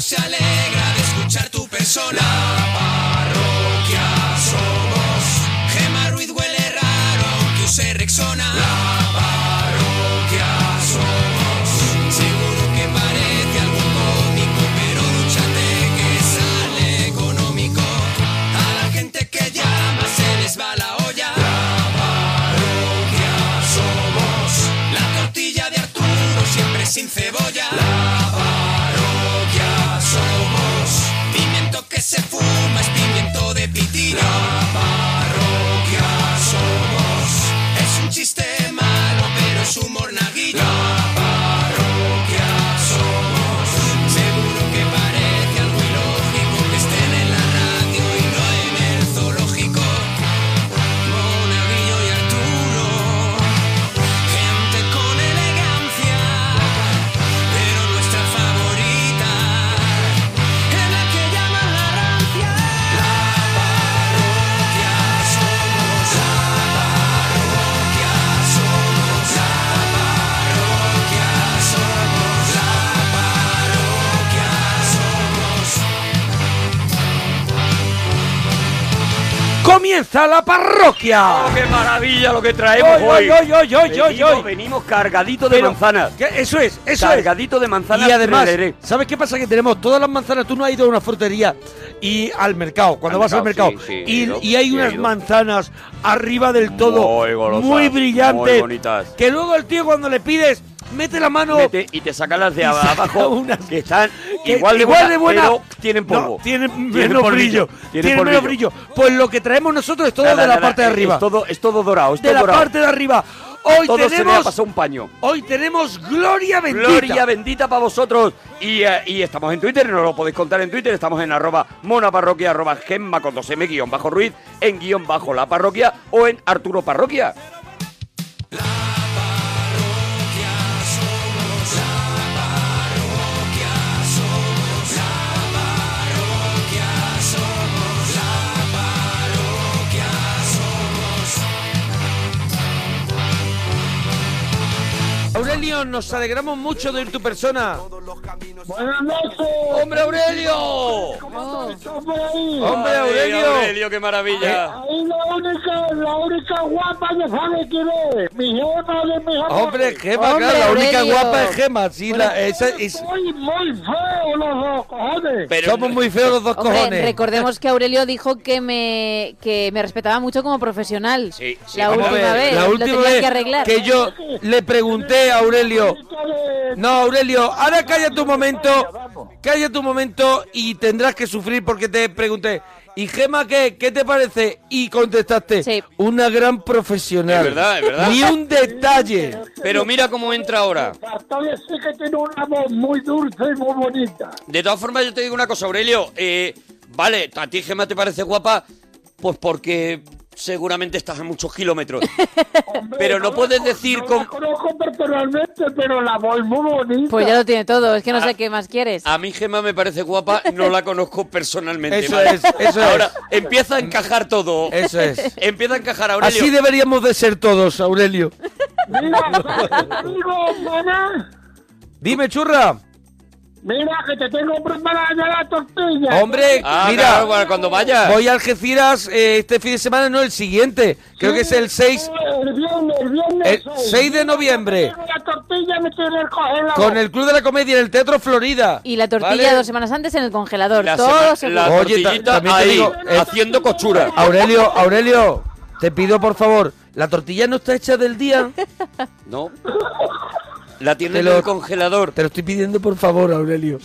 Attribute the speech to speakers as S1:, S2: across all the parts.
S1: se alegra de escuchar tu persona. La parroquia somos. Gema Ruiz huele raro, que use Rexona. La parroquia somos. Seguro que parece algo cómico, pero dúchate que sale económico. A la gente que llama se les va la olla. La parroquia somos. La tortilla de Arturo siempre sin cebolla. La parroquia somos. Pimiento que se fuma es pimiento de pitina. La parroquia somos. Es un chiste malo, pero es humor naguillo. La parroquia somos. Seguro que parece algo ilógico que estén en la radio y no en el zoológico. Monaguillo y Arturo, gente con elegancia, pero nuestra favorita es la que llaman la rancia. La parroquia somos, la parroquia somos, la parroquia somos, la parroquia somos.
S2: ¡Comienza la parroquia!
S3: Oh, ¡Qué maravilla lo que traemos
S2: Hoy,
S3: hoy!
S2: hoy, hoy, hoy, hoy,
S3: Venimos-
S2: hoy.
S3: Venimos cargadito de
S2: Pero,
S3: manzanas.
S2: que Eso es, eso es.
S3: Cargadito de manzanas.
S2: Y además,
S3: tereré.
S2: ¿sabes qué pasa? Que tenemos todas las manzanas. Tú no has ido a una frutería y al mercado, cuando
S3: Al
S2: vas
S3: mercado,
S2: al mercado.
S3: sí, sí,
S2: y,
S3: he ido,
S2: y hay
S3: sí, he
S2: unas
S3: ido.
S2: manzanas arriba del todo,
S3: Muy golosas,
S2: muy brillantes.
S3: muy bonitas.
S2: Que luego el tío cuando le pides, mete la mano.
S3: Mete y te sacan las de
S2: y saca
S3: abajo
S2: unas-
S3: que están
S2: que
S3: igual de buenas,
S2: Eh, buena-
S3: pero tienen polvo.
S2: No, tienen menos
S3: polvillo,
S2: brillo. Tienen menos brillo. Pues lo que traemos nosotros es todo
S3: Nada,
S2: de la
S3: nada,
S2: parte de
S3: es-
S2: arriba.
S3: Es todo, es todo dorado. Es
S2: de
S3: todo
S2: la
S3: dorado.
S2: parte de arriba. Hoy
S3: todo se le ha
S2: tenemos.
S3: pasado un paño.
S2: Hoy tenemos Gloria Bendita.
S3: Gloria bendita para vosotros. Y, eh, y estamos en Twitter, nos lo podéis contar en Twitter. Estamos en arroba monaparroquia, arroba gemma con dos m guión bajo ruiz, en guión bajo la parroquia o en Arturo Parroquia.
S2: Aurelio, nos alegramos mucho de ir tu persona.
S4: Buenas noches.
S2: ¡Hombre, Aurelio!
S4: ¿Estás por ahí?
S2: Hombre,
S3: Ay,
S2: Aurelio. Eh,
S3: Aurelio, qué maravilla.
S4: Ahí la única, la única guapa que sabe quién es. Mi gema de mi amor.
S2: Hombre, Gema,
S5: Hombre,
S2: claro, la única
S5: Aurelio.
S2: guapa es Gema. Sí, la- esa es-
S4: Muy, muy feo los dos, cojones.
S3: Pero-
S2: somos muy feos los dos
S5: Hombre,
S2: cojones.
S5: recordemos que Aurelio dijo que me, que me respetaba mucho como profesional.
S3: Sí, sí,
S5: la
S3: vamos
S5: última
S3: a ver,
S5: vez.
S2: la
S5: lo
S2: última
S5: tenía
S2: vez
S5: que arreglar.
S2: que yo le pregunté a Aurelio. No, Aurelio, ahora cállate un momento. Cállate un momento y tendrás que sufrir porque te pregunté. ¿Y Gema qué? ¿Qué te parece? Y contestaste.
S5: Sí.
S2: Una gran profesional.
S3: Es verdad, es verdad.
S2: Ni un detalle.
S3: Pero mira cómo entra ahora.
S4: Todavía sí que tiene una voz muy dulce y muy bonita.
S3: De todas formas, yo te digo una cosa, Aurelio. eh, vale, a ti Gemma te parece guapa, pues porque seguramente estás a muchos kilómetros.
S4: Hombre,
S3: Pero no
S4: la
S3: puedes
S4: con-
S3: decir
S4: no
S3: con-
S4: la conozco personalmente, pero la voz muy bonita.
S5: Pues ya lo tiene todo. Es que no
S3: Ah.
S5: sé qué más quieres.
S3: A mí Gemma me parece guapa, no la conozco personalmente.
S2: Eso
S3: ¿vale?
S2: es, eso es.
S3: Ahora empieza a encajar todo.
S2: Eso es.
S3: Empieza a encajar Aurelio.
S2: Así deberíamos de ser todos, Aurelio.
S4: Mira, ¿sabes qué te digo, mamá?
S2: Dime, churra.
S4: Mira, que te tengo preparada ya la tortilla.
S2: Hombre,
S3: Ah,
S2: mira.
S3: claro, bueno, cuando vaya.
S2: Voy a Algeciras eh, este fin de semana, no el siguiente. Creo que es el 6
S4: El viernes, el viernes.
S2: El 6 de noviembre.
S4: La tortilla me tiene el coger la
S2: con
S4: boca.
S2: el Club de la Comedia en el Teatro Florida.
S5: Y la tortilla
S2: ¿Vale?
S5: dos semanas antes en el congelador.
S3: La,
S5: todo
S3: sema-
S5: se
S3: la
S2: Oye, ta-
S3: tortillita
S2: también te
S3: ahí,
S2: digo, eh,
S3: haciendo costura.
S2: Aurelio, Aurelio, te pido por favor, la tortilla no está hecha del día.
S3: No. La tiene
S2: Te
S3: en
S2: lo-
S3: el congelador.
S2: Te lo estoy pidiendo por favor, Aurelio.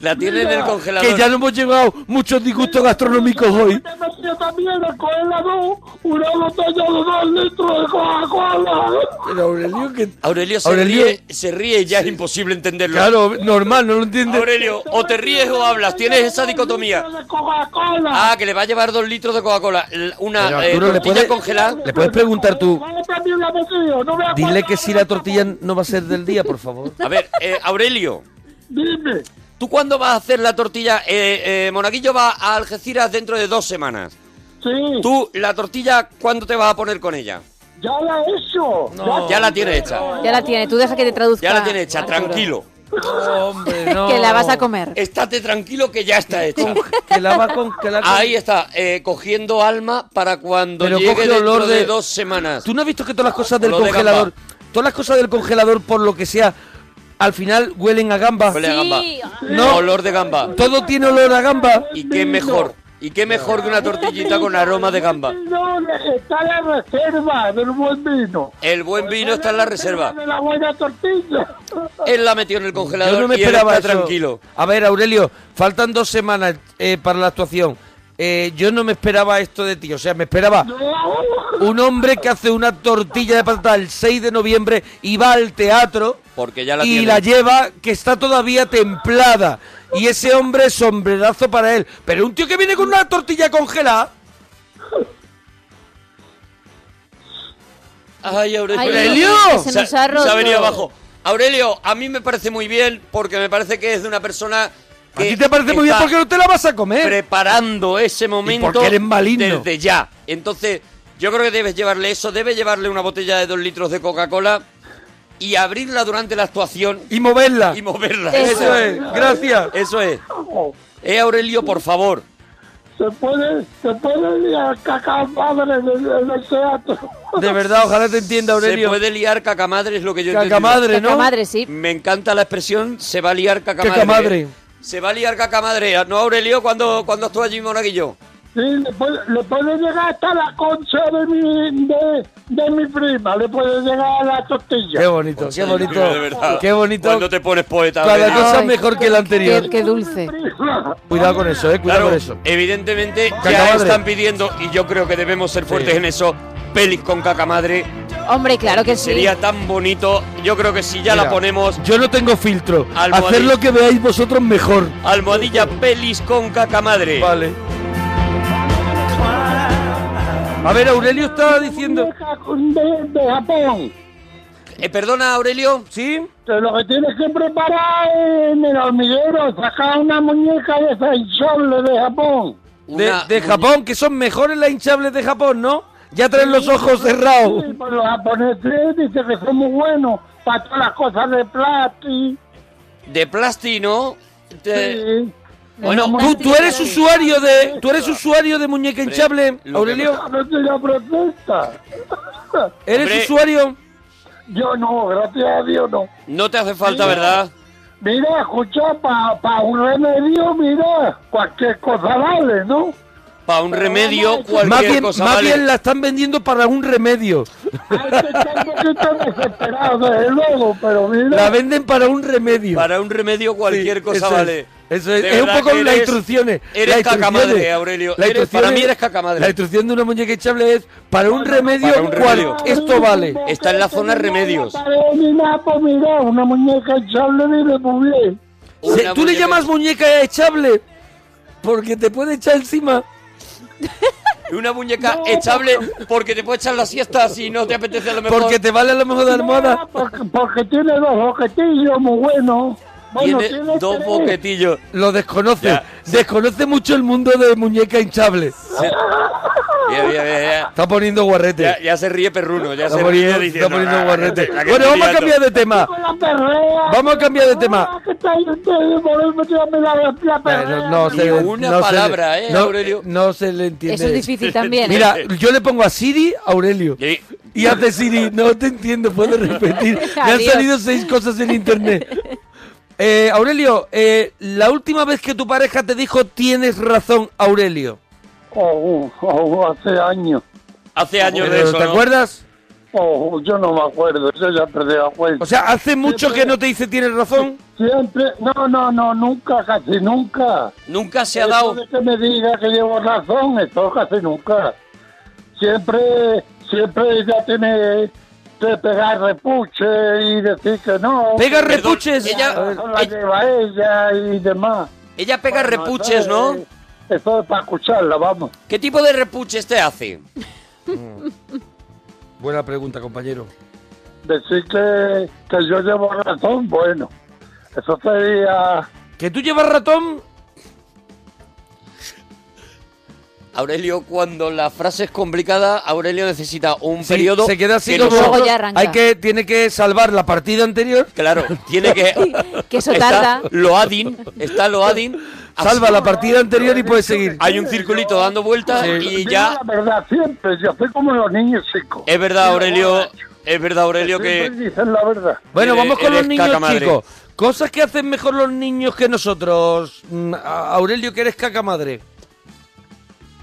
S3: La tiene en el
S2: Que
S3: congelador.
S2: ya no hemos llevado muchos disgustos gastronómicos hoy.
S4: Te metió también el coger la voz, una botella de dos litros de Coca-Cola.
S2: Pero Aurelio, que...
S3: Aurelio se
S2: Aurelio-
S3: ríe, se ríe y ya es imposible entenderlo.
S2: Claro, normal, Ah, no lo entiendes.
S3: Aurelio, o te ríes o hablas, tienes esa dicotomía.
S4: De Coca-Cola.
S3: Ah, que le va a llevar dos litros de Coca-Cola, l-
S2: Pero,
S3: una eh,
S2: Arturo, ¿le
S3: tortilla
S2: puedes-
S3: congelada.
S2: le puedes preguntar tú?
S4: Vale, también la metió, no me acuerdo
S2: Dile que si la tortilla no va a ser del día, por favor.
S3: A ver, eh, Aurelio,
S4: Dime.
S3: ¿tú cuándo vas a hacer la tortilla? Eh, eh, Monaguillo va a Algeciras dentro de dos semanas.
S4: Sí.
S3: ¿Tú la tortilla cuándo te vas a poner con ella?
S4: Ya la he hecho.
S3: Ya la tienes hecha.
S5: Ya la tiene. Tú deja que te traduzca.
S3: Ya la tienes hecha,
S5: Arturo.
S3: tranquilo.
S2: Hombre, no.
S5: que la vas a comer.
S3: Estate tranquilo que ya está hecha.
S2: Que la va con... Que la con-
S3: Ahí está, eh, cogiendo alma para cuando
S2: Pero
S3: llegue
S2: coge
S3: dentro
S2: olor
S3: de...
S2: de-
S3: dos semanas.
S2: ¿Tú no has visto que todas las cosas del
S3: Olor de
S2: congelador, todas las cosas del congelador, por lo que sea, al final huelen a gamba?
S3: Huele a gamba.
S5: Sí.
S2: No.
S3: Olor de gamba.
S2: Todo tiene olor a gamba.
S3: ¿Y qué mejor? ¿Y qué mejor que una tortillita con aroma de gamba?
S4: No, está la reserva del buen vino.
S3: El buen vino está en la reserva.
S4: De la buena tortilla.
S3: Él la metió en el
S2: Yo
S3: congelador
S2: no me
S3: y él
S2: esperaba
S3: está
S2: eso.
S3: tranquilo.
S2: A ver, Aurelio, faltan dos semanas eh, para la actuación. Eh, yo no me esperaba esto de ti. O sea, me esperaba un hombre que hace una tortilla de patata el 6 de noviembre y va al teatro
S3: Porque ya la
S2: y
S3: tiene.
S2: la lleva que está todavía templada. Y ese hombre sombrerazo para él. Pero un tío que viene con una tortilla congelada.
S3: Ay, Aurelio.
S5: Ay,
S2: ¡Aurelio!
S5: que Se nos
S3: Se ha-
S5: ha roto.
S3: se ha venido abajo. Aurelio, a mí me parece muy bien porque me parece que es de una persona
S2: ¿A
S3: que
S2: ti te parece muy bien
S3: Eh, está
S2: porque no te la vas a comer?
S3: preparando ese momento
S2: porque eres maligno.
S3: desde ya. Entonces, yo creo que debes llevarle eso, debes llevarle una botella de dos litros de Coca-Cola y abrirla durante la actuación
S2: Y moverla.
S3: y moverla.
S5: Eso
S2: Eso es, gracias.
S3: Eso es. Eh, Aurelio, por favor.
S4: Se puede, se puede ir a cacar madre en el, en el teatro.
S2: De verdad, ojalá te entienda,
S3: Se
S2: Aurelio.
S3: puede liar cacamadre, es lo que yo he entendido.
S2: Cacamadre,
S5: Caca
S2: ¿no?
S5: madre, sí.
S3: Me encanta la expresión, se va a liar cacamadre.
S2: Cacamadre.
S3: Se va a liar cacamadre. ¿No, Aurelio, cuando, cuando estuvo allí Monaguillo?
S4: Sí, le puede, le puede llegar hasta la concha de mi, de, de mi prima, le puede llegar a la tortilla.
S2: Qué bonito, qué bonito.
S3: De verdad.
S2: Qué bonito.
S3: Cuando te pones poeta.
S2: Cada
S3: Aurelio.
S2: cosa
S5: Ay,
S2: mejor que la anterior.
S5: Qué, qué dulce.
S4: Prima.
S2: Cuidado con eso, eh.
S3: Claro,
S2: Cuidado con eso.
S3: evidentemente ya
S2: Cacamadre.
S3: están pidiendo, y yo creo que debemos ser fuertes
S2: Sí.
S3: en eso, pelis con cacamadre.
S5: Hombre, claro que sí.
S3: Sería tan bonito. Yo creo que si ya la
S2: Mira,
S3: ponemos,
S2: Yo no tengo filtro.
S3: Almohadilla.
S2: Hacer lo que veáis vosotros mejor.
S3: almohadilla pelis con cacamadre.
S2: Vale. A ver, Aurelio estaba diciendo.
S4: De, de Japón.
S3: Eh, perdona, Aurelio.
S2: ¿Sí?
S4: Que lo que tienes que preparar es en el hormiguero, sacar una muñeca de Fenchorle de Japón.
S2: De,
S3: Una
S2: de
S3: muñe-
S2: Japón, que son mejores las hinchables de Japón, ¿no? Ya traen los ojos cerrados.
S4: Sí, pues los japoneses dicen que son muy buenos para todas las cosas de plástico.
S3: De plastino. de-
S4: Sí.
S3: Bueno,
S2: ¿Tú, tú eres usuario de. Eh, ¿Tú eres usuario de muñeca hinchable,
S3: lo que-
S2: Aurelio?
S4: No te la protesta.
S2: ¿Eres
S3: Hombre.
S2: usuario?
S4: Yo no, gracias a Dios no.
S3: no te hace falta, ¿verdad?
S4: Mira, escucha, para un remedio, mira, cualquier cosa vale, ¿no?
S3: Para un remedio, cualquier
S2: Más bien,
S3: cosa
S2: más
S3: vale.
S2: bien la están vendiendo para un remedio.
S4: Hay que estar un poquito desesperado, desde luego, pero
S2: La
S4: mira,
S2: venden para un remedio.
S3: Para un remedio, cualquier
S2: Sí,
S3: cosa
S2: eso es,
S3: vale.
S2: eso es.
S3: De
S2: Es un
S3: verdad
S2: poco
S3: que
S2: las
S3: eres-
S2: instrucciones.
S3: Eres
S2: las instrucciones.
S3: cacamadre, Aurelio.
S2: Las
S3: Eres- para
S2: instrucciones-
S3: mí eres
S2: La
S3: cacamadre.
S2: instrucción de una muñeca echable es para un remedio,
S3: Para un
S2: cual-
S3: remedio.
S2: esto vale.
S3: Está en la zona remedios.
S4: Mira, pues mira, una muñeca echarle vive muy bien.
S3: Una
S2: Se- Tú le
S3: muñeca-
S2: llamas muñeca echable porque te puede echar encima.
S3: Una muñeca echable porque te puede echar la siesta si no te apetece a lo mejor.
S2: Porque te vale a lo mejor de almohada.
S4: Porque, porque tiene dos boquetillos muy buenos. Bueno,
S3: tiene, dos
S4: tres.
S3: boquetillos.
S2: Lo desconoce.
S3: Ya.
S2: Desconoce mucho el mundo de muñeca hinchable.
S3: Ya, ya, ya, ya.
S2: Está poniendo guarrete.
S3: Ya- ya se ríe perruno, ya
S2: Está
S3: se
S2: poniendo,
S3: ríe
S2: está
S3: diciendo,
S2: poniendo
S3: "Ah,
S2: guarrete.
S3: la que
S2: Bueno,
S3: estoy
S2: vamos a
S3: liando".
S2: cambiar de tema.
S4: Con la perrea.
S2: Vamos a cambiar de tema.
S4: Ah, que está ahí usted, por ahí metido a mí la- la perrea.
S2: Bueno, no
S3: Ni
S2: se le-
S3: una
S2: no se le-
S3: palabra, ¿eh,
S2: no-
S3: Aurelio?
S2: No se le entiende.
S5: Eso es difícil también. ¿eh?
S2: Mira, yo le pongo a Siri Aurelio.
S3: Sí.
S2: Y hace Siri, no te entiendo, puedo repetir. Me han
S5: Adiós.
S2: salido seis cosas en internet. Eh, Aurelio, eh, la última vez que tu pareja te dijo tienes razón, Aurelio.
S4: Oh, oh, hace años.
S3: Hace años de
S2: Pero,
S3: eso,
S2: ¿Te
S3: ¿no?
S2: acuerdas?
S4: Oh, yo no me acuerdo, yo ya perdí la cuenta.
S2: O sea, hace mucho que no te dice tienes razón.
S4: Siempre, no, no, no, nunca, casi nunca.
S3: Nunca se ha
S4: Eso
S3: dado.
S4: de que me diga que llevo razón, eso casi nunca. Siempre, siempre ella tiene que pegar repuche y decir que no.
S2: Pega
S3: Perdón,
S2: repuches.
S3: ella- eh,
S2: A ver,
S4: Eso la lleva ella y demás.
S3: Ella pega
S4: Bueno,
S3: repuches,
S4: eso
S3: ¿no?
S4: es- Eso es para escucharla, vamos.
S3: ¿Qué tipo de repuches te hace?
S2: Buena pregunta, compañero.
S4: Decir que, que yo llevo razón, bueno. Eso sería...
S2: ¿Que tú llevas ratón?
S3: Aurelio, cuando la frase es complicada, Aurelio necesita un
S2: Sí,
S3: periodo.
S2: se queda así
S3: que
S2: como
S3: nosotros-
S2: hay que tiene que salvar la partida anterior
S3: Claro, tiene que.
S5: que eso
S3: está
S5: tarda.
S3: Loadin, está Loadin.
S2: Salva la partida anterior y puedes seguir.
S3: Hay un circulito dando vueltas y
S4: Digo
S3: ya.
S4: la verdad siempre, yo soy como los niños chicos.
S3: Es verdad, Aurelio. Es verdad, Aurelio, que. Eh,
S4: Siempre dicen la verdad.
S2: bueno
S3: Eres-
S2: vamos con
S3: eres
S2: los niños
S3: caca madre.
S2: chicos cosas que hacen mejor los niños que nosotros Mm, a- Aurelio que eres caca madre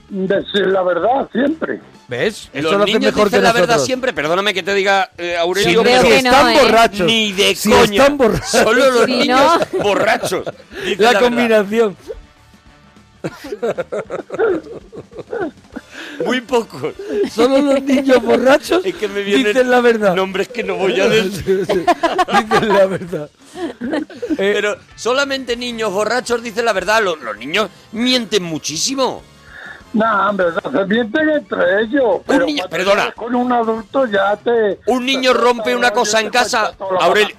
S4: Decir la verdad siempre.
S2: ves
S3: Los
S2: eso lo hacen
S3: niños
S2: mejor que
S3: dicen la
S2: nosotros
S3: verdad siempre. Perdóname que te diga, eh,
S2: si,
S3: Aurelio,
S5: Sí,
S3: pero
S5: creo
S2: si
S5: que no,
S2: están
S5: ¿eh?
S2: borrachos
S3: ni de
S2: si
S3: coña.
S2: están borrachos
S3: Solo los
S5: Si
S3: niños borrachos. dicen
S2: la
S3: verdad.
S2: combinación
S3: Muy pocos.
S2: solo los niños borrachos
S3: Es que me vienen
S2: dicen la verdad
S3: nombres que no voy a decir.
S2: dicen la verdad Eh,
S3: Pero solamente niños borrachos dicen la verdad. Los, los niños mienten muchísimo.
S4: No, en verdad, se mienten entre ellos. pero
S3: niño-
S4: cuando
S3: perdona.
S4: estás Con un adulto ya te...
S3: Un niño rompe una cosa en casa. Aurelio,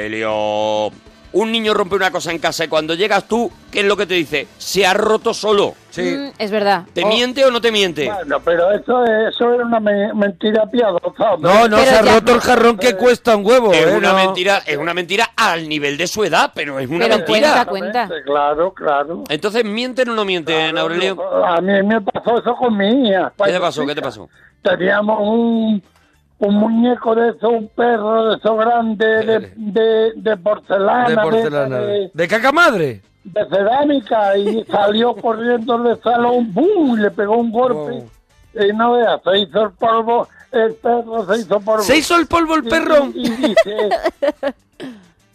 S3: Aurelio, un niño rompe una cosa en casa y cuando llegas tú, ¿qué es lo que te dice? Se ha roto solo.
S2: sí Oh.
S5: Mm, es verdad.
S3: ¿Te miente o no te miente?
S4: Bueno, pero eso, eso era una me- mentira piadosa. hombre.
S2: No, no,
S5: Pero
S2: se ha
S5: ya-
S2: roto el jarrón que cuesta un huevo.
S3: Es
S2: ¿eh?
S3: una
S2: No.
S3: mentira, es una mentira al nivel de su edad, pero es una
S5: Pero
S3: mentira.
S5: cuenta.
S4: Claro, claro.
S3: Entonces, ¿mienten o no mienten, Aurelio?
S4: A mí me pasó eso con mi hija.
S3: ¿Qué te pasó? ¿Qué te pasó?
S4: Teníamos un, un muñeco de eso, un perro de eso grande,
S3: Eh.
S4: de, de, de porcelana,
S2: eh, De porcelana.
S4: de,
S2: ¿De caca madre?
S4: de cerámica, y salió corriendo del salón, ¡bum! Y le pegó un golpe. Y no veas, se hizo el polvo, el perro se hizo polvo.
S2: ¿Se hizo el polvo el
S4: Y-
S2: perro?
S4: Y, dice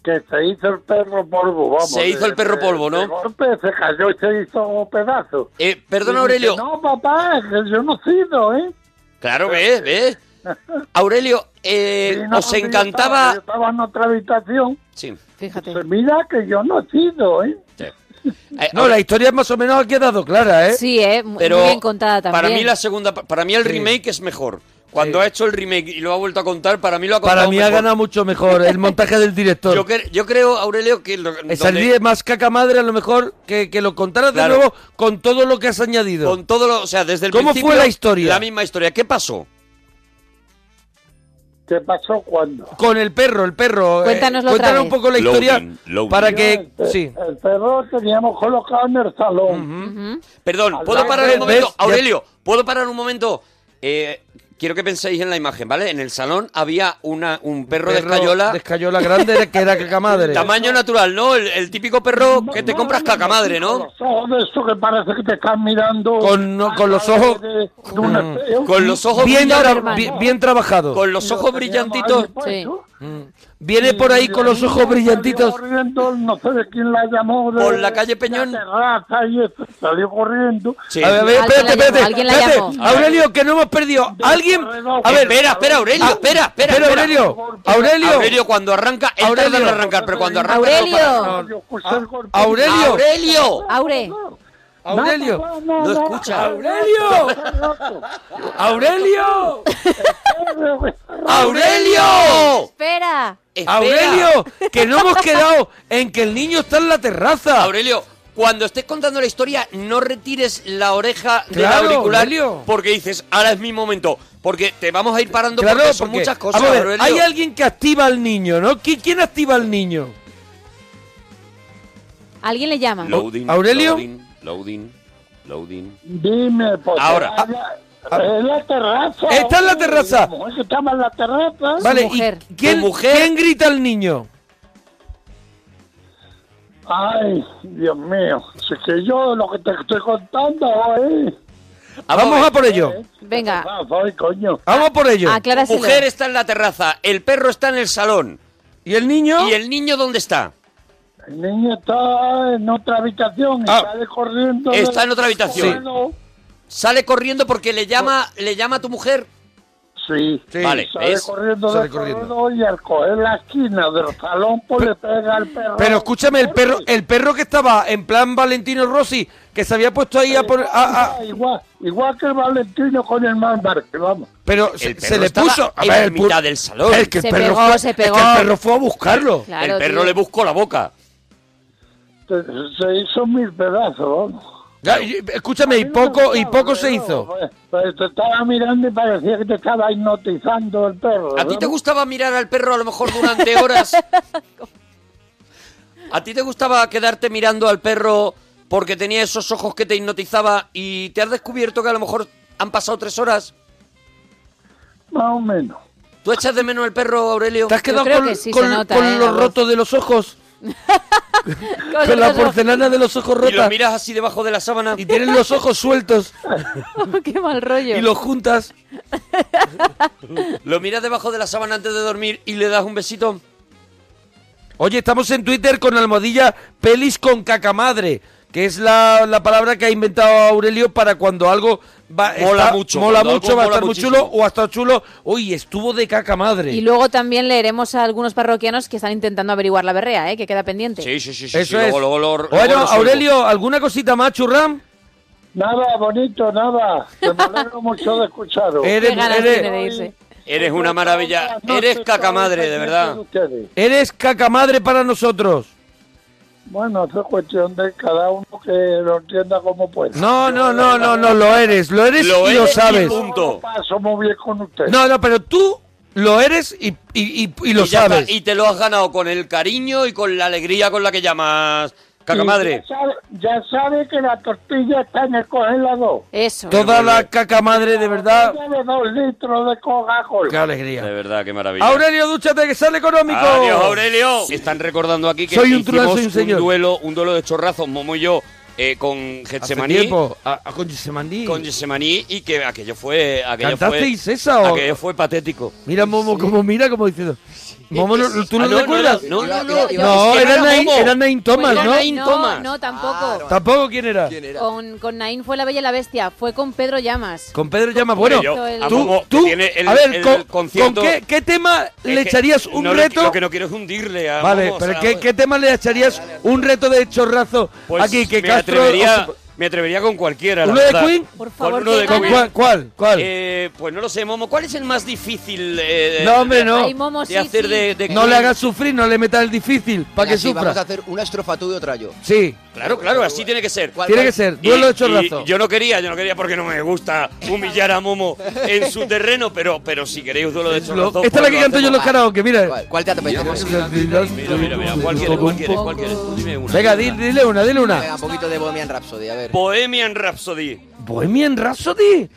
S4: que se hizo el perro polvo, vamos. eh.
S3: Se hizo el
S4: de-
S3: perro
S4: de-
S3: polvo, ¿no?
S4: de golpe se cayó y se hizo pedazos.
S3: Eh, perdona,
S4: Y dice,
S3: Aurelio.
S4: No, papá, que yo no sido, ¿eh?
S3: Claro, ¿ves? ¿Ves? Aurelio, eh,
S4: Y no,
S3: os
S4: yo estaba- Yo
S3: encantaba...
S4: estaba en otra habitación.
S3: Sí.
S5: Fíjate.
S4: Pues mira que yo no sido, ¿eh?
S3: sí. Eh,
S2: No, la historia más o menos ha quedado clara, ¿eh?
S5: Sí, eh, mu-
S3: Pero
S5: muy bien
S2: Ah,
S5: contada también.
S3: Para mí la segunda, pa- para mí el remake es mejor. Cuando
S2: Sí.
S3: ha hecho el remake y lo ha vuelto a contar, para mí lo ha contado
S2: Para mí ha
S3: mejor.
S2: ganado mucho mejor el montaje del director.
S3: Yo, cre- yo creo, Aurelio, que lo-
S2: Eh,
S3: donde-
S2: Saldría más caca madre a lo mejor que, que lo contaras
S3: Claro.
S2: de nuevo con todo lo que has añadido.
S3: con todo lo, o sea, desde el
S2: ¿Cómo fue
S3: principio,
S2: la historia?
S3: La misma historia. ¿Qué pasó?
S4: ¿Qué pasó cuando?
S2: Con el perro, el perro. eh,
S5: Cuéntanoslo otra
S2: cuéntanos
S5: vez.
S2: un poco la historia
S3: Loading, loading.
S2: para
S4: Yo, este,
S2: que...
S4: el, per-
S2: Sí.
S4: el perro teníamos colocado en el salón.
S5: Ujú.
S3: Perdón,
S4: Al
S3: ¿puedo
S4: lado
S3: parar
S2: de-
S3: un momento?
S2: ¿ves? Ya-
S3: Aurelio, ¿puedo parar un momento? Eh, quiero que penséis en la imagen, ¿vale? En el salón había una, un perro, de escayola,
S2: de escayola grande que era caca madre.
S3: tamaño natural, ¿no? El, el típico perro que te
S4: No,
S3: compras
S4: no, no,
S3: caca madre,
S4: con
S3: ¿no?
S4: Los ojos de eso que parece que te están mirando.
S2: Con- no, con los
S4: a través
S2: ojos- Mm.
S4: de- de un espejo.
S3: Con los ojos
S2: Bien,
S3: brillantes-
S2: tra-
S5: Superman.
S2: bien- bien trabajado.
S3: con los
S4: Lo
S3: ojos
S4: teníamos ahí
S3: brillantitos.
S4: puesto.
S2: Viene por ahí con los ojos brillantitos.
S4: Salió corriendo, no sé de quién la llamó. de-
S3: Por la calle Peñón.
S4: de la terraza y eso, salió corriendo.
S3: Sí.
S2: A ver, a ver,
S5: Alguien
S2: espérate,
S5: la llamó,
S2: espérate.
S5: alguien la
S2: espérate.
S5: llamó.
S2: Aurelio, que no hemos perdido. Alguien. A ver,
S3: espera, espera, Aurelio,
S2: Ah,
S3: espera, espera,
S2: Pero
S3: espera.
S2: Aurelio, Aurelio.
S3: Aurelio, cuando arranca, él tarda en
S2: Aurelio.
S3: arrancar, pero cuando arranca...
S5: Oh, Aurelio.
S4: Yo escuché pues, el golpe.
S2: Aurelio.
S3: ¡Aurelio!
S5: Aure,
S2: Aurelio.
S4: No, no, no,
S3: No escucha.
S2: Aurelio. Aurelio.
S3: ¡Aurelio!
S5: espera.
S3: Espera.
S2: Aurelio, que no hemos quedado en que el niño está en la terraza.
S3: Aurelio, cuando estés contando la historia, no retires la oreja
S2: Claro,
S3: del auricular
S2: Aurelio.
S3: porque dices, ahora es mi momento. Porque te vamos a ir parando
S2: Claro,
S3: porque son
S2: porque-
S3: muchas cosas,
S2: vamos a ver,
S3: Aurelio.
S2: hay alguien que activa al niño, ¿no? ¿Qui- ¿Quién activa al niño?
S5: Alguien le llama.
S3: Loading,
S2: ¿Aurelio?
S3: Loading, loading, loading.
S4: Dime, pues.
S3: Ahora.
S4: Es
S2: Ah.
S4: la- es la terraza.
S2: Está en la
S4: hombre,
S2: terraza.
S4: la mujer que estaba en la terraza.
S2: Vale, ¿y
S5: mujer.
S2: quién,
S3: Su mujer.
S2: quién grita al niño?
S4: Ay, Dios mío. Si es que yo lo que te estoy contando, ¿eh?
S2: Ah, Vamos a por ello.
S5: Venga,
S4: Ah, soy, coño.
S2: Vamos a por ello.
S5: acláraselo.
S3: Mujer está en la terraza, el perro está en el salón.
S2: ¿Y el niño?
S3: ¿Y el niño dónde está?
S4: El niño está en otra habitación y
S2: Ah.
S4: sale corriendo.
S3: Está en
S4: del
S3: otra habitación.
S4: suelo.
S3: Sale corriendo porque le llama,
S2: Pues,
S3: le llama a tu mujer.
S4: Sí.
S2: Sí.
S3: Vale.
S4: Sale
S3: ¿ves?
S4: corriendo
S2: Sale
S4: del
S2: corriendo.
S4: corredor y al coger la esquina del salón, pues le pega al perro.
S2: Pero escúchame, el perro, el perro que estaba en plan Valentino Rossi, que se había puesto ahí a poner. a- a-
S4: Ah, Igual, igual que el Valentino con el Malbar, que vamos.
S2: pero se,
S3: perro
S2: se le
S3: estaba
S2: puso.
S3: en
S2: el
S3: mitad
S2: pu-
S3: del salón.
S2: Es que el
S5: Se
S2: perro
S5: pegó,
S2: fue,
S5: se
S2: es que el
S5: pegó.
S2: perro fue a buscarlo.
S5: Claro,
S3: el perro
S5: tío.
S3: le buscó la boca.
S4: Se, se hizo mil pedazos, vamos.
S2: Ya, y- escúchame, y poco, y poco se hizo.
S4: Pues, pues te estaba mirando y parecía que te estaba hipnotizando el perro.
S3: ¿A ti te
S4: ¿no?
S3: gustaba mirar al perro a lo mejor durante horas? ¿A ti te gustaba quedarte mirando al perro porque tenía esos ojos que te hipnotizaba y te has descubierto que a lo mejor han pasado tres horas?
S4: Más o menos.
S3: ¿Tú echas de menos al perro, Aurelio?
S2: ¿Te has quedado
S5: creo
S2: con,
S5: que sí se
S2: con-
S5: nota,
S2: con
S5: eh, la
S2: los
S5: voz.
S2: rotos de los ojos?
S5: Con
S2: ¿Con la
S5: los ojos.
S2: porcelana de los ojos
S3: Y lo
S2: rota?
S3: miras así debajo de la sábana.
S2: Y tienes los ojos sueltos
S5: Qué mal rollo.
S2: y los juntas.
S3: Lo miras debajo de la sábana antes de dormir y le das un besito.
S2: Oye, estamos en Twitter con almohadilla pelis con cacamadre, que es la, la palabra que ha inventado Aurelio para cuando algo va,
S3: Mola mucho,
S2: mola
S3: cuando
S2: mucho,
S3: algo
S2: va a
S3: mola
S2: estar muy
S3: muchísimo.
S2: chulo o ha estado chulo. Uy, estuvo de cacamadre.
S5: Y luego también leeremos a algunos parroquianos que están intentando averiguar la berrea, ¿eh? que queda pendiente.
S3: Sí, sí, sí, sí.
S2: Eso
S3: sí,
S2: es.
S3: luego, luego, luego, luego
S2: bueno,
S3: lo suelvo.
S2: Aurelio, ¿alguna cosita más, churram?
S4: Nada, bonito, nada. Te me alegro mucho de escucharos.
S2: Eres-
S5: Qué ganas
S2: eres-
S5: tiene de irse.
S3: Eres una maravilla.
S4: Buenas noches,
S3: Eres cacamadre, de
S4: todos,
S3: verdad.
S4: ustedes.
S2: Eres cacamadre para nosotros.
S4: Bueno, eso es cuestión de cada uno que lo entienda como pueda.
S2: No, no, no, no, no, lo eres, lo eres
S3: Lo
S2: y
S3: eres
S2: lo
S3: y
S2: sabes.
S3: punto.
S4: Yo lo paso muy bien con ustedes.
S2: No, no, pero tú lo eres y, y- y- y lo
S3: y ya
S2: sabes.
S3: está, y te lo has ganado con el cariño y con la alegría con la que llamas.
S2: Mm.
S3: Cacamadre.
S4: Y Ya sabe, ya sabe que la tortilla está en el congelador.
S5: Eso.
S2: Toda la cacamadre, de verdad.
S4: Tortilla de dos litros de Coca-Cola.
S2: Qué alegría.
S3: De verdad, qué maravilla.
S2: Aurelio, dúchate que sale económico.
S3: Adiós, Ah, Aurelio. Están recordando aquí que
S2: Soy un
S3: hicimos
S2: trueno, soy un señor.
S3: duelo, un duelo de chorrazos, Momo y yo, eh, con
S2: Hace
S3: Getsemaní.
S2: tiempo, a, a con Getsemaní.
S3: Con Getsemaní y que aquello fue... Aquello
S2: ¿Cantasteis
S3: fue,
S2: esa o-
S3: Aquello fue patético.
S2: Mira Momo como mira, como diciendo... Momo, no- ¿tú
S3: Ah,
S2: no, lo recuerdas?
S3: No, no, no.
S5: Yo- yo-
S2: No,
S3: Es que
S2: era,
S3: no
S2: Nain,
S3: Momo.
S2: era Nain Thomas,
S5: Pues
S2: ¿no?
S5: Nain, No,
S3: Oh. Thomas.
S5: no, tampoco.
S2: Tampoco, ¿quién era?
S6: ¿Quién era?
S5: Con, con Nain fue la bella y la bestia, fue con Pedro Llamas.
S2: Con Pedro Llama. Bueno,
S3: yo
S5: a
S2: tú,
S3: Momo, que
S2: tú-
S3: tiene el-
S2: a ver,
S3: el
S2: con,
S3: concierto-
S2: ¿con qué, qué tema
S3: Es
S2: le
S3: que
S2: echarías un
S3: no le-
S2: reto?
S3: Lo que no quiero es hundirle a
S2: Vale,
S3: Momo, o
S2: pero
S3: sea,
S2: ¿qué, qué tema le echarías un reto de chorrazo
S3: pues
S2: aquí? Que
S3: me
S2: Castro...
S3: atrevería,
S2: o-
S3: me atrevería con cualquiera. la
S2: ¿Uno de
S3: verdad.
S2: Queen?
S5: Por
S3: Con
S5: favor,
S3: uno de
S5: que
S2: ¿Con
S5: gane.
S3: Queen.
S2: cuál? ¿Cuál? cuál?
S3: Eh, pues no lo sé, Momo. ¿Cuál es el más difícil? eh,
S2: no, hombre, no.
S5: Ay, Momo,
S3: de
S5: sí,
S3: hacer
S5: sí.
S3: de, de
S2: No
S3: Queen?
S2: le hagas sufrir, no le metas el difícil, para que
S6: Venga, sí, Vamos a
S2: sufra.
S6: hacer una estrofa tú y otra yo.
S2: Sí,
S3: Claro, claro, así tiene que ser.
S6: ¿Cuál-
S2: tiene que ser. Duelo de chorrazo.
S3: y yo no quería, yo no quería porque no me gusta humillar a Momo en su terreno, pero, pero si queréis duelo de chorrazo.
S2: Esta es la que
S3: pues lo
S2: canto yo en los
S6: vale.
S2: karaoke, mira.
S6: ¿Cuál, cuál te apetece?
S3: hacemos. Mira, mira, mira, ¿cuál quieres? ¿Cuál quieres? ¿Cuál quieres? Tú dime una.
S2: Venga, di- dile una, dile
S6: Venga,
S2: una.
S6: un poquito de Bohemian Rhapsody, a ver.
S3: Bohemian Rhapsody.
S2: Bohemian Rhapsody.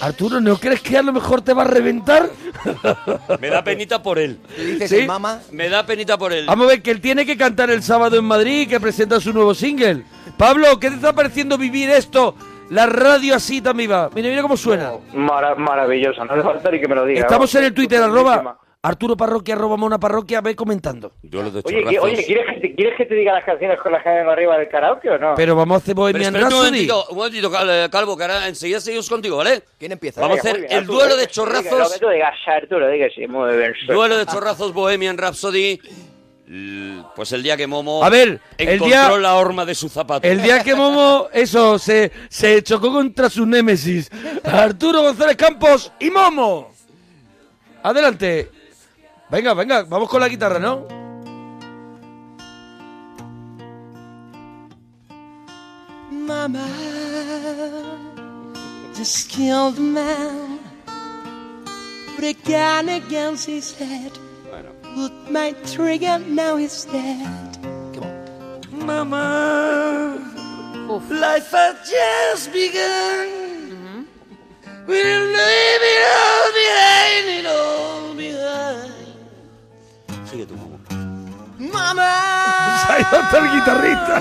S2: Arturo, ¿no crees que a lo mejor te va a reventar?
S3: Me da penita por él.
S6: Tú dices
S2: ¿Sí?
S6: el mama,
S3: Me da penita por él.
S2: Vamos a ver, que él tiene que cantar el sábado en Madrid y que presenta su nuevo single. Pablo, ¿qué te está pareciendo vivir esto? La radio así tan viva. Mira, mira cómo suena.
S7: Mara- maravilloso, no hace falta ni que me lo diga.
S2: Estamos en el Twitter, arroba
S7: Buenísima.
S2: Arturo Parroquia, arroba Mona Parroquia, ve comentando.
S3: Duelo de
S7: Oye, qui- oye ¿quieres, que te, ¿quieres que te diga las canciones con las que vengo arriba del karaoke o no?
S2: Pero vamos a hacer
S3: Pero
S2: Bohemian
S3: espera un
S2: Rhapsody.
S3: momentito, un momentito, Cal- eh, Calvo, que ahora enseguida seguimos contigo, ¿vale?
S6: ¿quién empieza?
S3: Vamos a
S7: Venga,
S3: hacer
S7: muy bien,
S3: el
S7: Arturo,
S3: duelo
S7: diga-
S3: de
S7: diga Lo que
S3: chorrazos.
S7: tú digas, Arturo, diga sí, muy bien.
S3: Duelo de chorrazos Bohemian Rhapsody. L- Pues el día que Momo
S2: A ver, el
S3: encontró
S2: día-
S3: la horma de su zapato.
S2: El día que Momo, eso, se, se chocó contra su némesis. Arturo González Campos y Momo. Adelante. Venga, venga, vamos con la guitarra, ¿no?
S8: Mama just killed a man. Put a gun against his head. Put my trigger, now he's dead. Mama,
S5: Uf.
S8: life has just begun. We'll leave it all behind, it all behind.
S3: Sigue tú, Momo.
S8: Mama!
S2: Ahí está el guitarrista.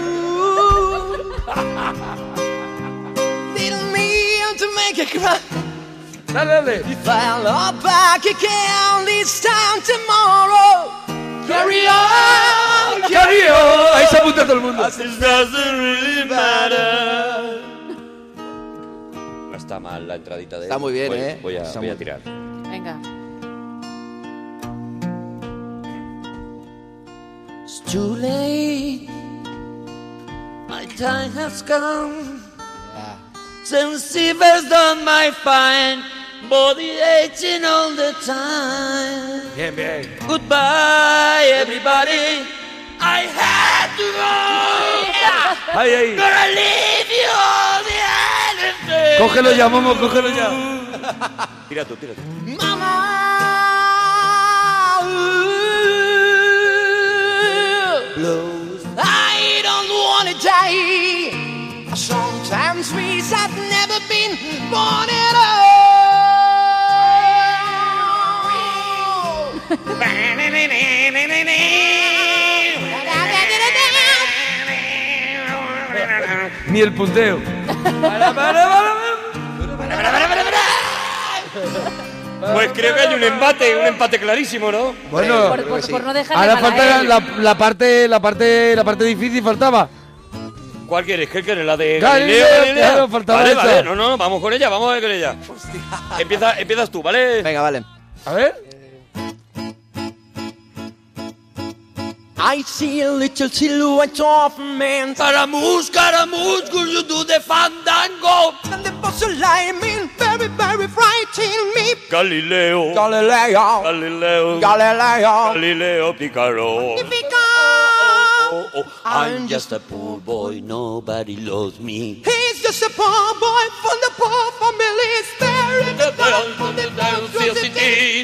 S8: Didn't mean to make you cry.
S2: Dale, dale.
S8: If I look back again this time tomorrow, carry on.
S2: Cario, Ahí se apunta todo el mundo.
S3: It doesn't really matter. No está mal la entradita de
S6: Está
S3: él.
S6: muy bien,
S3: Voy-
S6: ¿eh?
S3: Voy a,
S6: Está
S3: voy a
S6: muy
S3: tirar.
S5: Venga.
S8: It's too late. My time has come. Since Silver's done my fine, body aching all the time.
S2: Bien, bien.
S8: Goodbye, everybody. I had to go.
S2: Ahí, ahí.
S7: ¡Con alivio de alma!
S2: Cógelo ya, Momo, cógelo ya.
S7: Tira tú, tira tú.
S8: I don't wanna die. I sometimes wish I'd never been born at all.
S2: Ni el punteo.
S7: Pues creo que hay un empate, un empate clarísimo, ¿no?
S2: Bueno,
S5: por, por- por no dejar
S2: ahora falta la, la parte, la parte, la parte difícil faltaba.
S7: ¿Cuál quieres? ¿Qué quieres? ¿La de
S2: Galileo,
S7: Galileo? Galilei?
S2: claro, faltaba
S7: vale,
S2: esa.
S7: vale, no, no, vamos con ella, vamos a ver con ella. Empieza, empiezas tú, ¿vale?
S3: Venga, vale.
S2: A ver.
S8: I see a little silhouette of a man
S7: Caramus, caramus, con YouTube de fandango.
S8: standing for Suleiman, very, very frightening me.
S7: Galileo,
S8: Galileo,
S7: Galileo,
S8: Galileo,
S7: Galileo Picaro.
S8: Magnificat.
S7: Oh, oh, I'm just a poor boy, nobody loves me.
S8: He's just a poor boy from the poor family, staring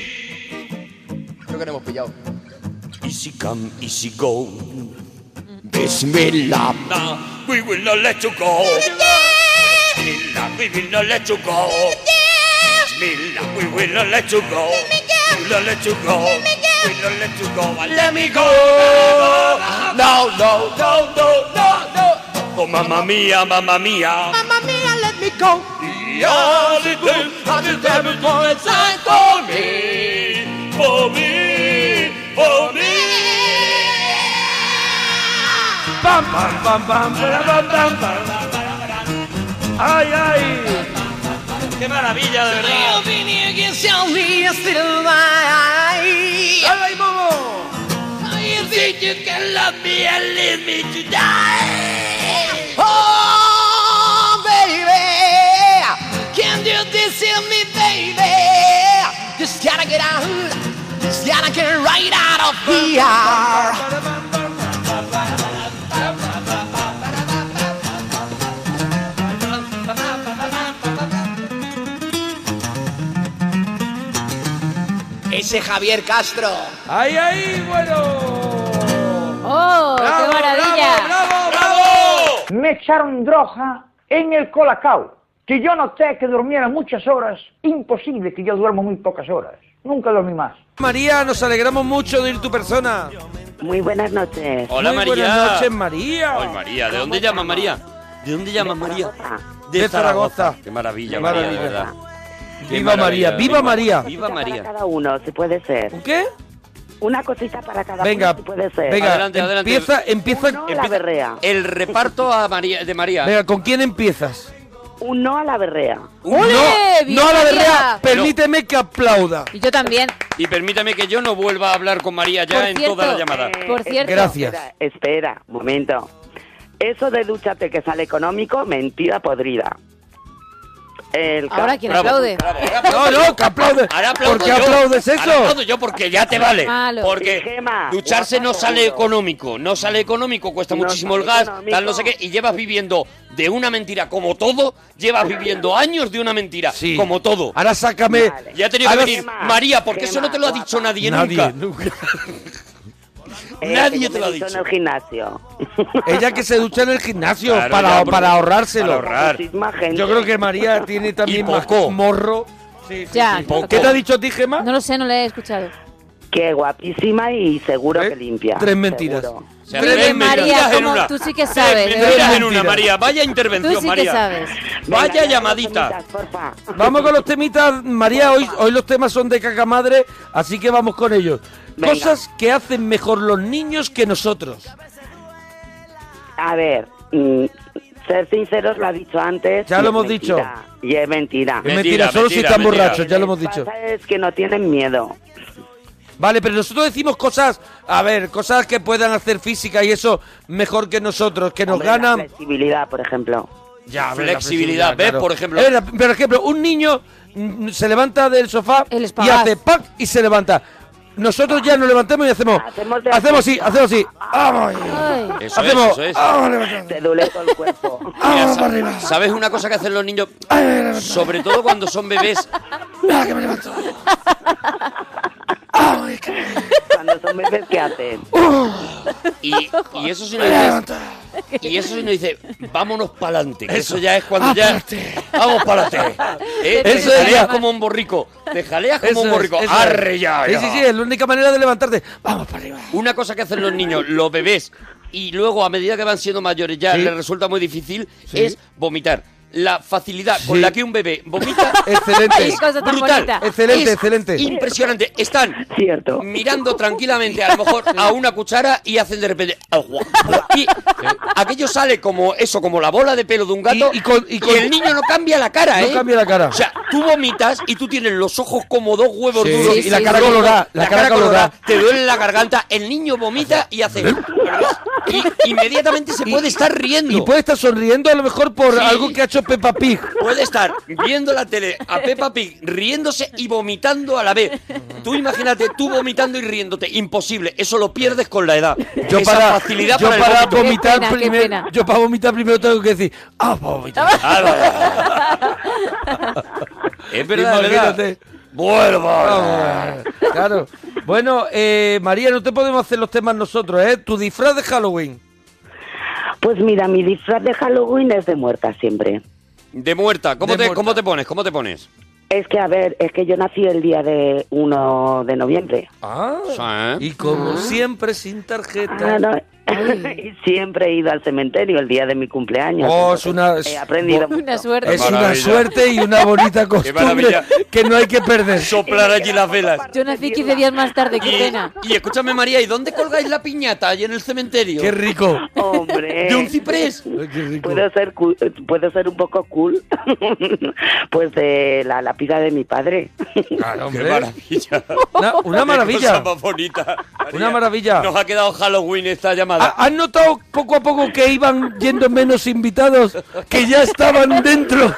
S8: at Creo que no hemos pillado.
S7: Easy come, easy go. Bismillah, we will not let you go. Bismillah, we will not let you go. Bismillah, we will not let you go. We will not let you go. We will not let you go. Let me go. No, no, no, no, no, no. Oh, mamma mia, mamma mia.
S8: Mamma mia, let me go.
S7: Yeah, the devil, the devil for a sign for me, for me, for me.
S2: Pam, pam, pam, pam, para, pam, pam, pam. Ay, ay.
S7: Qué maravilla, de verdad.
S2: Dale ahí, Momo.
S7: You think you can love me and leave me to die?
S8: Oh, baby, can you this to me, baby? Just gotta get out, just gotta get right out of here. Ese Javier Castro.
S2: Ay, ay, bueno.
S5: ¡Oh, qué maravilla!
S2: bravo, bravo!
S9: Me echaron droga en el colacao, que yo noté que durmiera muchas horas, imposible que yo duermo muy pocas horas, nunca dormí más.
S2: María, nos alegramos mucho de ir tu persona.
S10: Muy buenas noches.
S7: Hola,
S2: Muy
S7: María.
S2: Buenas noches, María.
S7: Ay, María, ¿de dónde llama María? ¿De dónde llama María?
S2: De Zaragoza.
S7: Qué maravilla,
S2: Qué
S7: María, de
S2: maravilla.
S7: verdad. Qué
S2: Viva María,
S7: maravilla,
S2: viva María.
S7: Viva María.
S10: Cada uno, si puede ser.
S2: ¿Un qué?
S10: Una cosita para cada
S2: Venga,
S10: uno, si puede ser.
S2: venga,
S7: Adelante, adelante.
S2: empieza,
S10: Uno
S2: empieza,
S10: a la
S2: empieza.
S10: berrea.
S7: El reparto a María, de María.
S2: Venga, ¿con quién empiezas?
S10: Un no a la berrea.
S5: ¡Ole! ¡Bien,
S2: no, no a la
S5: María!
S2: berrea, permíteme que aplauda.
S5: Y yo también.
S7: Y permítame que yo no vuelva a hablar con María ya
S5: Por
S7: en
S5: cierto,
S7: toda la llamada.
S10: Eh,
S5: Por cierto.
S2: Gracias.
S10: Espera, espera, un momento. Eso de duchate que sale económico, mentira podrida. El ca-
S5: Ahora quien
S7: Bravo,
S5: aplaude.
S7: bravo.
S2: No, no, que aplaude.
S7: Ahora aplaudo
S2: ¿Por qué
S7: yo.
S2: aplaudes
S7: Ahora
S2: eso?
S7: aplaudo yo porque ya te vale.
S5: Malo.
S7: Porque
S10: Gema,
S7: ducharse no
S10: guapa,
S7: sale
S10: Ah, seguro.
S7: económico, no sale económico, cuesta
S10: No
S7: muchísimo el
S10: sale
S7: gas,
S10: económico.
S7: tal no sé qué, y llevas viviendo de una mentira como todo, llevas viviendo años de una mentira
S2: Sí.
S7: como todo.
S2: Ahora sácame.
S10: Vale.
S7: Ya he tenido que
S2: Ahora-
S7: venir,
S10: Gema,
S7: María, porque eso
S10: Gema,
S7: no te lo ha
S10: guapa.
S7: dicho nadie,
S2: Nadie,
S7: nunca.
S2: nunca.
S10: eh,
S7: nadie
S10: que yo
S7: te
S10: me
S7: lo ha
S10: ducho
S7: dicho.
S10: en el gimnasio.
S2: Ella que se ducha en el gimnasio
S7: Claro,
S2: para,
S7: ya, bro.
S2: para ahorrárselo.
S7: Para ahorrar.
S10: Muchísima gente.
S2: Yo creo que María tiene también más
S7: poco.
S2: morro.
S5: Ya.
S2: ¿Qué te ha dicho a ti, Gemma?
S5: No lo sé, no le he escuchado.
S10: Qué guapísima y seguro
S2: ¿Eh?
S10: que limpia.
S2: Tres mentiras.
S10: seguro.
S7: O sea,
S5: Tres
S7: tres
S5: María,
S7: mentiras en
S5: ¿cómo?
S7: una.
S5: Tú sí que
S7: Tres
S5: sabes, de
S7: mentiras
S2: verdad.
S7: en una, María. Vaya intervención,
S5: Tú sí
S7: María.
S5: que sabes.
S10: Venga,
S7: Vaya
S10: ya,
S7: llamadita.
S10: dos semitas, porfa.
S2: Vamos con los temitas, María. Hoy, hoy los temas son de caca madre, así que vamos con ellos.
S10: Venga.
S2: Cosas que hacen mejor los niños que nosotros.
S10: A ver, mm, ser sinceros lo ha dicho antes.
S2: Ya
S10: y
S2: lo
S10: es
S2: hemos
S10: mentira, Y es mentira.
S2: es
S7: Mentira,
S2: mentira, solo si
S7: mentira,
S2: están
S7: mentira.
S2: borrachos, ya lo
S10: Lo
S2: hemos
S10: que
S2: dicho.
S10: pasa Es que no tienen miedo.
S2: Vale, pero nosotros decimos cosas, a ver, cosas que puedan hacer física y eso mejor que nosotros, que nos
S10: Hombre, la
S2: ganan.
S10: flexibilidad, por ejemplo.
S2: Ya, hombre, la
S7: Ah, Flexibilidad, ¿ves? Por ejemplo-
S2: Eh, la- por ejemplo, un niño mm, se levanta del sofá
S5: El
S2: y
S5: espagaz.
S2: hace ¡pac! y se levanta. nosotros ya nos levantamos y hacemos. Hacemos, así, hacemos así.
S10: Ah.
S2: ¡Vamos!
S3: Eso es,
S2: hacemos.
S3: Ah, eso es.
S7: Ah,
S2: ¡Vamos, levantamos!
S10: Te duele todo el cuerpo.
S3: Mira, sa- ¿Sabes una cosa que hacen los niños? Sobre todo cuando son bebés. Ah,
S10: Cuando son bebés, ¿qué hacen?
S3: Y, y eso si no dices. Y eso si no dice, vámonos para adelante. Eso ya es cuando ya. Vamos para adelante. ¿Eh?
S2: Eso
S3: Te
S2: es
S3: jaleas
S2: ya.
S3: como un borrico. Te jaleas como
S2: Eso
S3: un
S2: es,
S3: borrico.
S2: eso es.
S3: Arre ya,
S2: Sí,
S3: ya.
S2: sí, sí, es la única manera de levantarte. Vamos para arriba.
S3: Una cosa que hacen los niños, los bebés, y luego a medida que van siendo mayores ya
S2: Sí.
S3: les resulta muy difícil,
S2: Sí.
S3: es vomitar. La facilidad
S2: Sí.
S3: con la que un bebé vomita
S2: Excelente.
S3: es
S5: Qué cosa tan
S3: brutal.
S5: bonita.
S2: Excelente,
S3: Es
S2: excelente.
S3: Impresionante. Están
S10: Cierto.
S3: mirando tranquilamente a lo mejor a una cuchara y hacen de repente... agua. Y aquello sale como eso, como la bola de pelo de un gato
S2: Y- y con- y con-
S3: el niño no cambia la cara,
S2: No
S3: ¿eh?
S2: cambia la cara.
S3: O sea, tú vomitas y tú tienes los ojos como dos huevos
S2: Sí,
S3: duros.
S5: y la cara
S2: colorada, la cara colorada. ¿Eh?
S3: Te duele la garganta, el niño vomita y hace... Y inmediatamente se puede estar riendo.
S2: Y puede estar sonriendo a lo mejor por
S3: Sí.
S2: algo que ha hecho Peppa Pig.
S3: Puede estar viendo la tele a Peppa Pig riéndose y vomitando a la vez. Tú imagínate, tú vomitando y riéndote. Imposible. Eso lo pierdes con la edad.
S2: Yo
S3: Esa
S2: para,
S3: facilidad
S2: yo
S3: para,
S2: para
S3: el vómito.
S2: vomitar
S5: pena, qué
S2: primero,
S5: pena.
S2: yo para vomitar primero tengo que decir, ah, para vomitar.
S3: Es verdad, es verdad.
S2: Imagínate.
S3: Bueno,
S2: Ah, claro. Bueno, eh, María, no te podemos hacer los temas nosotros, ¿eh? Tu disfraz de Halloween.
S10: Pues mira, mi disfraz de Halloween es de muerta siempre.
S3: De muerta. ¿Cómo,
S2: De
S3: te,
S2: muerta.
S3: ¿Cómo te pones? ¿Cómo te pones?
S10: Es que, a ver, es que yo nací el día de 1 de noviembre.
S3: Ah.
S2: Y como siempre, sin tarjeta.
S10: Ah, no. Y Siempre he ido al cementerio el día de mi cumpleaños.
S2: Oh, es una-
S10: He aprendido. mucho.
S5: Una suerte.
S2: Es una
S3: maravilla.
S2: suerte y una bonita costumbre
S3: maravilla.
S2: que no hay que perder.
S3: Soplar allí las velas.
S5: Yo nací 15 días más tarde, qué pena.
S3: Y, y escúchame, María, ¿y dónde colgáis la piñata? Allí en el cementerio.
S2: Qué rico.
S10: Hombre.
S3: ¿De un ciprés?
S2: Ay, qué rico.
S10: Puedo ser, cu- puedo ser un poco cool, pues de la lápida de mi padre.
S2: Claro,
S3: ¡Qué
S2: hombre.
S3: maravilla!
S2: Una, una
S3: Qué cosa
S2: maravilla.
S3: más bonita.
S2: Una maravilla.
S3: Nos ha quedado Halloween esta llamada.
S2: ¿Ha- ¿Has notado poco a poco que iban yendo menos invitados? Que ya estaban dentro.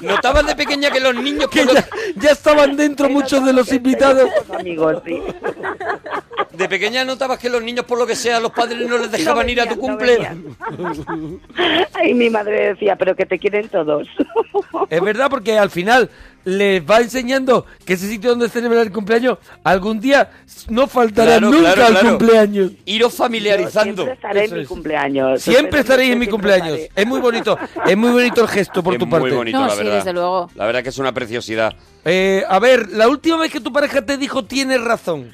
S3: Notabas de pequeña que los niños
S2: Que
S3: cuando-
S2: ya, ya estaban dentro muchos de los invitados.
S5: Ah,
S10: Amigos, sí.
S3: de pequeña notabas que los niños por lo que sea los padres no les dejaban
S10: No
S3: ir a tu
S10: venían, no
S3: cumple.
S10: Y mi madre decía, pero que te quieren todos.
S2: Es verdad, porque al final les va enseñando que ese sitio donde celebrar el cumpleaños algún día no faltará
S3: Claro,
S2: nunca
S3: claro,
S2: al
S3: claro.
S2: cumpleaños.
S3: Iros
S10: Siempre
S3: familiarizando.
S10: estaré
S2: Eso
S10: en mi
S2: es.
S10: cumpleaños.
S2: Siempre
S10: Espero
S2: estaréis
S10: que
S2: en mi
S10: siempre
S2: cumpleaños.
S10: estaré.
S2: Es muy bonito, es muy bonito el gesto por
S3: es
S2: tu
S3: muy
S2: parte.
S3: bonito,
S5: No,
S3: la
S5: sí,
S3: verdad.
S5: desde luego.
S3: La verdad que es una preciosidad.
S2: Eh, a ver, la última vez que tu pareja te dijo tienes razón.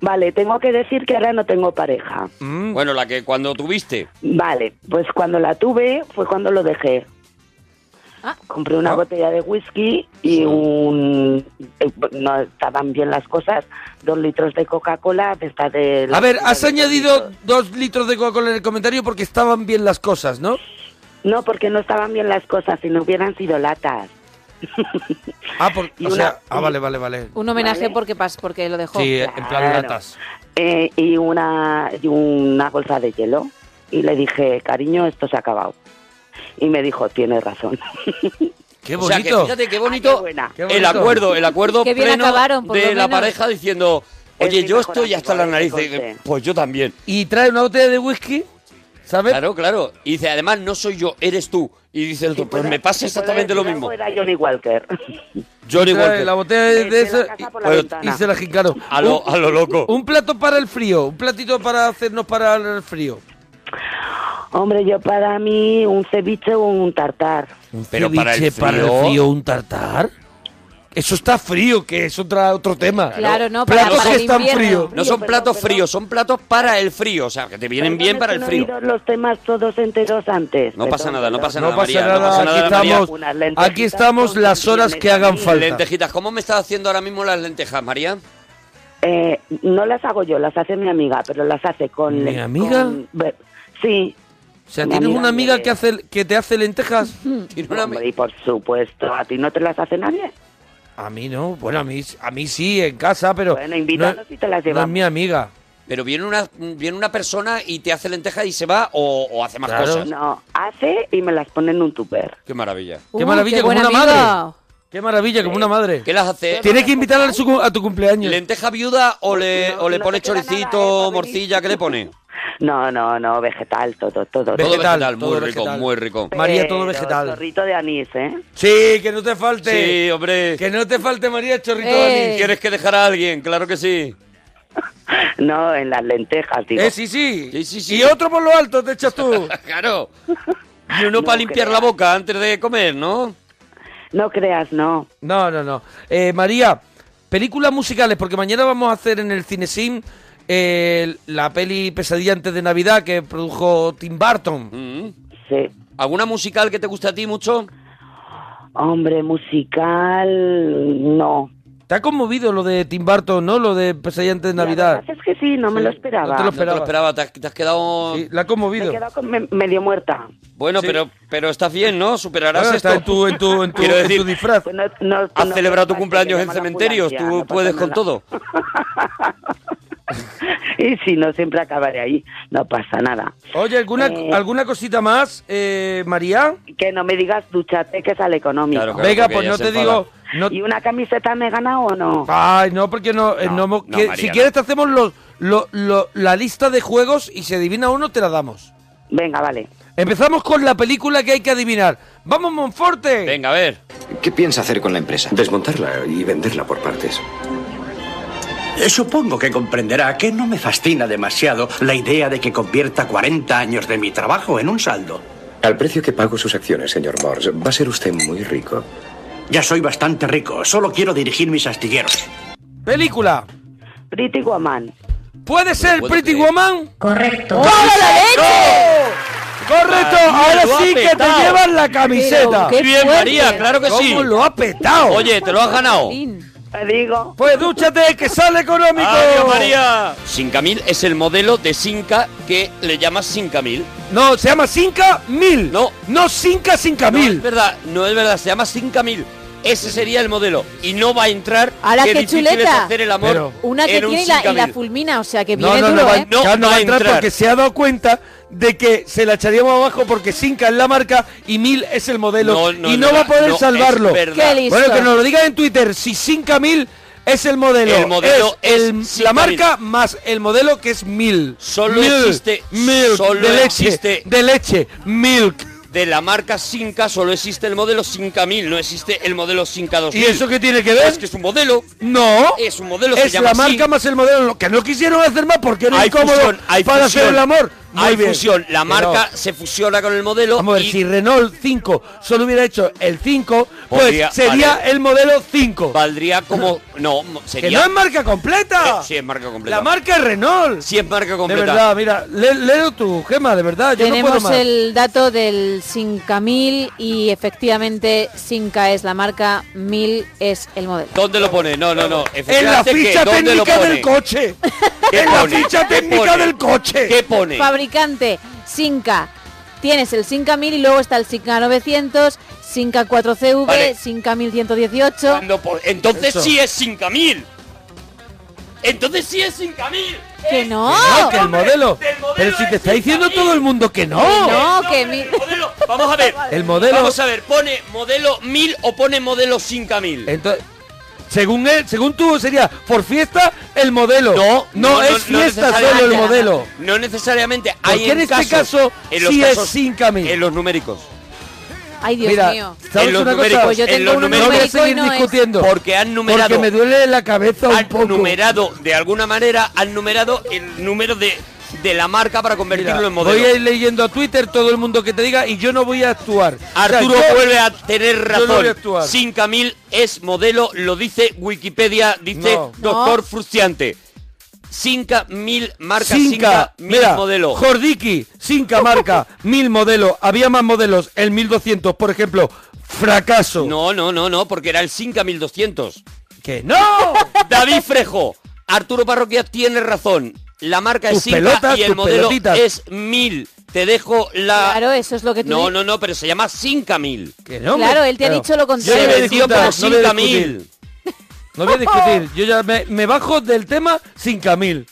S10: Vale, tengo que decir que ahora no tengo pareja.
S2: Mm,
S3: Bueno, la que cuando tuviste.
S10: Vale, pues cuando la tuve fue cuando lo dejé.
S5: Ah.
S10: Compré una
S2: Ah.
S10: botella de whisky y un... eh, No estaban bien las cosas. Dos litros de Coca-Cola, de esta de...
S2: A ver, has
S10: de-
S2: añadido dos litros de Coca-Cola en el comentario porque estaban bien las cosas, ¿no?
S10: No, porque no estaban bien las cosas, si no hubieran sido latas.
S2: Ah, por-
S10: Y
S2: o
S10: una-
S2: sea, ah, vale, vale, vale.
S5: Un homenaje
S10: Vale.
S5: porque pas, porque lo dejó.
S2: Sí, en plan
S10: Claro.
S2: latas.
S10: Eh, y, una, y una bolsa de hielo. Y le dije, cariño, esto se ha acabado. Y me dijo, tienes razón.
S2: Qué
S3: O sea, que
S2: bonito.
S3: fíjate qué
S10: Ah,
S3: bonito,
S10: qué buena.
S2: Qué bonito.
S3: el acuerdo, el acuerdo
S5: Qué bien
S3: pleno
S5: acabaron, por lo
S3: de la
S5: menos.
S3: pareja diciendo,
S10: Es
S3: oye,
S10: mi
S3: yo
S10: mejor
S3: estoy
S10: amigo,
S3: hasta las
S10: eh,
S3: narices.
S10: entonces.
S3: Pues yo también.
S2: Y trae una botella de whisky, ¿sabes?
S3: Claro, claro. Y dice, además, no soy yo, eres tú. Y dice el otro, pues me pasa exactamente lo mismo.
S10: Era Johnny Walker.
S3: Johnny
S2: Trae
S3: Walker.
S2: la botella de, de
S10: Desde
S2: eso
S10: la casa por
S3: la
S2: y-
S10: ventana.
S2: y se Pues la jincaron.
S3: A lo,
S2: Un-
S3: a lo loco.
S2: Un plato para el frío, un platito para hacernos para el frío.
S10: Hombre, yo para mí un ceviche o un tartar.
S3: Pero para el
S2: ceviche,
S3: frío-
S2: un tartar. Eso está frío, que es otra, otro tema.
S5: Claro, no, para-
S2: Platos
S5: para
S2: que
S5: el
S2: están
S5: invierno.
S2: fríos.
S3: No son
S10: Perdón,
S3: platos
S10: perdón.
S3: fríos, son platos para el frío. O sea, que te vienen bien
S10: Perdón,
S3: para
S10: es
S3: el
S10: que
S3: frío.
S10: No he oído los temas todos enteros antes.
S3: No pasa
S10: Perdón,
S3: nada, no
S10: perdón.
S3: pasa
S2: No
S3: nada,
S2: pasa
S3: María.
S2: nada,
S3: no pasa nada,
S2: aquí
S3: María.
S2: estamos,
S10: Unas lentejitas
S2: aquí estamos
S10: con
S2: las horas que hagan
S10: champiñones
S2: falta.
S3: Lentejitas, ¿cómo me estás haciendo ahora mismo las lentejas, María?
S10: Eh, no las hago yo, las hace mi amiga, pero las hace con...
S2: ¿Mi
S10: le-
S2: amiga?
S10: con- ver- sí.
S2: O sea,
S10: Mi
S2: ¿tienes
S10: amiga
S2: una amiga
S10: me-
S2: que, hace, que te hace lentejas?
S3: Tiene una-
S10: Hombre, y por supuesto, ¿a ti no te las hace nadie?
S2: A mí no, bueno, a mí, a mí sí, en casa, pero...
S10: Bueno, invítanos
S2: no es-
S10: y te las
S2: No es
S10: llevamos.
S2: mi amiga.
S3: Pero viene una, viene una persona y te hace lentejas y se va o, o hace más
S2: Claro.
S3: cosas.
S10: No, hace y me las pone en un tupper.
S3: Qué maravilla.
S10: Uh,
S2: Qué maravilla, como una
S5: amigo.
S2: madre. Qué maravilla, como una madre.
S3: ¿Qué las hace?
S2: Tienes que invitar a, su- a tu cumpleaños.
S3: ¿Lenteja viuda
S10: Pues
S3: o le, o le pone choricito,
S10: eh,
S3: morcilla? ¿Qué le pone?
S10: No, no, no, vegetal, todo, todo.
S3: Todo vegetal,
S2: todo
S3: muy rico,
S2: vegetal.
S3: muy rico.
S2: María, todo
S10: Pero
S2: vegetal.
S10: Chorrito de anís, ¿eh?
S2: Sí, que no te falte.
S3: Sí, hombre.
S2: Que no te falte María Chorrito
S10: Eh.
S2: de anís.
S3: ¿Quieres que dejar a alguien? Claro que sí.
S10: No, en las lentejas, digo.
S2: Eh, sí, sí.
S3: sí, sí.
S2: Y otro por lo alto te echas tú.
S3: Claro. Y uno para limpiar la boca antes de comer, ¿no?
S10: No creas, no.
S2: No, no, no. Eh, María, películas musicales, porque mañana vamos a hacer en el Cinesim eh, la peli Pesadilla antes de Navidad que produjo Tim Burton.
S10: Sí.
S3: Mm. ¿Alguna musical que te guste a ti mucho?
S10: Hombre, musical, no.
S2: ¿Te ha conmovido lo de Tim Burton, no? Lo de Pesadilla antes de Navidad.
S10: Es que sí, no me
S2: Sí,
S10: lo
S2: no
S10: esperaba.
S2: te lo
S3: No te lo esperaba, te has, te has quedado...
S2: Sí, la ha
S10: Me
S2: conmovido.
S10: he quedado con- me- medio muerta.
S3: Bueno,
S2: Sí.
S3: pero pero estás bien, ¿no? Superarás
S2: Ahora
S3: esto.
S2: está en tu, en tu, en tu,
S3: Quiero
S2: en
S3: decir,
S2: tu disfraz.
S10: Pues no- no-
S3: Has
S10: no-
S3: celebrado tu
S10: no-
S3: cumpleaños en
S10: llama la
S3: cementerios,
S10: ambulancia,
S3: tú
S10: no pasa
S3: puedes con
S10: nada.
S3: todo.
S10: y si no, siempre acabaré ahí. No pasa nada.
S2: Oye, ¿alguna,
S10: Eh.
S2: ¿alguna cosita más, eh, María?
S10: Que no me digas, duchate, que sale económico.
S3: Claro, claro.
S2: Venga,
S3: porque
S2: pues
S3: ya
S2: no
S3: se
S2: te
S3: enfada.
S2: digo... No,
S10: ¿Y una camiseta me he ganado o no?
S2: Ay, no, porque no... eh,
S3: No,
S2: no hemos-
S3: no,
S2: que-
S3: María,
S2: si
S3: no.
S2: quieres te hacemos los, lo- lo- la lista de juegos y si adivina uno te la damos.
S10: Venga, vale.
S2: Empezamos con la película que hay que adivinar. ¡Vamos, Monforte!
S3: Venga, a ver.
S1: ¿Qué piensa hacer con la empresa?
S7: Desmontarla y venderla por partes.
S1: Eh, Supongo que comprenderá que no me fascina demasiado la idea de que convierta 40 años de mi trabajo en un saldo.
S7: Al precio que pago sus acciones, señor Morse, va a ser usted muy rico.
S1: Ya soy bastante rico, solo quiero dirigir mis astilleros.
S2: Película.
S10: Pretty Woman.
S2: ¿Puede ser
S3: puedo
S2: Pretty
S3: creer.
S2: Woman?
S11: Correcto.
S5: ¡Hola, la leche!
S12: ¿Eh?
S2: Correcto,
S3: María,
S2: ahora
S3: lo ha
S2: sí que te
S3: petao.
S2: llevas la
S5: Pero,
S2: camiseta.
S5: qué
S3: Muy bien,
S5: fuerte.
S3: María, claro que sí.
S2: ¿Cómo lo ha petado?
S3: Oye, te lo has ganado.
S5: Jolín.
S10: Te digo,
S2: Pues dúchate, que sale económico.
S3: ¡Adiós, María! Sincamil es el modelo de Sinca que le llamas Sincamil.
S2: No, se llama Cinca Mil.
S3: No.
S2: No Cinca Cinca
S3: No es
S2: Mil.
S3: verdad, no es verdad, se llama Sincamil. Ese sería el modelo. Y no va a entrar.
S5: ¡Hala, qué
S3: difícil
S5: chuleta!
S3: es hacer el amor
S2: Pero-
S5: Una que
S3: en un
S5: tiene y la, y la
S3: 5.000.
S5: fulmina, o sea que
S2: No,
S5: viene
S2: no,
S5: duro,
S2: no, va,
S5: ¿eh?
S3: no
S2: ya no
S3: va
S2: va
S3: a
S2: a entrar
S3: entrar.
S2: porque se ha dado cuenta de que se la echaríamos abajo porque Cinca es la marca y Mil es el modelo y
S3: es
S2: no va a
S3: verdad,
S2: poder
S3: no es
S2: salvarlo.
S3: verdad.
S5: Qué listo.
S2: Bueno, que nos lo digan en Twitter si 5000 es el modelo.
S3: El modelo
S2: es el-
S3: es
S2: la
S3: 5.000.
S2: marca más el modelo que es mil.
S3: Solo
S2: Mil,
S3: existe-
S2: mil
S3: solo
S2: de leche,
S3: existe-
S2: de leche, milk.
S3: De la marca Sinca solo existe el modelo Sinca 1000, no existe el modelo Sinca 2000.
S2: ¿Y eso qué tiene que ver?
S3: Es que es un modelo.
S2: no.
S3: es un modelo, se
S2: Es
S3: llama
S2: la marca
S3: así.
S2: más el modelo, lo que no quisieron hacer más porque era
S3: Hay
S2: incómodo
S3: fusión, hay
S2: para
S3: fusión.
S2: hacer el amor. Muy
S3: Hay
S2: bien.
S3: fusión. La
S2: Que
S3: marca
S2: no.
S3: se fusiona con el modelo.
S2: Vamos a ver,
S3: y-
S2: si Renault 5 solo hubiera hecho el 5, pues
S3: Podría-
S2: sería
S3: vale.
S2: el modelo 5.
S3: Valdría como. No, mo-
S2: Que
S3: sería. Eh,
S2: no es marca completa.
S3: Sí, es marca completa.
S2: la marca es Renault.
S3: Sí, es marca
S2: De
S3: completa.
S2: verdad, mira, le- leo tu gema, de verdad, yo no
S5: Tenemos
S2: puedo más.
S5: el dato del 5.000 y efectivamente Sinca es la marca, 1000 es el modelo.
S3: ¿Dónde lo pone? No, no, no.
S2: En la
S3: Efectivamente, ¿qué?
S2: ficha
S3: ¿Dónde lo
S2: técnica
S3: pone?
S2: del coche.
S3: ¿Qué
S2: en la
S3: pone?
S2: ficha
S3: ¿Qué
S2: técnica
S3: pone?
S2: del coche.
S3: ¿Qué pone?
S5: Fabricante, Sinca. Tienes el Sinca 1000 y luego está el Sinca 900, Sinca 4CV,
S3: Vale.
S5: Sinca 1118.
S3: Cuando po- pues, Entonces
S2: Eso.
S3: sí es 5000. Entonces sí es 5000.
S5: ¡Que
S3: Es-
S5: no!
S2: No, que el modelo.
S3: Ah, Del modelo
S2: Pero si te
S3: es
S2: está diciendo
S3: 50.000.
S2: todo el mundo que no.
S5: Que no.
S3: El
S5: que
S3: nombre
S5: mi-
S3: del modelo- Vamos a ver.
S2: El modelo.
S3: Vamos a ver, pone modelo 1000 o pone modelo 5000.
S2: Entonces, según él, según tú sería por fiesta el modelo.
S3: No,
S2: no,
S3: no, no,
S2: es
S3: no
S2: fiesta solo el
S3: necesariamente.
S2: modelo.
S3: No necesariamente.
S2: Porque
S3: Hay en
S2: en este caso
S3: en los
S2: sí es
S3: casos-
S2: 5000.
S3: En los numéricos.
S5: ¡Ay, Dios
S2: Mira,
S5: mío!
S2: ¿sabes
S3: En los
S2: una
S3: numéricos,
S2: cosa?
S5: Pues yo
S3: en
S5: tengo
S3: los
S5: uno
S2: no voy a
S3: numéricos,
S5: numérico y
S2: seguir
S5: no es.
S2: discutiendo.
S3: Porque han numerado.
S2: Porque me duele la cabeza un
S3: han
S2: poco.
S3: numerado de alguna manera han numerado el número de, de la marca para convertirlo
S2: Mira,
S3: en modelo.
S2: Voy a ir leyendo a Twitter todo el mundo que te diga y yo no voy a actuar.
S3: Arturo
S2: O sea, yo-
S3: vuelve a tener
S2: yo no voy a
S3: razón.
S2: actuar.
S3: Sin Camil es modelo, lo dice Wikipedia, dice
S2: No.
S3: Doctor
S5: No.
S3: Fruciante. Sinca mil marca
S2: Sinca,
S3: Sinca mil
S2: mira,
S3: modelo.
S2: Jordiki, Sinca marca, mil modelo. Había más modelos, el 1200, por ejemplo. Fracaso.
S3: No, no, no, no, porque era el Sinca 1200.
S2: ¡Que no!
S3: David Frejo, Arturo Parroquia tiene razón. La marca es
S2: Tus
S3: Sinca
S2: pelotas,
S3: y el
S2: tus
S3: modelo
S2: pelotitas.
S3: es mil. Te dejo la
S5: Claro, eso es lo que tú
S3: No,
S5: dices.
S3: no, no, pero se llama Sinca mil.
S2: Que no, hombre.
S5: Claro, él te ha dicho lo
S2: Yo
S5: contrario.
S3: Se
S2: no voy a
S3: vendió
S2: discutir,
S3: por
S2: no voy a
S3: 50.000.
S2: discutir. No voy a discutir. Yo ya me, me bajo del tema Sinca mil.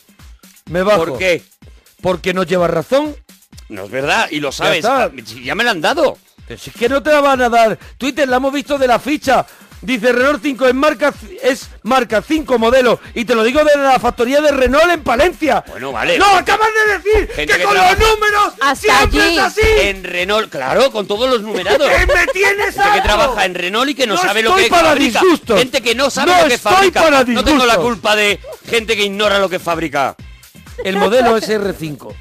S2: Me bajo.
S3: ¿Por qué?
S2: Porque no lleva razón.
S3: No es verdad, y lo sabes.
S2: está.
S3: Ah, Ya, me la han dado.
S2: Pero si es que no te la van a dar. Twitter la hemos visto de la ficha. Dice Renault 5 es marca, es marca 5 modelo. Y te lo digo desde la factoría de Renault en Palencia.
S3: Bueno, vale.
S2: ¡No, acabas de decir
S3: Gente
S2: que,
S3: que
S2: con
S3: trabaja.
S2: los números siempre es así!
S3: En Renault, claro, con todos los numerados.
S2: ¡Que me tienes
S3: Gente que
S2: harto!
S3: trabaja en Renault y que no,
S2: No
S3: sabe lo
S2: estoy
S3: que
S2: para
S3: fabrica.
S2: disgustos.
S3: Gente que no sabe
S2: No
S3: lo que
S2: estoy
S3: fabrica.
S2: para
S3: no tengo la
S2: disgustos.
S3: culpa de gente que ignora lo que fabrica.
S2: El modelo es R5.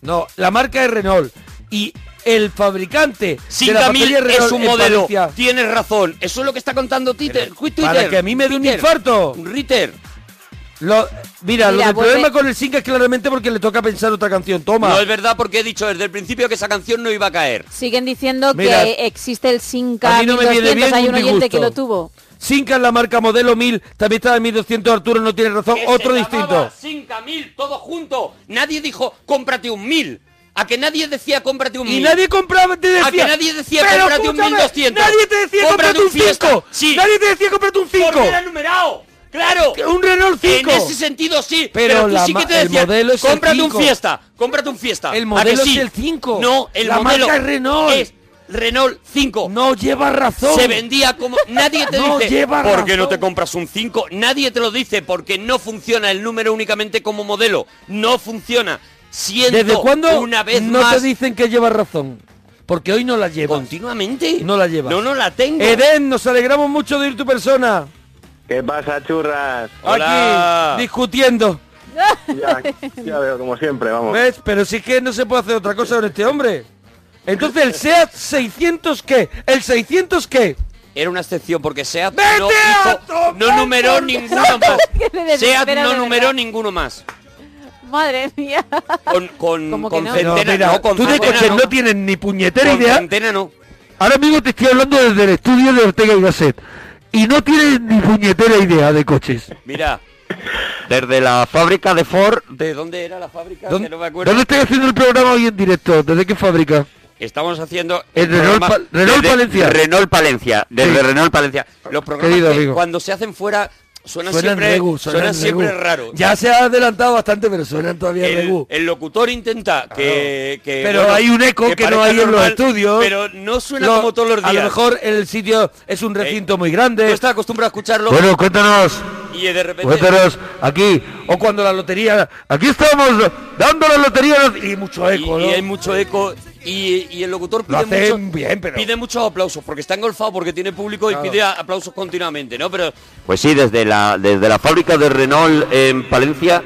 S2: No, la marca es Renault. Y el fabricante de la
S3: 50.000
S2: factoría Renault
S3: es un
S2: en
S3: modelo.
S2: Palencia-
S3: Tienes razón. Eso es lo que está contando Twitter. Twitter.
S2: Para que a mí me dé un
S3: Twitter.
S2: infarto.
S3: Ritter.
S2: Lo-
S3: Mira,
S2: mira, lo del
S3: vuelve-
S2: problema con el Sync es claramente porque le toca pensar otra canción. Toma.
S3: No es verdad porque he dicho desde el principio que esa canción no iba a caer.
S5: Siguen diciendo
S2: Mira,
S5: que existe el
S2: a
S5: Sinca
S2: mí no me
S5: 1200.
S2: viene bien
S5: Hay un
S2: un
S5: oyente que
S2: disgusto.
S5: lo tuvo.
S2: Sinca es la marca modelo 1000, también está en 1200, Arturo no tiene razón, otro distinto.
S3: 50.000, todo junto. Nadie dijo, cómprate un 1000. A que nadie decía, cómprate un
S2: Y
S3: 1000.
S2: nadie compraba, te decía,
S3: A Ah, que nadie decía,
S2: "Pero
S3: cómprate un
S2: escúchame,
S3: 1200.
S2: Nadie te decía, cómprate un 5.
S3: Sí.
S2: Nadie te decía, cómprate un 5.
S3: Porque era numerado. Claro.
S2: Que un Renault 5.
S3: En ese sentido sí.
S2: Pero
S3: Pero, tú
S2: la
S3: sí que
S2: ma-
S3: te
S2: el
S3: decían,
S2: modelo es el
S3: cómprate un
S2: 5.
S3: fiesta. Cómprate un fiesta.
S2: El
S3: ¿A
S2: modelo
S3: que sí?
S2: es el 5.
S3: No, el
S2: La
S3: modelo.
S2: marca es Renault.
S3: Es Renault 5.
S2: No lleva razón.
S3: Se vendía como. Nadie te
S2: No
S3: dice.
S2: lleva
S3: ¿Por qué no
S2: razón".
S3: te compras un 5? Nadie te lo dice porque no funciona el número únicamente como modelo. No funciona. Siento
S2: ¿Desde cuándo
S3: una vez
S2: no
S3: más.
S2: te dicen que llevas razón? Porque hoy no la llevas.
S3: Continuamente.
S2: No la llevas.
S3: No, no la tengo.
S2: Eden, nos alegramos mucho de ir tu persona.
S11: ¿Qué pasa, churras?
S3: Hola.
S2: Aquí, discutiendo.
S11: Ya, ya veo, como siempre, vamos.
S2: ¿Ves? Pero sí que no se puede hacer otra cosa con este hombre. Entonces, ¿el SEAT 600 qué? ¿El 600 qué?
S3: Era una excepción porque Seat
S2: ¡Vete
S3: no,
S2: a
S3: hizo- no numeró ninguno más. Seat no numeró ninguno más.
S5: Madre mía.
S3: Con, con,
S5: ¿Cómo que
S3: con
S5: no?
S3: centena,
S2: mira,
S3: no, con
S2: tú de
S3: centena
S2: coches
S3: no.
S2: no. tienes ni puñetera
S3: Con
S2: idea.
S3: centena no.
S2: Ahora mismo te estoy hablando desde el estudio de Ortega y Gasset. Y no tienes ni puñetera idea de coches.
S3: Mira,
S11: Desde la fábrica de Ford,
S3: ¿de dónde era la fábrica?
S2: ¿Dónde,
S3: Que no me acuerdo.
S2: dónde estoy haciendo el programa hoy en directo? ¿Desde qué fábrica?
S3: Estamos haciendo
S2: En Renault,
S3: programa-
S2: Pal- Renault
S11: desde
S2: Palencia.
S11: Renault Palencia, desde
S2: Sí.
S11: Renault Palencia.
S3: los programas
S2: Querido
S3: que
S2: amigo.
S3: cuando se hacen fuera suenan,
S2: Suenan
S3: siempre,
S2: regu, suenan
S3: suenan siempre
S2: regu.
S3: raro.
S2: Ya se ha adelantado bastante, pero suenan todavía
S3: el,
S2: regu.
S3: el locutor intenta que, que,
S2: Pero hay un eco que no
S3: parezca
S2: hay en los estudios.
S3: Pero no suena
S2: Lo-
S3: como todos los días.
S2: A lo mejor el sitio es un recinto muy
S3: Tú
S2: grande.
S3: estás acostumbrado a escucharlo
S2: Bueno, cuéntanos,
S3: y de repente...
S2: cuéntanos aquí. O cuando la lotería. Aquí estamos dando la lotería y mucho
S3: y,
S2: eco,
S3: y
S2: ¿no?
S3: hay mucho eco y, y el locutor
S2: Lo
S3: pide, mucho-
S2: hacen bien, pero-
S3: pide muchos aplausos porque está engolfado porque tiene público y
S2: Claro.
S3: pide a- aplausos continuamente no pero
S11: Pues sí, desde la, desde la fábrica de Renault en Palencia,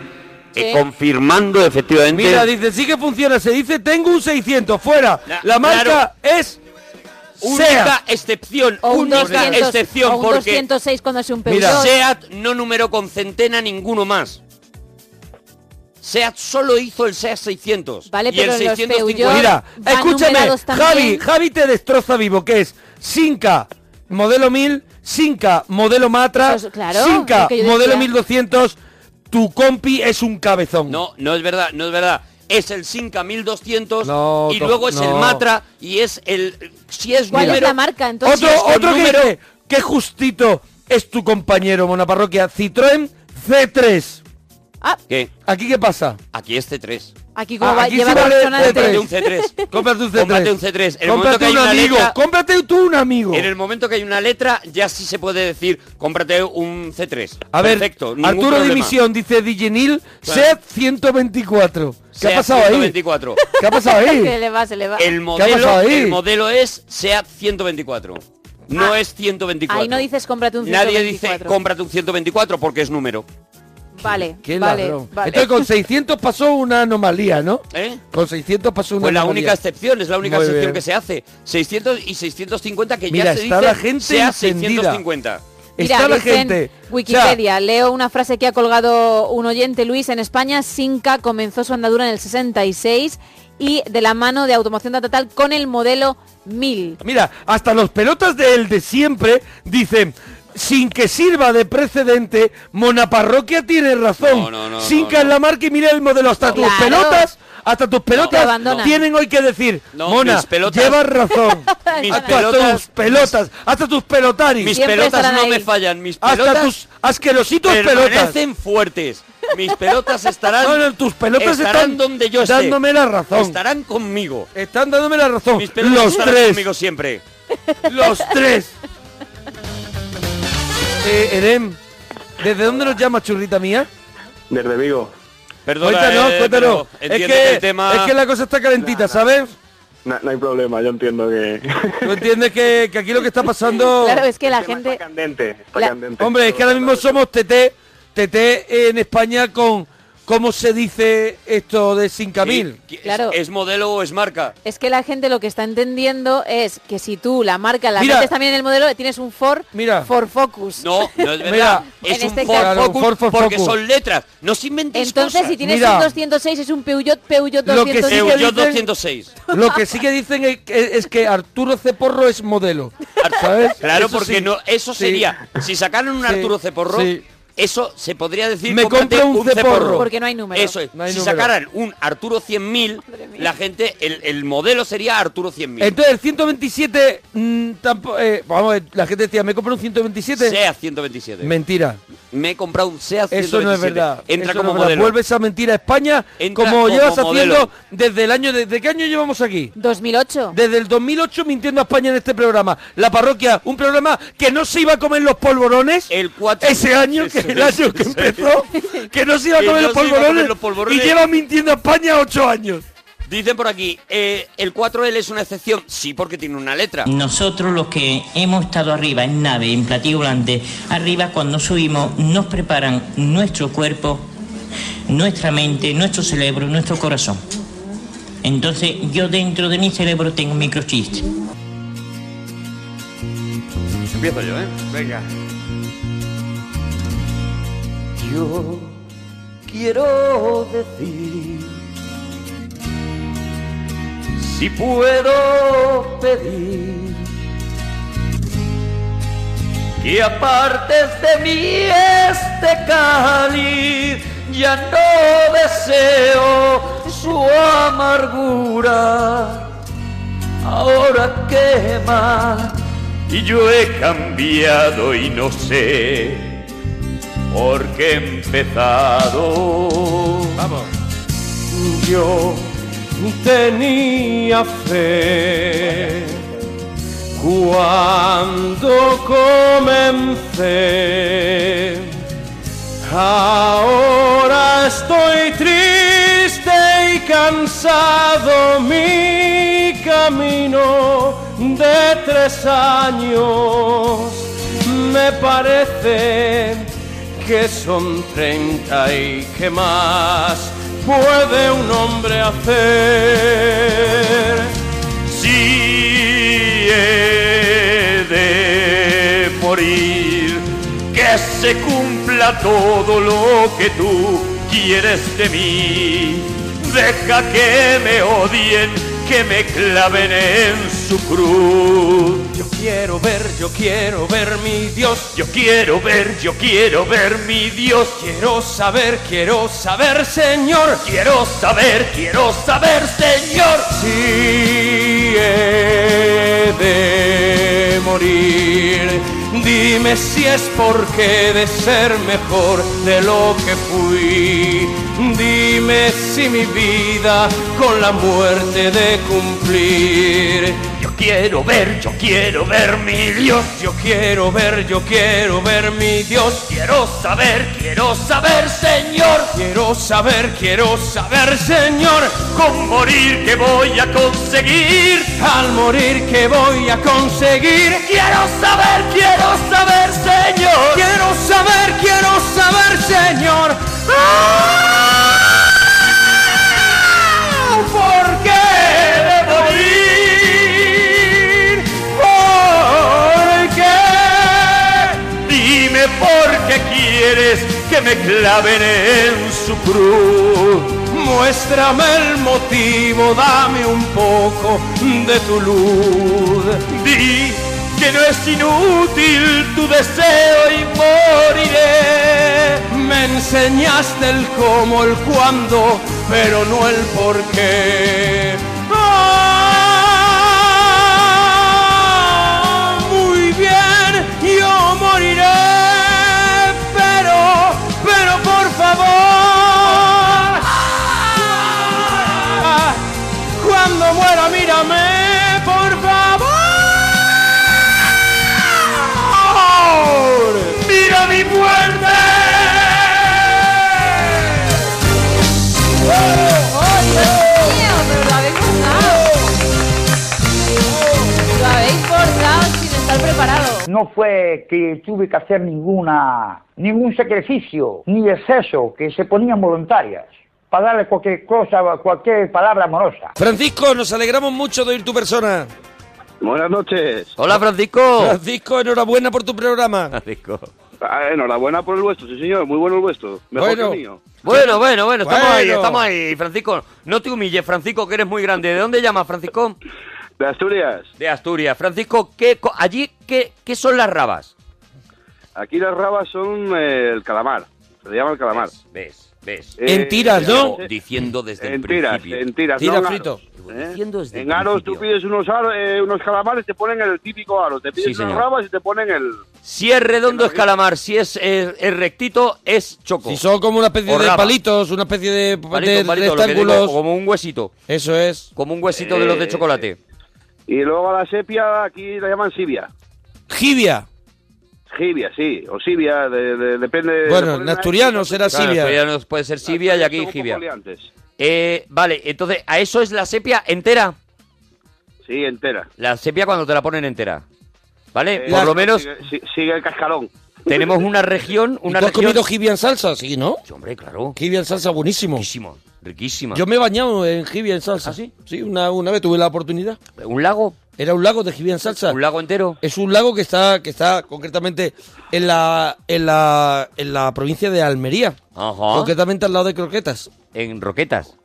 S11: eh,
S5: Sí.
S11: confirmando efectivamente...
S2: Mira, dice, sí que funciona. Se dice, tengo un 600, fuera.
S3: La-
S2: La, marca es.
S3: única
S2: Sea.
S3: excepción
S5: O un
S3: única
S5: 200,
S3: excepción
S5: o un
S3: porque
S5: 206 cuando es un
S2: Mira.
S5: Peugeot.
S3: Seat no numeró con centena ninguno más Seat solo hizo el Seat 600
S5: Vale,
S3: y el
S5: Eh, pero los
S3: 650
S5: Peugeot-
S2: Mira,
S5: van
S2: escúchame,
S5: numerados también.
S2: Javi, Javi te destroza vivo, que es Sinca modelo 1000, Sinca modelo Matra,
S5: Pues claro,
S2: Sinca
S5: lo que yo
S2: modelo
S5: decía.
S2: 1200, tu compi es un cabezón.
S3: no no es verdad no es verdad es el Sinca 1200
S2: No,
S3: y
S2: to-
S3: luego es el
S2: no.
S3: Matra y es el si es
S5: ¿Cuál es
S3: número-
S5: la marca entonces?
S2: otro
S3: es con
S2: otro que
S3: número-
S2: dice, qué justito es tu compañero, monaparroquia, Citroën C3.
S5: Ah,
S3: ¿Qué?
S2: ¿Aquí qué pasa?
S3: Aquí es C3.
S5: aquí como
S2: Ah,
S5: va-
S2: aquí
S5: lleva
S2: sí vale
S5: consonantes.
S3: Cómprate
S2: C3.
S3: un C3.
S2: Cómprate un C3.
S3: Cómprate un C3. En el momento
S2: cómprate
S3: que hay
S2: un
S3: una
S2: amigo,
S3: letra-
S2: cómprate tú un amigo.
S3: En el momento que hay una letra, ya sí se puede decir, cómprate un C3.
S2: A ver,
S3: Perfecto, ningún
S2: Arturo
S3: problema.
S2: Dimisión dice Digenil
S3: Claro.
S2: SEAT 124. ¿Qué
S3: Seat
S2: ha pasado
S3: 124.
S2: ahí? ¿Qué ha pasado
S5: Se
S2: ahí?
S5: le va, se le va.
S3: El
S2: pasado
S3: modelo,
S2: ahí?
S3: el modelo es Seat 124. No es 124.
S5: Ah. Ahí no dices cómprate un
S3: Nadie
S5: 124.
S3: dice cómprate un 124 porque es número.
S5: Vale,
S2: Qué
S5: vale,
S2: ladrón.
S5: vale.
S2: Entonces con 600 pasó una anomalía, ¿no?
S3: ¿Eh?
S2: Con 600 pasó una
S3: Pues la
S2: anomalía.
S3: única excepción, es la única
S2: Muy
S3: excepción
S2: bien.
S3: que se hace. 600 y 650 que
S2: Mira,
S3: ya se
S2: está
S3: dice
S2: la gente
S3: Seat
S2: encendida.
S3: 650.
S5: Mira,
S2: Está la
S5: dicen
S2: gente.
S5: Wikipedia, leo una frase que ha colgado un oyente, Luis, en España, Sinca comenzó su andadura en el 66 y de la mano de automoción total con el modelo 1000.
S2: O sea, mira, hasta los pelotas del de siempre dicen... Sin que sirva de precedente, Monaparroquia tiene razón.
S3: No, no, no,
S2: Sin
S3: no,
S2: que
S3: no.
S2: es la marca y mira el modelo. Hasta tus
S5: Claro.
S2: pelotas, hasta tus pelotas
S5: abandonan.
S2: tienen hoy que decir,
S3: No,
S2: Mona,
S3: mis pelotas-
S2: llevas razón.
S3: Mis
S2: hasta
S3: pelotas-
S2: tus pelotas, hasta tus pelotaris.
S3: Mis
S5: Siempre
S3: pelotas
S5: estarán
S3: no
S5: ahí.
S3: me fallan, mis
S2: Hasta
S3: pelotas
S2: tus asquerositos pelotas.
S3: permanecen fuertes. Mis pelotas estarán
S2: No, no, tus pelotas
S3: estarán
S2: están
S3: donde yo esté.
S2: dándome la razón.
S3: Estarán conmigo.
S2: Están dándome la razón.
S3: Mis pelotas
S2: Los
S3: estarán
S2: tres.
S3: conmigo siempre.
S2: Los tres. Eh, Edem, ¿desde dónde nos llamas, churrita mía?
S13: Desde Vigo.
S3: eh,
S2: cuéntanos, cuéntanos. Es que, es que la cosa está calentita, ¿sabes?
S13: No, no hay problema, yo entiendo que...
S2: ¿Tú entiendes que, que aquí lo que está pasando...
S5: Claro, es que la gente...
S13: candente, está
S5: La-
S13: candente.
S2: Hombre, es que ahora mismo somos TT, TT en España con cómo se dice esto de 5000.
S5: Claro.
S3: ¿Es modelo o es Pues marca?
S5: Es que la gente lo que está entendiendo es que si tú la marca la
S3: Mira.
S5: metes también en el modelo, tienes un Ford,
S2: Mira.
S5: Ford Focus.
S3: No, no es
S2: Mira,
S3: verdad. es
S5: En
S3: un
S5: este
S3: Ford
S5: caso-
S3: Focus
S2: Claro, un Ford
S3: porque
S2: Focus.
S3: son letras. No se inventéis
S5: Entonces,
S3: cosas.
S5: si tienes un 206, es un Peugeot, Peugeot
S2: Lo que
S5: 206.
S2: sí que
S3: Peugeot
S2: dicen-
S3: 206.
S2: Lo que sí que dicen es, que- es que Arturo Ceporro es modelo. ¿sabes?
S3: Claro,
S2: Eso
S3: porque
S2: sí.
S3: no, eso
S2: Sí.
S3: sería, si sacaran un
S2: Sí,
S3: Arturo Ceporro,
S2: sí.
S3: eso se podría decir
S2: Me
S3: cómprate
S2: compro un Ceporro.
S5: Porque no hay número.
S3: Eso es.
S2: No hay
S3: si
S2: número.
S3: sacaran un Arturo 100.000, la gente, el, el modelo sería Arturo 100.000.
S2: Entonces, el 127, mm, tampo- eh, vamos, a ver, la gente decía, me compré un 127.
S3: SEA 127.
S2: Mentira.
S3: Me he comprado un SEA 127.
S2: Eso no es verdad.
S3: Entra
S2: Eso
S3: como
S2: no es verdad.
S3: modelo.
S2: Vuelve esa mentira a España,
S3: Entra
S2: como,
S3: como
S2: llevas
S3: modelo.
S2: haciendo desde el año... ¿Desde qué año llevamos aquí?
S5: 2008.
S2: Desde el 2008 mintiendo a España en este programa. La parroquia, un programa que no se iba a comer los polvorones.
S3: El 4.
S2: Ese año, que el año que empezó, que no se iba a
S3: Que
S2: comer,
S3: no se iba a comer
S2: los, polvorones,
S3: los polvorones.
S2: Y lleva mintiendo a España ocho años.
S3: Dicen por aquí, eh, el 4L es una excepción. Sí, porque tiene una letra.
S14: Nosotros los que hemos estado arriba en nave, en platillo volante, arriba cuando subimos nos preparan nuestro cuerpo, nuestra mente, nuestro cerebro, nuestro corazón. Entonces yo dentro de mi cerebro tengo un microchip.
S3: Empiezo yo, ¿eh? Venga. Yo quiero decir, si puedo pedir, que apartes de mí este cáliz, ya no deseo su amargura, ahora quema.
S7: Y yo he cambiado y no sé por qué he empezado. Vamos.
S8: Yo tenía fe cuando comencé. Ahora estoy triste y cansado. Mi camino de tres años me parece que son 30 y que más puede un hombre hacer.
S7: Si he de morir, que se cumpla todo lo que tú quieres de mí. Deja que me odien, que me claven en su cruz.
S8: Yo quiero ver, yo quiero ver mi Dios.
S7: Yo quiero ver, yo quiero ver mi Dios.
S8: Quiero saber, quiero saber, Señor.
S7: Quiero saber, quiero saber, Señor.
S8: Si he de morir, dime si es porque de ser mejor de lo que fui. Dime si mi vida con la muerte de cumplir.
S7: Yo quiero ver, yo quiero ver mi Dios.
S8: Yo quiero ver, yo quiero ver mi Dios.
S7: Quiero saber, quiero saber, Señor.
S8: Quiero saber, quiero saber, Señor.
S7: Con morir que voy a conseguir.
S8: Al morir que voy a conseguir.
S7: Quiero saber, quiero saber, Señor.
S8: Quiero saber, quiero saber, Señor. ¡Ah! ¿Por qué he de morir? ¿Por qué?
S7: Dime por qué quieres que me claven en su cruz.
S8: Muéstrame el motivo, dame un poco de tu luz.
S7: Di que no es inútil tu deseo y moriré.
S8: Me enseñaste el cómo, el cuándo, pero no el por qué. ¡Ah! Muy bien, yo moriré, pero, pero por favor. ¡Ah! Cuando muera, mírame, por favor.
S7: ¡Mírame!
S9: No fue que tuve que hacer ninguna, ningún sacrificio ni exceso que se ponían voluntarias para darle cualquier cosa, cualquier palabra amorosa.
S2: Francisco, nos alegramos mucho de oír tu persona.
S12: Buenas noches.
S2: Hola, Francisco. Francisco, enhorabuena por tu programa.
S12: Francisco. Ah,
S7: Ah,
S12: enhorabuena por el vuestro, sí señor, muy bueno el vuestro. Mejor
S2: Bueno.
S12: que el mío.
S3: Bueno, bueno, bueno, estamos ahí,
S12: Bueno.
S3: estamos ahí, Francisco. No te humilles, Francisco, que eres muy grande. ¿De dónde llamas, Francisco?
S12: De Asturias.
S3: De Asturias. Francisco, ¿qué, co- allí qué, qué son las rabas?
S12: Aquí las rabas son eh, el calamar, se le llama el calamar.
S3: ¿Ves? ¿Ves?
S12: Eh, En tiras, ¿no?
S3: Diciendo desde
S12: En
S3: el
S12: tiras,
S3: principio.
S12: en tiras. no en aros, ¿eh? En aros tú pides unos, aros, eh, unos calamares, te ponen el típico aro. Te pides
S3: Sí,
S12: unas
S3: señor.
S12: rabas y te ponen el...
S3: Si es redondo es calamar, si es, es- es rectito es choco.
S2: Si son como una especie
S3: O
S2: de
S3: raba.
S2: palitos, una especie de,
S3: Palito, palito,
S2: de
S3: lo que digo,
S2: rectángulos.
S3: como un huesito.
S2: Eso es.
S3: Como un huesito de los de
S12: Eh,
S3: chocolate.
S12: Y luego a la sepia aquí la llaman sibia.
S2: Jibia.
S12: Jibia, sí, o sibia, de- de- depende... le
S2: Bueno,
S12: ponen
S2: en
S12: ahí-
S2: asturianos era
S3: Claro,
S2: Sibia.
S3: asturianos puede ser Sibia y aquí Jibia.
S12: Antes.
S3: Eh, vale, entonces, ¿a eso es la sepia entera?
S12: Sí, entera.
S3: La sepia cuando te la ponen entera. ¿Vale?
S12: Eh,
S3: Por lo menos
S12: Sigue, si- sigue el cascarón.
S3: tenemos una región... Una
S2: ¿Tú has
S3: región...
S2: comido jibia en salsa? Sí, ¿no?
S3: hombre, claro.
S2: Jibia en salsa, buenísimo.
S3: Riquísimo, riquísima.
S2: Yo me he bañado en jibia en salsa. sí? una, una vez tuve la oportunidad.
S3: ¿Ah, ¿Un lago?
S2: Era un lago de jibia en salsa. ¿Un
S3: lago entero?
S2: Es un lago que está, que está concretamente en la, en la, en la provincia de Almería.
S3: Ajá.
S2: Concretamente al lado de Croquetas.
S3: En Roquetas.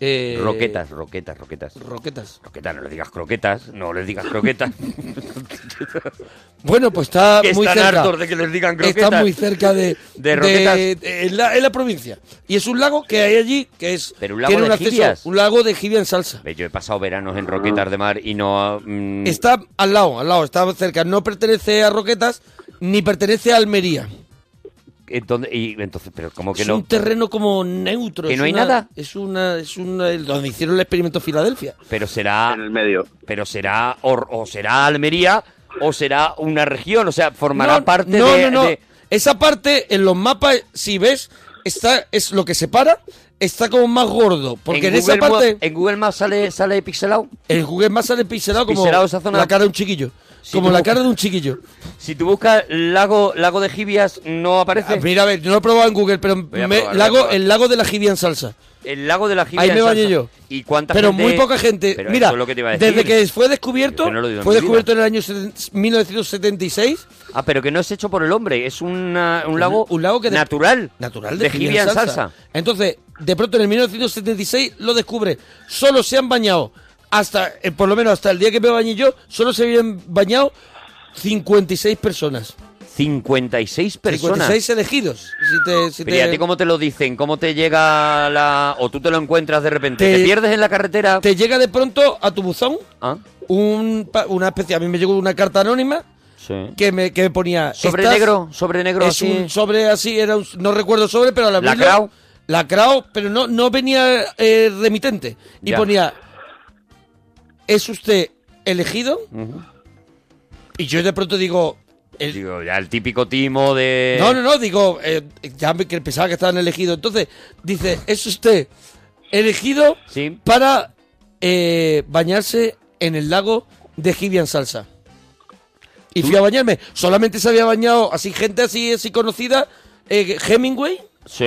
S2: Eh,
S3: Roquetas, roquetas, roquetas.
S2: Roquetas.
S3: Roquetas, no le digas croquetas, no le digas croquetas.
S2: Bueno, pues está
S3: Que
S2: muy
S3: están
S2: cerca.
S3: hartos de que les digan
S2: Está
S3: croquetas.
S2: muy cerca de.
S3: De roquetas.
S2: de- en, la, en la provincia. Y es un lago que hay allí que es.
S3: Pero un lago
S2: tiene
S3: de
S2: un acceso-
S3: jibias.
S2: Un lago de jibia en salsa.
S3: Ve, Yo he pasado veranos en Roquetas de Mar y no... mm,
S2: Está al lado, al lado, está cerca. No pertenece a Roquetas ni pertenece a Almería.
S3: entonces, y entonces, pero como que
S2: es
S3: no...
S2: un terreno como neutro.
S3: ¿Que
S2: es
S3: no hay
S2: una-
S3: nada?
S2: Es una, es una, el- donde hicieron el experimento Filadelfia.
S3: Pero será...
S12: En el medio.
S3: Pero será... O, o será Almería o será una región. O sea, formará
S2: no,
S3: parte
S2: no,
S3: de...
S2: no, no.
S3: de-
S2: Esa parte en los mapas, si ves, está es lo que separa, está como más gordo. Porque en, esa
S3: Google Maps-
S2: parte.
S3: ¿En Google Maps sale, sale pixelado?
S2: El Google Maps sale pixelado como
S3: Pixelado esa zona.
S2: la cara de un chiquillo.
S3: Si
S2: como
S3: tú
S2: la
S3: buscas-
S2: cara de un chiquillo.
S3: Si tú buscas lago, lago de Gibias, no aparece.
S2: Ah, Mira, a ver, no lo he probado en Google, pero
S3: Voy a
S2: me-
S3: probar, voy a
S2: lago,
S3: probar.
S2: el lago de la jibia en salsa.
S3: El lago de la Gibias.
S2: Ahí me
S3: en
S2: bañé
S3: Salsa.
S2: yo.
S3: ¿Y cuánta
S2: Pero
S3: gente-
S2: muy poca gente.
S3: Pero
S2: Mira,
S3: eso es lo que te iba a decir.
S2: desde que fue descubierto,
S3: Yo no lo digo en
S2: fue
S3: mi
S2: descubierto en el año seten- 1976.
S3: Ah, pero que no es hecho por el hombre, es una- un lago,
S2: un lago que de-
S3: natural.
S2: Natural
S3: de jibia en salsa.
S2: Entonces, de pronto en el 1976 lo descubre. Solo se han bañado, hasta eh, por lo menos hasta el día que me bañé yo, solo se habían bañado 56 personas.
S3: 56 personas.
S2: 56 elegidos. Si te, si
S3: Pero
S2: te-
S3: y a ti cómo te lo dicen, cómo te llega la... o tú te lo encuentras de repente.
S2: Te-
S3: Te, pierdes en la carretera.
S2: Te llega de pronto a tu buzón
S3: Ah,
S2: un, pa- una especie. A mí me llegó una carta anónima
S3: sí.
S2: que me, que me ponía.
S3: Sobre
S2: "Estás-
S3: negro, sobre negro
S2: es
S3: así.
S2: un sobre así, era un- no recuerdo sobre, pero al abrirlo.
S3: Lacrao.
S2: Lacrao, pero no, no venía eh, remitente. Y
S3: Ya.
S2: ponía. ¿Es usted elegido? Y yo de pronto digo.
S3: Digo, ya el típico timo de...
S2: No, no, no, digo, eh, ya me- que pensaba que estaban elegidos. Entonces, dice, es usted elegido
S3: Sí.
S2: para eh, bañarse en el lago de Gibian Salsa. Y fui a bañarme. Solamente se había bañado así, gente así, así conocida. eh, Hemingway,
S3: Sí.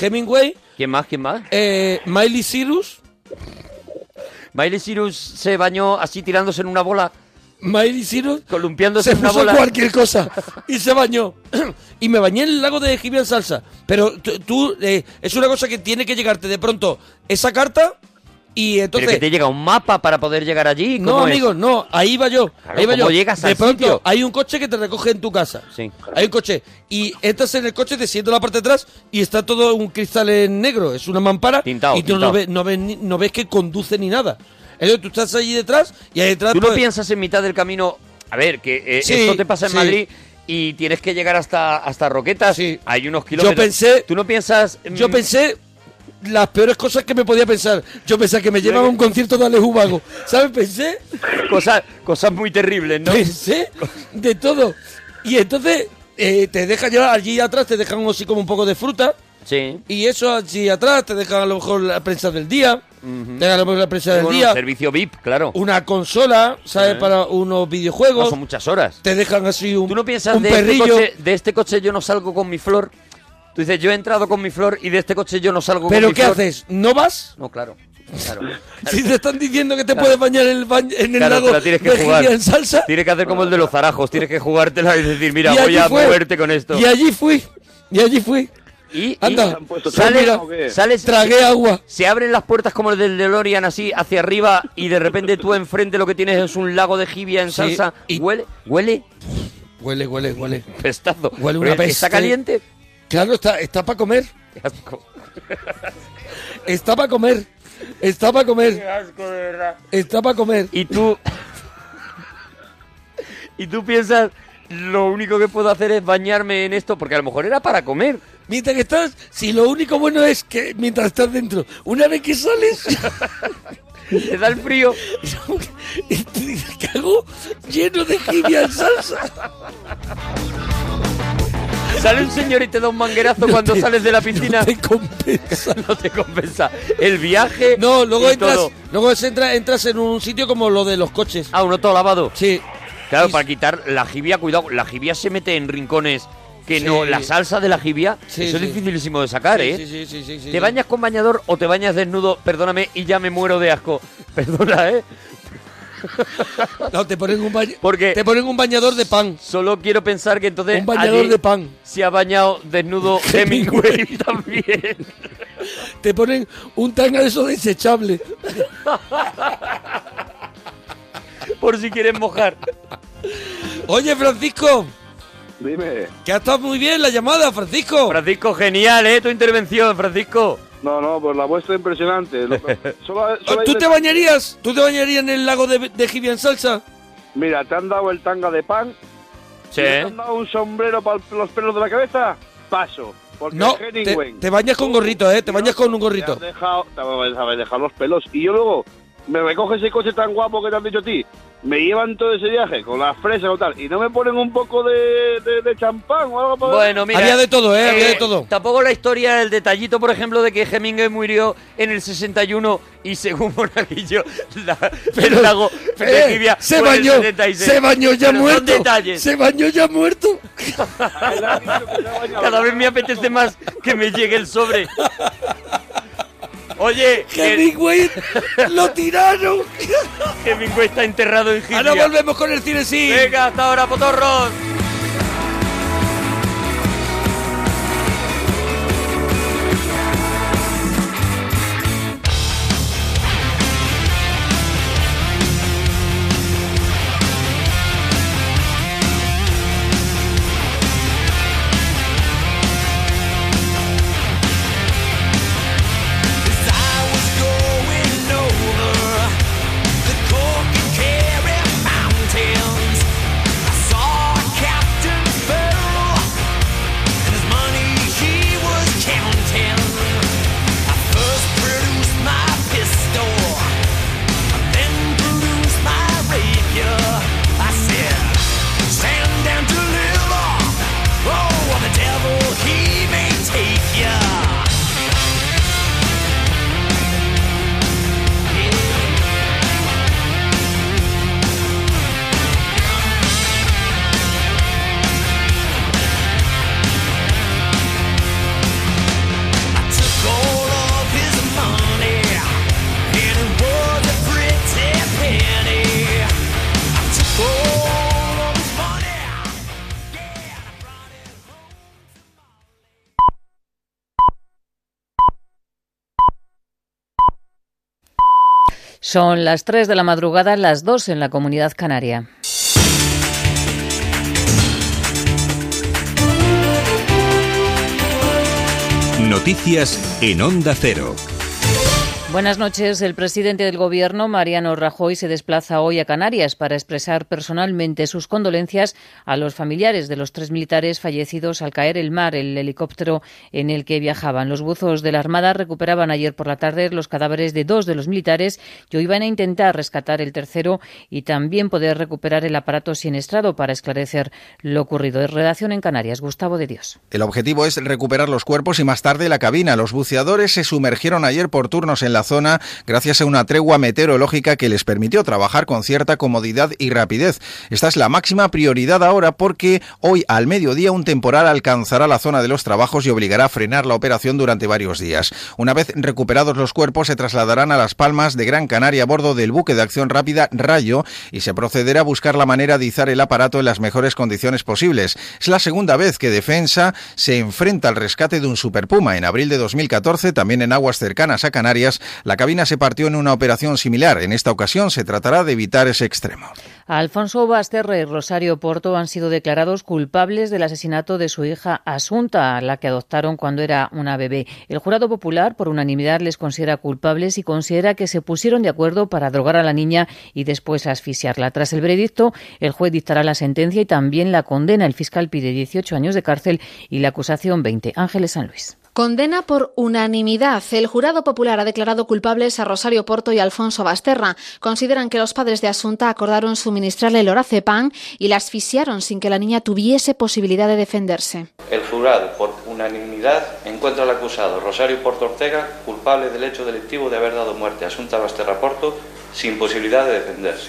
S2: Hemingway,
S3: ¿Quién más, quién más?
S2: eh, Miley Cyrus.
S3: Miley Cyrus se bañó así tirándose en una bola.
S2: Miley Cyrus
S3: columpiándose
S2: se
S3: en una
S2: puso
S3: bola.
S2: cualquier cosa y se bañó. y me bañé en el lago de Gibian Salsa. Pero tú- tú, eh, es una cosa que tiene que llegarte de pronto esa carta y entonces...
S3: Pero que te llega un mapa para poder llegar allí.
S2: No,
S3: ¿cómo es?
S2: amigo, no, ahí va yo.
S3: Claro,
S2: ahí va
S3: ¿cómo
S2: yo.
S3: llegas
S2: de
S3: al
S2: pronto
S3: sitio?
S2: hay un coche que te recoge en tu casa.
S3: Sí.
S2: Hay un coche. Y entras en el coche, te sientas en la parte de atrás y está todo un cristal en negro. Es una mampara.
S3: Tintao,
S2: y tú no
S3: tintao.
S2: ves, no, ves, ni- no ves que conduce ni nada. Entonces tú estás allí detrás y ahí detrás.
S3: Tú no
S2: pues,
S3: piensas en mitad del camino. A ver, que eh,
S2: Sí,
S3: esto te pasa en
S2: sí.
S3: Madrid y tienes que llegar hasta, hasta Roquetas. Hay unos kilómetros.
S2: pensé-
S3: Tú no piensas.
S2: Yo
S3: mm,
S2: pensé las peores cosas que me podía pensar. Yo pensaba que me llevaba a un concierto de Alex Ubago. ¿Sabes? Pensé.
S3: Cosas, cosas muy terribles, ¿no?
S2: Pensé de todo. Y entonces eh, te dejan llevar allí atrás, te dejan así como un poco de fruta.
S3: Sí.
S2: Y eso allí atrás te dejan a lo mejor la prensa del día. Tenemos la empresa del
S3: Bueno,
S2: día.
S3: Servicio VIP, claro. Eh.
S2: Una consola, ¿sabes?
S3: Sí.
S2: Para unos videojuegos.
S3: No, son muchas horas.
S2: Te dejan así un,
S3: piensas
S2: un
S3: de
S2: perrillo.
S3: Este coche, de este coche yo no salgo con mi flor. Tú dices, yo he entrado con mi flor y de este coche yo no salgo con
S2: ¿Pero
S3: mi
S2: qué
S3: flor.
S2: haces? ¿No vas?
S3: No, claro. claro.
S2: Si te están diciendo que te
S3: Claro.
S2: puedes bañar en el, baño- en el
S3: Claro,
S2: lago
S3: te la tienes que
S2: Mejía
S3: jugar.
S2: en salsa.
S3: Tienes que hacer como el de los zarajos. Tienes que jugártela y decir, mira,
S2: Y
S3: voy
S2: allí
S3: a
S2: fue.
S3: moverte con esto.
S2: Y allí fui. Y allí fui.
S3: Y,
S2: Anda,
S3: y
S2: pues mira, tragué agua.
S3: Se abren las puertas como el del DeLorean, así hacia arriba, y de repente tú enfrente lo que tienes es un lago de jibia en
S2: Sí,
S3: salsa. huele, huele.
S2: Huele, huele, huele.
S3: Pestazo.
S2: Huele una
S3: Pero ¿Está
S2: peste.
S3: caliente?
S2: Claro, está, está para comer. Está para comer. Está para comer.
S3: asco, de verdad.
S2: Está para comer.
S3: Y tú. Y tú piensas, lo único que puedo hacer es bañarme en esto, porque a lo mejor era para comer.
S2: Mientras que estás, si lo único bueno es que mientras estás dentro, una vez que sales.
S3: Te da el frío.
S2: Cago lleno de jibia en salsa.
S3: Sale un señor y te da un manguerazo cuando sales de la piscina. No te
S2: compensa.
S3: no te compensa. El viaje.
S2: No, luego
S3: y
S2: entras,
S3: todo.
S2: luego es- entra- entras en un sitio como lo de los coches.
S3: Ah, uno todo lavado.
S2: Sí.
S3: Claro, para quitar la jibia, cuidado, la jibia se mete en rincones que
S2: Sí.
S3: no, la salsa de la jibia,
S2: Sí,
S3: eso
S2: sí.
S3: es dificilísimo de sacar,
S2: Sí,
S3: ¿eh?
S2: sí, sí, sí, sí, sí,
S3: ¿Te
S2: sí.
S3: bañas con bañador o te bañas desnudo? Perdóname y ya me muero de asco. Perdona, ¿eh?
S2: No, te ponen un bañador.
S3: Porque
S2: Te ponen un bañador de pan.
S3: Solo quiero pensar que entonces.
S2: Un bañador
S3: allí
S2: de pan.
S3: Se ha bañado desnudo Hemingway también.
S2: Te ponen un tanga de eso desechable.
S3: Por si quieres mojar.
S2: Oye, Francisco.
S7: Dime.
S2: Que ha estado muy bien la llamada, Francisco.
S3: Francisco, genial, ¿eh? Tu intervención, Francisco.
S7: No, no, pues la vuestra es impresionante. Lo- solo- solo hay
S2: Ah, ¿Tú
S7: de-
S2: te bañarías? ¿Tú te bañarías en el lago de, de jibia en salsa?
S7: Mira, te han dado el tanga de pan.
S3: Sí.
S7: y ¿Te han dado un sombrero para los pelos de la cabeza? Paso. Porque
S2: No, te,
S7: Hemingway
S2: te bañas con gorrito, ¿eh? Te bañas con un gorrito.
S7: te has dejado, te has dejado los pelos. Y yo luego me recoge ese coche tan guapo que te han dicho a ti. Me llevan todo ese viaje con las fresas o tal. Y no me ponen un poco de, de- de champán o algo para...
S3: Bueno, mira.
S2: Había de todo, ¿eh? Había de todo.
S3: Tampoco la historia del detallito, por ejemplo, de que Hemingway murió en el 61 y según Monaguillo, la, el lago
S2: Eh,
S3: de Jibia
S2: se
S3: fue en el
S2: bañó,
S3: 76.
S2: se bañó ya
S3: Pero son
S2: muerto.
S3: detalles.
S2: Se bañó ya muerto.
S3: Cada vez me apetece más que me llegue el sobre. Oye,
S2: Hemingway lo tiraron.
S3: Hemingway está enterrado en Jibia.
S2: Ahora volvemos con el cine sí.
S3: Venga, hasta ahora, potorros.
S8: Stand down to deliver. Oh, the devil, he may take ya. took all of his money, and it was a pretty penny. I took all of his money.
S15: Son las 3 de la madrugada, las 2 en la comunidad canaria.
S16: Noticias en Onda Cero.
S15: Buenas noches. El presidente del Gobierno, Mariano Rajoy, se desplaza hoy a Canarias para expresar personalmente sus condolencias a los familiares de los tres militares fallecidos al caer el mar el helicóptero en el que viajaban. Los buzos de la Armada recuperaban ayer por la tarde los cadáveres de dos de los militares y hoy van a intentar rescatar el tercero y también poder recuperar el aparato siniestrado para esclarecer lo ocurrido. Redacción en Canarias. Gustavo de Dios.
S17: El objetivo es recuperar los cuerpos y más tarde la cabina. Los buceadores se sumergieron ayer por turnos en la la zona gracias a una tregua meteorológica que les permitió trabajar con cierta comodidad y rapidez. Esta es la máxima prioridad ahora porque hoy al mediodía un temporal alcanzará la zona de los trabajos y obligará a frenar la operación durante varios días. Una vez recuperados los cuerpos se trasladarán a Las Palmas de Gran Canaria a bordo del buque de acción rápida Rayo y se procederá a buscar la manera de izar el aparato en las mejores condiciones posibles. Es la segunda vez que Defensa se enfrenta al rescate de un superpuma. En abril de 2014, también en aguas cercanas a Canarias, la cabina se partió en una operación similar. En esta ocasión se tratará de evitar ese extremo.
S15: Alfonso Basterra y Rosario Porto han sido declarados culpables del asesinato de su hija Asunta, a la que adoptaron cuando era una bebé. El jurado popular, por unanimidad, les considera culpables y considera que se pusieron de acuerdo para drogar a la niña y después asfixiarla. Tras el veredicto, el juez dictará la sentencia y también la condena. El fiscal pide 18 años de cárcel y la acusación 20. Ángeles San Luis.
S18: Condena por unanimidad. El jurado popular ha declarado culpables a Rosario Porto y Alfonso Basterra. Consideran que los padres de Asunta acordaron suministrarle el lorazepam y la asfixiaron sin que la niña tuviese posibilidad de defenderse.
S19: El jurado, por unanimidad, encuentra al acusado Rosario Porto Ortega culpable del hecho delictivo de haber dado muerte a Asunta Basterra Porto sin posibilidad de defenderse.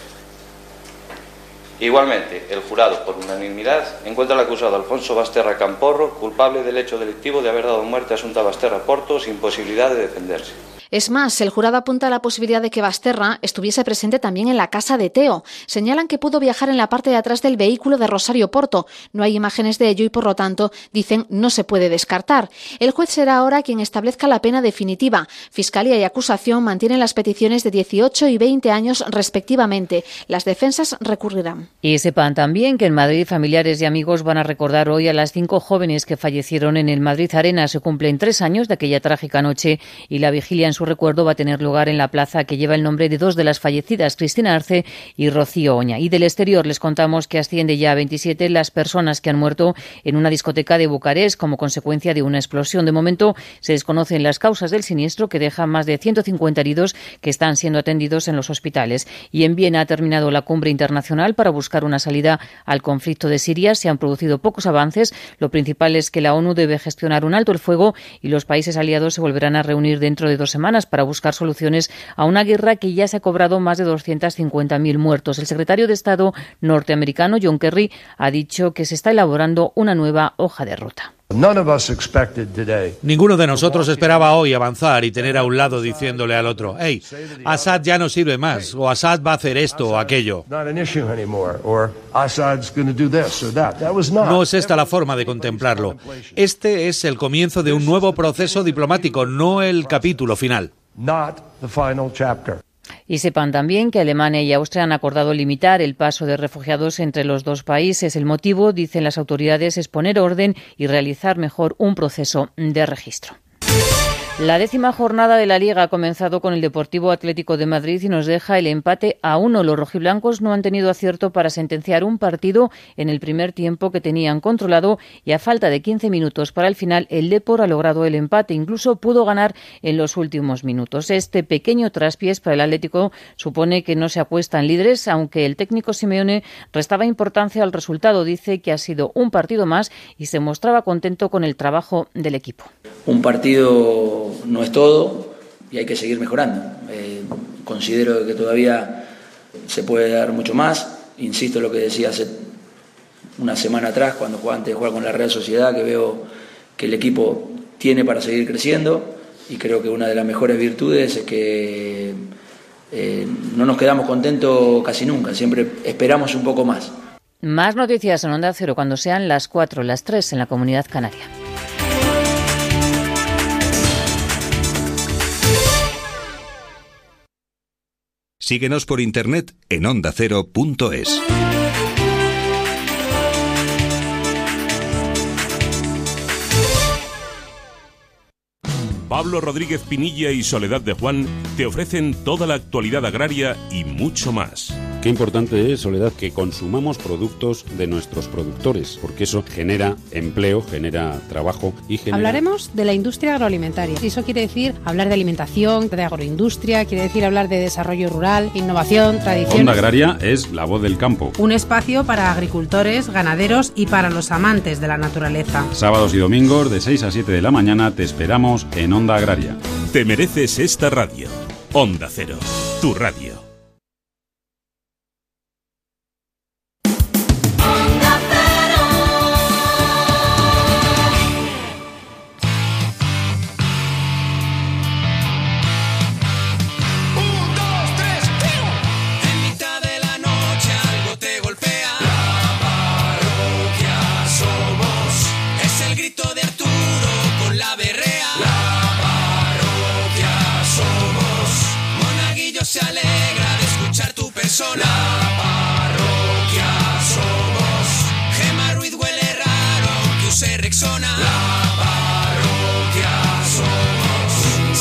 S19: Igualmente, el jurado, por unanimidad, encuentra al acusado Alfonso Basterra Camporro culpable del hecho delictivo de haber dado muerte a Asunta Basterra Porto sin posibilidad de defenderse.
S18: Es más, el jurado apunta a la posibilidad de que Basterra estuviese presente también en la casa de Teo. Señalan que pudo viajar en la parte de atrás del vehículo de Rosario Porto. No hay imágenes de ello y, por lo tanto, dicen no se puede descartar. El juez será ahora quien establezca la pena definitiva. Fiscalía y acusación mantienen las peticiones de 18 y 20 años respectivamente. Las defensas recurrirán.
S15: Y sepan también que en Madrid familiares y amigos van a recordar hoy a las cinco jóvenes que fallecieron en el Madrid Arena. Se cumplen tres años de aquella trágica noche y la vigilia en su recuerdo va a tener lugar en la plaza que lleva el nombre de dos de las fallecidas, Cristina Arce y Rocío Oña. Y del exterior les contamos que asciende ya a 27 las personas que han muerto en una discoteca de Bucarest como consecuencia de una explosión. De momento se desconocen las causas del siniestro que deja más de 150 heridos que están siendo atendidos en los hospitales. Y en Viena ha terminado la cumbre internacional para buscar una salida al conflicto de Siria. Se han producido pocos avances. Lo principal es que la ONU debe gestionar un alto el fuego y los países aliados se volverán a reunir dentro de dos semanas para buscar soluciones a una guerra que ya se ha cobrado más de 250.000 muertos. El secretario de Estado norteamericano John Kerry ha dicho que se está elaborando una nueva hoja de ruta.
S20: Ninguno de nosotros esperaba hoy avanzar y tener a un lado diciéndole al otro, hey, Assad ya no sirve más, o Assad va a hacer esto o aquello. No es esta la forma de contemplarlo. Este es el comienzo de un nuevo proceso diplomático, no el capítulo final.
S15: Y sepan también que Alemania y Austria han acordado limitar el paso de refugiados entre los dos países. El motivo, dicen las autoridades, es poner orden y realizar mejor un proceso de registro. La décima jornada de la Liga ha comenzado con el Deportivo Atlético de Madrid y nos deja el empate a uno. Los rojiblancos no han tenido acierto para sentenciar un partido en el primer tiempo que tenían controlado y a falta de 15 minutos para el final el Depor ha logrado el empate. Incluso pudo ganar en los últimos minutos. Este pequeño traspiés para el Atlético supone que no se acuestan líderes, aunque el técnico Simeone restaba importancia al resultado. Dice que ha sido un partido más y se mostraba contento con el trabajo del equipo.
S21: Un partido no es todo y hay que seguir mejorando. Eh, considero que todavía se puede dar mucho más. Insisto en lo que decía hace una semana atrás, cuando jugaba antes de jugar con la Real Sociedad, que veo que el equipo tiene para seguir creciendo y creo que una de las mejores virtudes es que eh, no nos quedamos contentos casi nunca, siempre esperamos un poco más.
S15: Más noticias en Onda Cero cuando sean las 4, las 3 en la comunidad canaria.
S22: Síguenos por internet en ondacero.es.
S23: Pablo Rodríguez Pinilla y Soledad de Juan te ofrecen toda la actualidad agraria y mucho más.
S24: Qué importante es, Soledad, que consumamos productos de nuestros productores, porque eso genera empleo, genera trabajo y genera...
S25: Hablaremos de la industria agroalimentaria. Eso quiere decir hablar de alimentación, de agroindustria, quiere decir hablar de desarrollo rural, innovación, tradición.
S24: Onda Agraria es la voz del campo.
S25: Un espacio para agricultores, ganaderos y para los amantes de la naturaleza.
S24: Sábados y domingos de 6 a 7 de la mañana te esperamos en Onda Agraria.
S23: Te mereces esta radio.
S24: Onda Cero, tu radio.
S1: Un, dos, tres, tiro. En mitad de la noche algo te golpea. La parroquia somos. Es el grito de Arturo con la berrea. La parroquia somos. Monaguillo se alegra de escuchar tu persona. La parroquia somos. Gema Ruiz huele raro que use Rexona. La parroquia somos.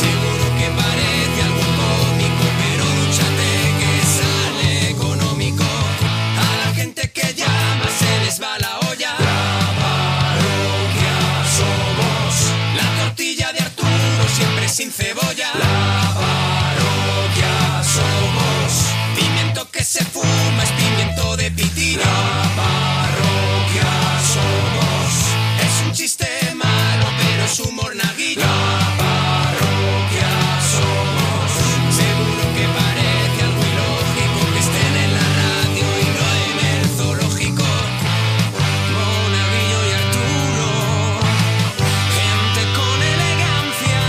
S1: Seguro que parece algo cómico, pero dúchate que sale económico. A la gente que llama se les va la olla. La parroquia somos. La tortilla de Arturo siempre sin cebolla. La parroquia somos. Pimiento que se fuma es pimiento de pitina. La parroquia somos. Es un chiste malo, pero es humor naguillo. La parroquia somos. Seguro que parece algo ilógico que estén en la radio y no en el zoológico. Monaguillo y Arturo, gente con elegancia,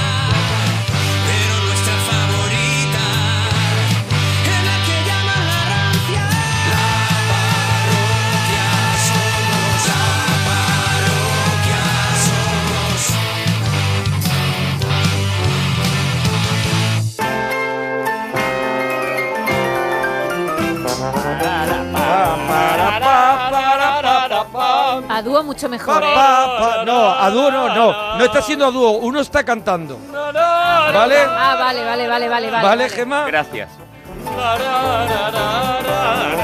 S1: pero nuestra favorita es la que llaman la rancia. La parroquia somos, la parroquia
S5: A dúo mucho mejor. ¿eh?
S2: Pa, pa, Ah, no, a dúo no, no. No está siendo a dúo, uno está cantando. ¿Vale?
S5: Ah, vale, vale, vale, vale.
S2: ¿Vale, Gemma?
S3: Gracias.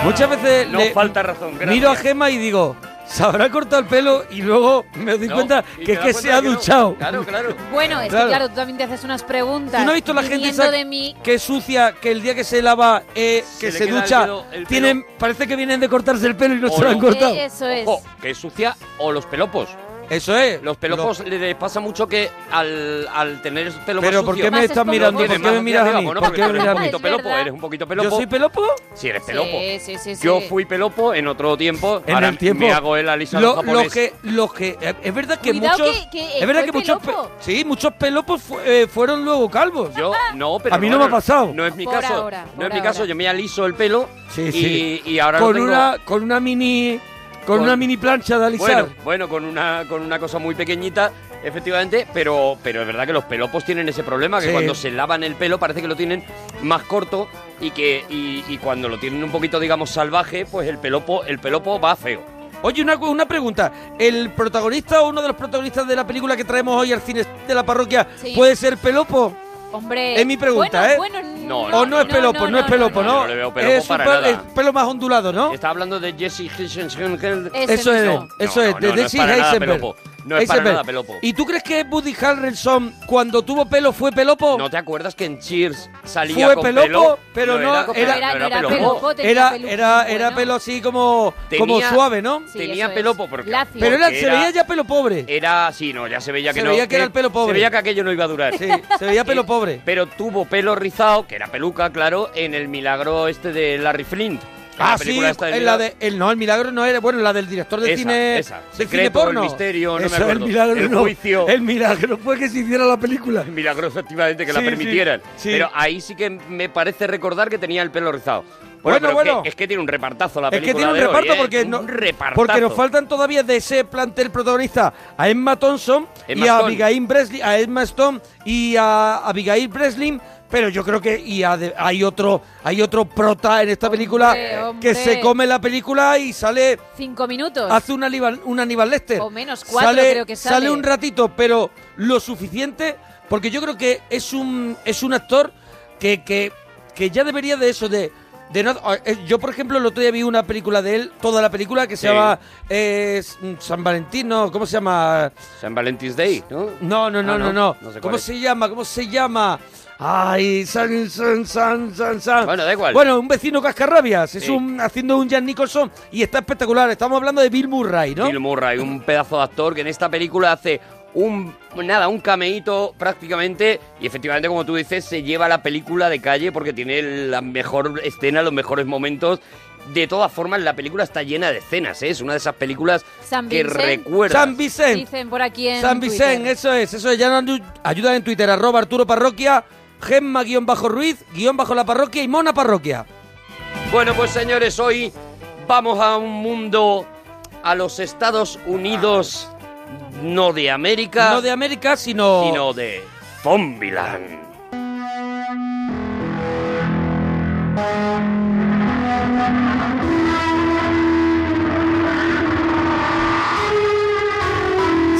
S2: Muchas veces
S3: No
S2: le-
S3: falta razón, gracias.
S2: miro a Gemma y digo, se habrá cortado el pelo y luego me doy
S3: No,
S2: cuenta
S3: y te
S2: que es
S3: das
S2: que
S3: cuenta
S2: se ha
S3: que no.
S2: duchado.
S3: Claro, claro.
S5: Bueno, es
S2: Claro.
S5: que claro, tú también te haces unas preguntas.
S2: ¿Tú no has visto la gente
S5: viniendo
S2: esa
S5: de mí?
S2: que es sucia, que el día que se lava, eh, que
S3: le
S2: se
S3: queda el
S2: ducha,
S3: pelo- el
S2: tienen, parece que vienen de cortarse el pelo y no se lo han
S3: no.
S2: cortado? Oh.
S5: Eh, Eso es.
S3: Ojo, que es sucia o los pelopos.
S2: Eso es.
S3: Los pelopos le pasa mucho que al, al tener esos pelos
S2: Pero,
S3: más
S2: ¿por qué
S3: sucios-
S2: me estás
S3: Tiene
S2: mirando?
S3: más
S2: ¿Por qué
S3: hacia
S2: me miras a
S3: arriba.
S2: mí?
S3: Bueno,
S2: ¿Por
S3: porque
S2: qué me
S3: tú eres
S2: miras
S3: un
S2: a mí?
S3: poquito pelopo,
S5: Es verdad.
S3: eres un poquito
S2: ¿Yo
S3: pelopo.
S2: soy pelopo?
S3: Sí, eres pelopo.
S5: Sí, sí, sí, sí.
S3: Yo fui pelopo en otro tiempo.
S2: En
S3: ahora
S2: el tiempo.
S3: me hago el alisado
S2: Lo-
S3: japonés.
S2: lo que, lo que, eh, es verdad que
S5: Cuidado
S2: muchos,
S5: que- que
S2: es verdad
S5: fue
S2: que muchos,
S5: pelopo.
S2: pe- sí, muchos pelopos fu- eh, fueron luego calvos.
S3: Yo no, pero
S2: a mí
S3: no,
S2: no, me
S3: no,
S2: ha pasado.
S3: No es mi
S5: Por
S3: caso.
S5: ahora,
S3: no
S5: por
S3: es mi caso.
S5: ahora.
S3: Yo me aliso el pelo
S2: Sí,
S3: y,
S2: sí.
S3: y ahora lo
S2: con
S3: tengo-
S2: una, con una mini, con,
S3: Con-
S2: una mini plancha de alisar.
S3: Bueno, bueno, con una con una cosa muy pequeñita, efectivamente, pero pero es verdad que los pelopos tienen ese problema que
S2: Sí.
S3: cuando se lavan el pelo parece que lo tienen más corto y que y, y cuando lo tienen un poquito digamos salvaje, pues el pelopo el pelopo va feo.
S2: Oye, una, cu- una pregunta. ¿El protagonista o uno de los protagonistas de la película que traemos hoy al cine de la parroquia
S5: Sí.
S2: puede ser Pelopo?
S5: Hombre.
S2: Es mi pregunta,
S5: bueno,
S2: ¿eh?
S5: Bueno,
S3: No,
S2: o no, es Pelopo, no, es Pelopo, ¿no?
S3: no, no le veo pelopo
S2: es un
S3: para
S2: pe-
S3: nada.
S2: es pelo más ondulado, ¿no?
S3: Está hablando de Jesse Heisenberg.
S5: Ese
S2: eso es,
S5: mismo.
S2: eso es,
S3: No, no,
S2: de
S3: no, no es
S2: Jesse
S3: para nada
S2: Heisenberg.
S3: pelopo. No es para
S2: Heisenberg.
S3: nada pelopo.
S2: ¿Y tú crees que Woody Harrelson cuando tuvo pelo fue Pelopo?
S3: ¿No te acuerdas que en Cheers salía
S2: fue
S3: con
S2: Pelopo,
S3: pelo?
S2: pero no,
S3: con
S2: era,
S3: pelo,
S2: era,
S3: no
S2: era,
S5: pelopo, tenía peluquín,
S2: era- era
S5: bueno.
S2: pelo así como, como
S3: Tenía-
S2: suave, ¿no?
S5: Sí,
S3: tenía
S5: eso es.
S3: pelopo porque
S5: Lacio.
S2: Pero era-
S3: porque
S2: se veía ya pelo pobre.
S3: Era, sí, no, ya se veía que
S2: Se
S3: no. eh,
S2: veía que era el pelo pobre.
S3: Se veía que aquello no iba a durar. Eh,
S2: Sí, se veía pelo pobre.
S3: Pero tuvo pelo rizado, que era peluca, claro, en el milagro este de Larry Flint. En la
S2: Ah, sí,
S3: película esta del
S2: en la de,
S3: milagro.
S2: el, no, el milagro no era, bueno, la del director de
S3: Esa,
S2: cine,
S3: esa.
S2: de
S3: Secreto,
S2: cine porno.
S3: el misterio, no me
S2: Esa,
S3: acuerdo.
S2: El milagro
S3: El
S2: no,
S3: juicio.
S2: el milagro fue que se hiciera la película.
S3: Milagroso, activamente, que
S2: Sí,
S3: la
S2: sí,
S3: permitieran.
S2: sí.
S3: Pero ahí sí que me parece recordar que tenía el pelo rizado.
S2: Bueno,
S3: pero
S2: bueno.
S3: que- es que tiene un repartazo la
S2: Es que
S3: película.
S2: tiene un
S3: de hoy,
S2: reparto
S3: ¿eh?
S2: porque
S3: Un
S2: no,
S3: repartazo.
S2: porque nos faltan todavía de ese plantel protagonista a Emma Thompson
S3: Emma
S2: y a
S3: Stone.
S2: Abigail Breslin, a Emma Stone y a Abigail Breslin, pero yo creo que y a de- hay otro hay otro prota en esta película
S5: hombre.
S2: que se come la película y sale
S5: Cinco minutos.
S2: hace un Aníbal, un Aníbal Lester.
S5: O menos, cuatro creo que sale.
S2: un ratito, pero lo suficiente, porque yo creo que es un, es un actor que, que, que ya debería de eso, de... de no- eh, yo, por ejemplo, el otro día vi una película de él, toda la película, que
S3: Sí.
S2: se llama eh, S- San Valentino, ¿cómo se llama?
S3: San Valentine's Day, ¿no?
S2: No, no, no,
S3: Ah,
S2: no, no.
S3: sé cuál
S2: ¿Cómo
S3: es.
S2: se llama? ¿Cómo se llama? Ay, san, san, san, san, san.
S3: Bueno, da igual.
S2: Bueno, un vecino cascarrabias. Es
S3: Sí.
S2: un, haciendo un Jan Nicholson y está espectacular. Estamos hablando de Bill Murray, ¿no?
S3: Bill Murray, un pedazo de actor que en esta película hace un nada, un cameíto prácticamente y efectivamente como tú dices se lleva la película de calle porque tiene la mejor escena, los mejores momentos. De todas formas, la película está llena de escenas, ¿eh? es una de esas películas
S5: San
S3: que
S5: Vicente.
S3: recuerda.
S2: San Vicente.
S5: Dicen por aquí en
S2: San
S5: Twitter.
S2: Vicente, eso es, Pues eso es. Ya nos ayu- ayudan en Twitter, arroba Arturo Parroquia, Gemma guión bajo Ruiz, guión bajo la parroquia y Mona Parroquia.
S3: Bueno, pues señores, hoy vamos a un mundo, a los Estados Unidos, no de América.
S2: Ah. No de América, sino...
S3: Sino de Zombieland.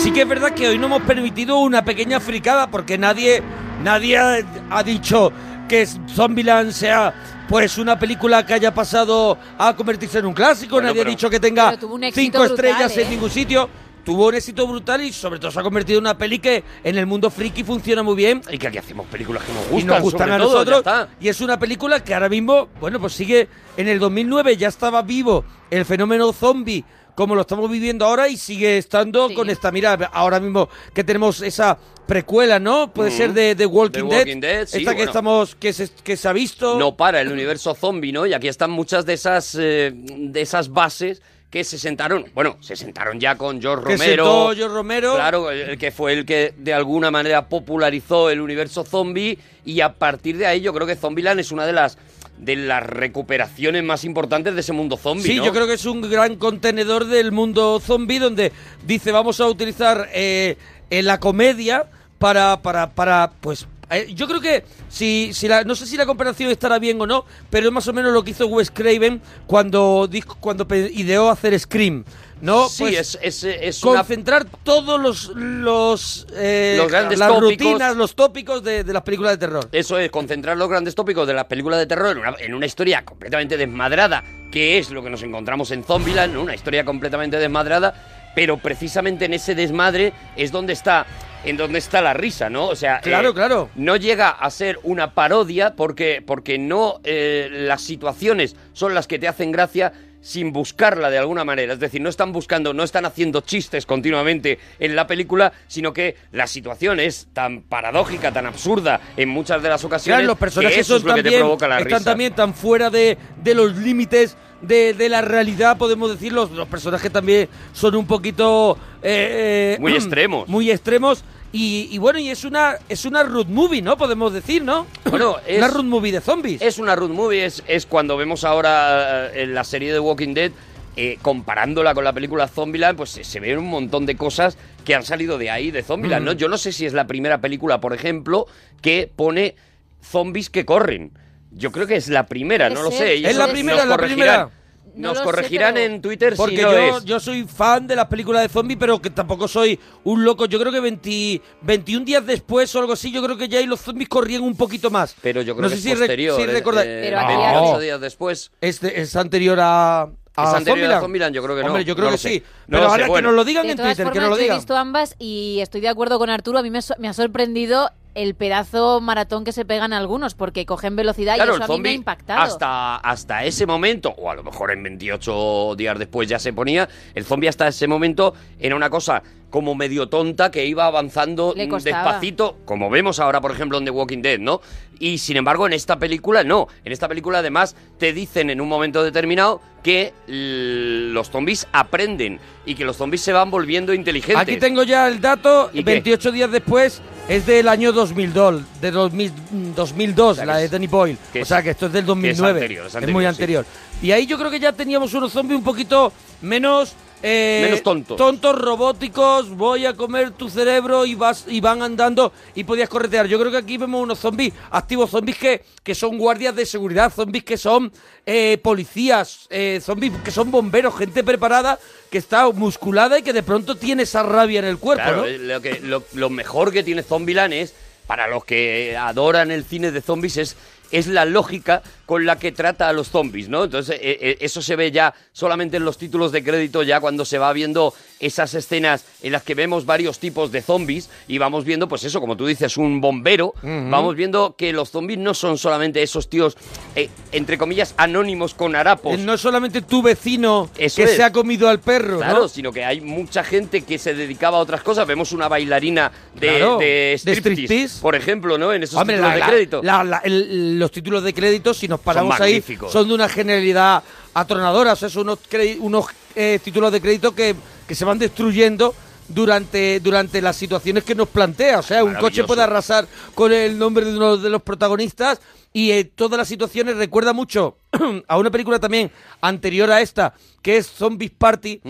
S2: Sí que es verdad que hoy no hemos permitido una pequeña fricada porque nadie, nadie ha, ha dicho que Zombieland sea pues una película que haya pasado a convertirse en un clásico,
S5: Bueno,
S2: nadie
S5: pero-
S2: ha dicho que tenga
S5: Pero tuvo un éxito
S2: cinco
S5: brutal,
S2: estrellas
S5: ¿eh?
S2: en ningún sitio. Tuvo un éxito brutal y sobre todo se ha convertido en una peli que en el mundo friki funciona muy bien.
S3: Y que aquí hacemos películas que nos
S2: y
S3: gustan,
S2: nos gustan
S3: sobre
S2: a
S3: todo, ya
S2: nosotros.
S3: está.
S2: Y es una película que ahora mismo, bueno, pues sigue. En el 2009 ya estaba vivo el fenómeno zombie como lo estamos viviendo ahora y sigue estando con esta mira ahora mismo que tenemos esa precuela, ¿no? Puede
S3: Mm.
S2: ser de, de Walking,
S3: The Walking Dead, sí,
S2: esta que
S3: bueno.
S2: estamos que se, que se ha visto.
S3: No para el universo zombie, ¿no? Y aquí están muchas de esas, eh, de esas bases que se sentaron, bueno, se sentaron ya con George
S2: Que
S3: Romero.
S2: sentó George Romero.
S3: Claro, el el que fue el que de alguna manera popularizó el universo zombie y a partir de ahí yo creo que Zombieland es una de las de las recuperaciones más importantes de ese mundo zombie,
S2: Sí,
S3: ¿no?
S2: yo creo que es un gran contenedor del mundo zombie donde dice vamos a utilizar eh, eh, la comedia para, para, para pues... eh, Yo creo que, si, si la- no sé si la comparación estará bien o no, pero es más o menos lo que hizo Wes Craven cuando, dijo, cuando pe- ideó hacer Scream, ¿no? Pues
S3: Sí, es- es- es una-
S2: concentrar todos los, los, eh,
S3: Los grandes
S2: las
S3: tópicos.
S2: rutinas, los tópicos de, de las películas de terror.
S3: Eso es, concentrar los grandes tópicos de las películas de terror en una, en una historia completamente desmadrada, que es lo que nos encontramos en Zombieland, ¿no? una historia completamente desmadrada, pero precisamente en ese desmadre es donde está, en donde está la risa, ¿no? O sea, eh,
S2: Claro, claro.
S3: no llega a ser una parodia porque, porque no eh, las situaciones son las que te hacen gracia sin buscarla de alguna manera. Es decir, no están buscando, no están haciendo chistes continuamente en la película, sino que la situación es tan paradójica, tan absurda en muchas de las ocasiones.
S2: Claro, los
S3: que
S2: personajes
S3: eso
S2: son
S3: es lo que te
S2: también-
S3: provoca la
S2: están
S3: risa.
S2: también tan fuera de, de los límites de, de la realidad, podemos decir. Los, los personajes también son un poquito... eh, eh,
S3: Muy extremos.
S2: Muy extremos. Y, y bueno, y es una es una road movie, ¿no? Podemos decir, ¿no?
S3: Bueno, es-
S2: una road movie de zombies.
S3: Es una road movie, es, es cuando vemos ahora eh, en la serie de Walking Dead, eh, comparándola con la película Zombieland, pues se, se ven un montón de cosas que han salido de ahí, de Zombieland, ¿no?
S2: Mm.
S3: Yo no sé si es la primera película, por ejemplo, que pone zombies que corren. Yo creo que es la primera, no lo sé. ellos
S2: Es la
S3: nos
S2: primera, la primera.
S3: corregirán. Nos corregirán en Twitter
S2: Porque
S3: si no
S2: yo,
S3: es.
S2: yo soy fan de las películas de zombies, pero que tampoco soy un loco. Yo creo que 20 21 días después o algo así, yo creo que ya ahí los zombies corrían un poquito más.
S3: Pero yo creo
S2: no
S3: que
S2: sé
S3: es
S2: si, re-
S3: posterior,
S2: si
S3: eh,
S2: recordáis.
S3: eh, Pero aquí
S2: No.
S3: 28 días después.
S2: Es, de- es anterior a.
S3: ¿Es
S2: a
S3: anterior a
S2: Zombieland?
S3: Zombieland? Yo creo que no.
S2: Hombre, yo
S3: No
S2: creo
S3: lo
S2: que
S3: sé.
S2: sí.
S3: No lo
S2: pero
S3: sé,
S2: ahora
S3: bueno.
S2: que nos lo digan
S5: De
S2: en
S5: todas
S2: Twitter, que
S5: formas,
S2: nos lo
S5: yo he
S2: digan.
S5: visto ambas y estoy de acuerdo con Arturo. A mí me, so- me ha sorprendido el pedazo maratón que se pegan algunos porque cogen velocidad y eso a mí me ha
S3: zombi
S5: impactado.
S3: Hasta, hasta ese momento, o a lo mejor en 28 días después ya se ponía, el zombie hasta ese momento era una cosa como medio tonta que iba avanzando
S5: Le
S3: mm,
S5: costaba.
S3: despacito, como vemos ahora, por ejemplo, en The Walking Dead, ¿no? Y sin embargo, en esta película no. En esta película, además, te dicen en un momento determinado que l- los zombies aprenden y que los zombies se van volviendo inteligentes.
S2: Aquí tengo ya el dato.
S3: ¿Y qué?
S2: 28 días después es del año 2002, de 2000, mm, 2002 la de Danny Boyle. o sea que esto es del 2009.
S3: anterior, es anterior,
S2: muy
S3: sí.
S2: anterior. Y ahí yo creo que ya teníamos unos zombies un poquito menos. eh,
S3: Menos tontos.
S2: Tontos robóticos, voy a comer tu cerebro y vas y van andando y podías corretear. Yo creo que aquí vemos unos zombies activos, zombies que, que son guardias de seguridad, zombies que son eh, policías, eh, zombies que son bomberos, gente preparada que está musculada y que de pronto tiene esa rabia en el cuerpo,
S3: Claro,
S2: ¿no?
S3: eh, lo, que, lo, lo mejor que tiene Zombieland es, para los que adoran el cine de zombies, es, es la lógica con la que trata a los zombies, ¿no? Entonces, eh, eh, eso se ve ya solamente en los títulos de crédito, ya cuando se va viendo esas escenas en las que vemos varios tipos de zombies y vamos viendo, pues eso, como tú dices, un bombero, vamos viendo que los zombies no son solamente esos tíos, eh, entre comillas, anónimos con harapos.
S2: Eh, No es solamente tu vecino
S3: Eso
S2: que
S3: es.
S2: se ha comido al perro, ¿no?
S3: Claro, sino que hay mucha gente que se dedicaba a otras cosas. Vemos una bailarina de,
S2: Claro,
S3: de
S2: de
S3: striptease,
S2: striptease.
S3: por ejemplo, ¿no? En esos
S2: Hombre,
S3: títulos
S2: la-
S3: de
S2: la-
S3: crédito.
S2: la- la- el- los títulos de crédito, si nos paramos ahí,
S3: magníficos.
S2: son de una generalidad atronadora. O sea, son unos, cre- unos eh, títulos de crédito que, que se van destruyendo durante, durante las situaciones que nos plantea. O sea, un coche
S3: Maravilloso.
S2: puede arrasar con el nombre de uno de los protagonistas y eh, todas las situaciones recuerda mucho a una película también anterior a esta, que es Zombies Party,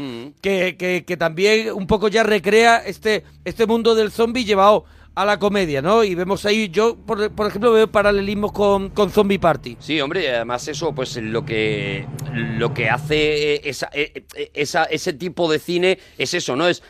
S2: que, que- que también un poco ya recrea este, este mundo del zombie llevado a la comedia, ¿no? Y vemos ahí, yo, por, por ejemplo, veo paralelismos con, con Zombie Party.
S3: Sí, hombre, y además eso, pues lo que lo que hace eh, esa, eh, eh, esa- ese tipo de cine es eso, ¿no? Es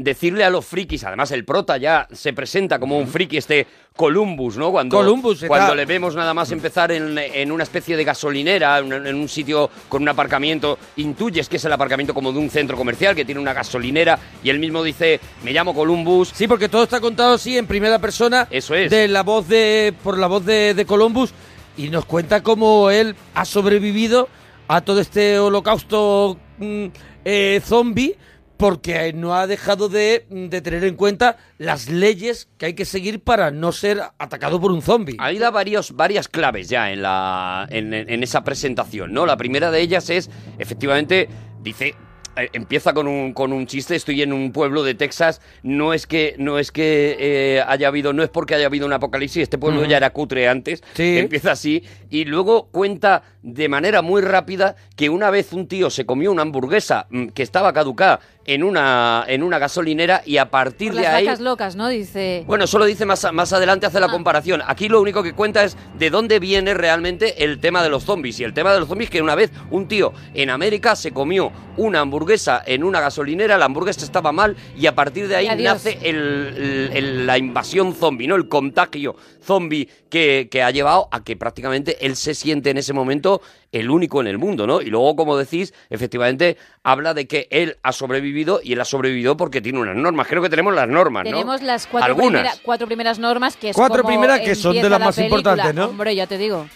S3: decirle a los frikis, además el prota ya se presenta como un friki, este Columbus, ¿no? Cuando,
S2: Columbus, está-
S3: cuando le vemos nada más empezar en, en una especie de gasolinera, en, en un sitio con un aparcamiento, intuyes que es el aparcamiento como de un centro comercial que tiene una gasolinera y él mismo dice, me llamo Columbus.
S2: Sí, porque todo está contado así en primera persona.
S3: Eso es.
S2: De la voz de, por la voz de, de Columbus y nos cuenta cómo él ha sobrevivido a todo este holocausto mm, eh, zombie porque no ha dejado de, de tener en cuenta las leyes que hay que seguir para no ser atacado por un zombie.
S3: Ahí da varios, varias claves ya en, la, en, en- en esa presentación, ¿no? La primera de ellas es, efectivamente, dice... eh, Empieza con un, con un chiste, estoy en un pueblo de Texas, no es que, no es que eh, haya habido, no es porque haya habido un apocalipsis, este pueblo
S2: Ujú.
S3: ya era cutre antes,
S2: Sí.
S3: empieza así, y luego cuenta de manera muy rápida que una vez un tío se comió una hamburguesa mm, que estaba caducada en una, en una gasolinera y a partir
S5: Por
S3: de
S5: las
S3: ahí...
S5: vacas locas, ¿no? Dice.
S3: Bueno, eso lo dice más, a- más adelante, hace
S2: Ah.
S3: la comparación. Aquí lo único que cuenta es de dónde viene realmente el tema de los zombies. Y el tema de los zombies es que una vez un tío en América se comió una hamburguesa en una gasolinera, la hamburguesa estaba mal y a partir de ahí
S2: Y adiós.
S3: nace el- el- el- la invasión zombie, ¿no? El contagio zombie que, que ha llevado a que prácticamente él se siente en ese momento el único en el mundo, ¿no? Y luego, como decís, efectivamente habla de que él ha sobrevivido y él ha sobrevivido porque tiene unas normas. Creo que tenemos las normas, ¿no?
S5: Tenemos las cuatro,
S3: Algunas.
S5: primera- cuatro primeras normas que es
S3: Cuatro
S5: como
S3: primeras que son de
S5: empieza
S3: las
S5: la
S3: más
S5: película.
S3: importantes, ¿no?
S5: Hombre, ya te digo.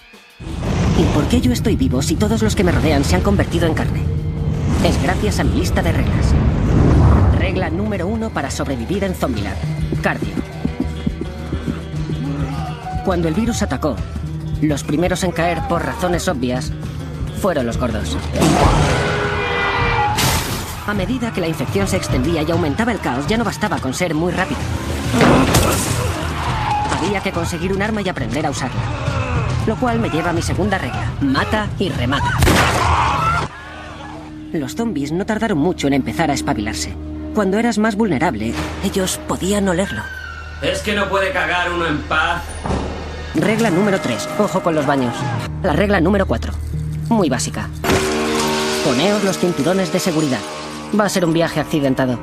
S26: ¿Y por qué yo estoy vivo si todos los que me rodean se han convertido en carne? Es gracias a mi lista de reglas. Regla número uno para sobrevivir en Zombieland. Cardio. Cuando el virus atacó, los primeros en caer por razones obvias fueron los gordos. A medida que la infección se extendía y aumentaba el caos, ya no bastaba con ser muy rápido. Había que conseguir un arma y aprender a usarla. Lo cual me lleva a mi segunda regla. Mata y remata. Los zombies no tardaron mucho en empezar a espabilarse. Cuando eras más vulnerable, ellos podían olerlo.
S3: Es que no puede cagar uno en paz.
S26: Regla número 3. Ojo con los baños. La regla número 4. Muy básica. Poneos los cinturones de seguridad. Va a ser un viaje accidentado.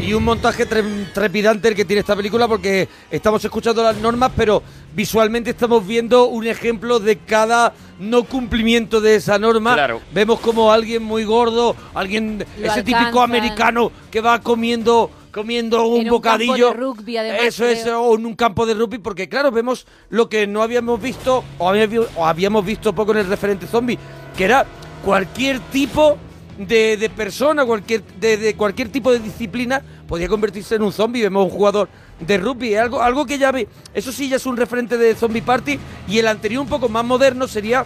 S2: Y un montaje tre- trepidante el que tiene esta película porque estamos escuchando las normas, pero visualmente estamos viendo un ejemplo de cada no cumplimiento de esa norma. Vemos como alguien muy gordo, alguien
S5: Lo
S2: ese típico
S5: alcanzan.
S2: americano que va comiendo comiendo un
S5: En un campo de
S2: bocadillo.
S5: rugby, además,
S2: Eso es,
S5: creo.
S2: o en un campo de rugby, porque claro, vemos lo que no habíamos visto o habíamos, o habíamos visto poco en el referente zombie, que era cualquier tipo de, de persona, cualquier de, de cualquier tipo de disciplina podía convertirse en un zombie. Vemos un jugador de rugby, algo, algo que ya ve. Eso sí, ya es un referente de Zombie Party y el anterior un poco más moderno sería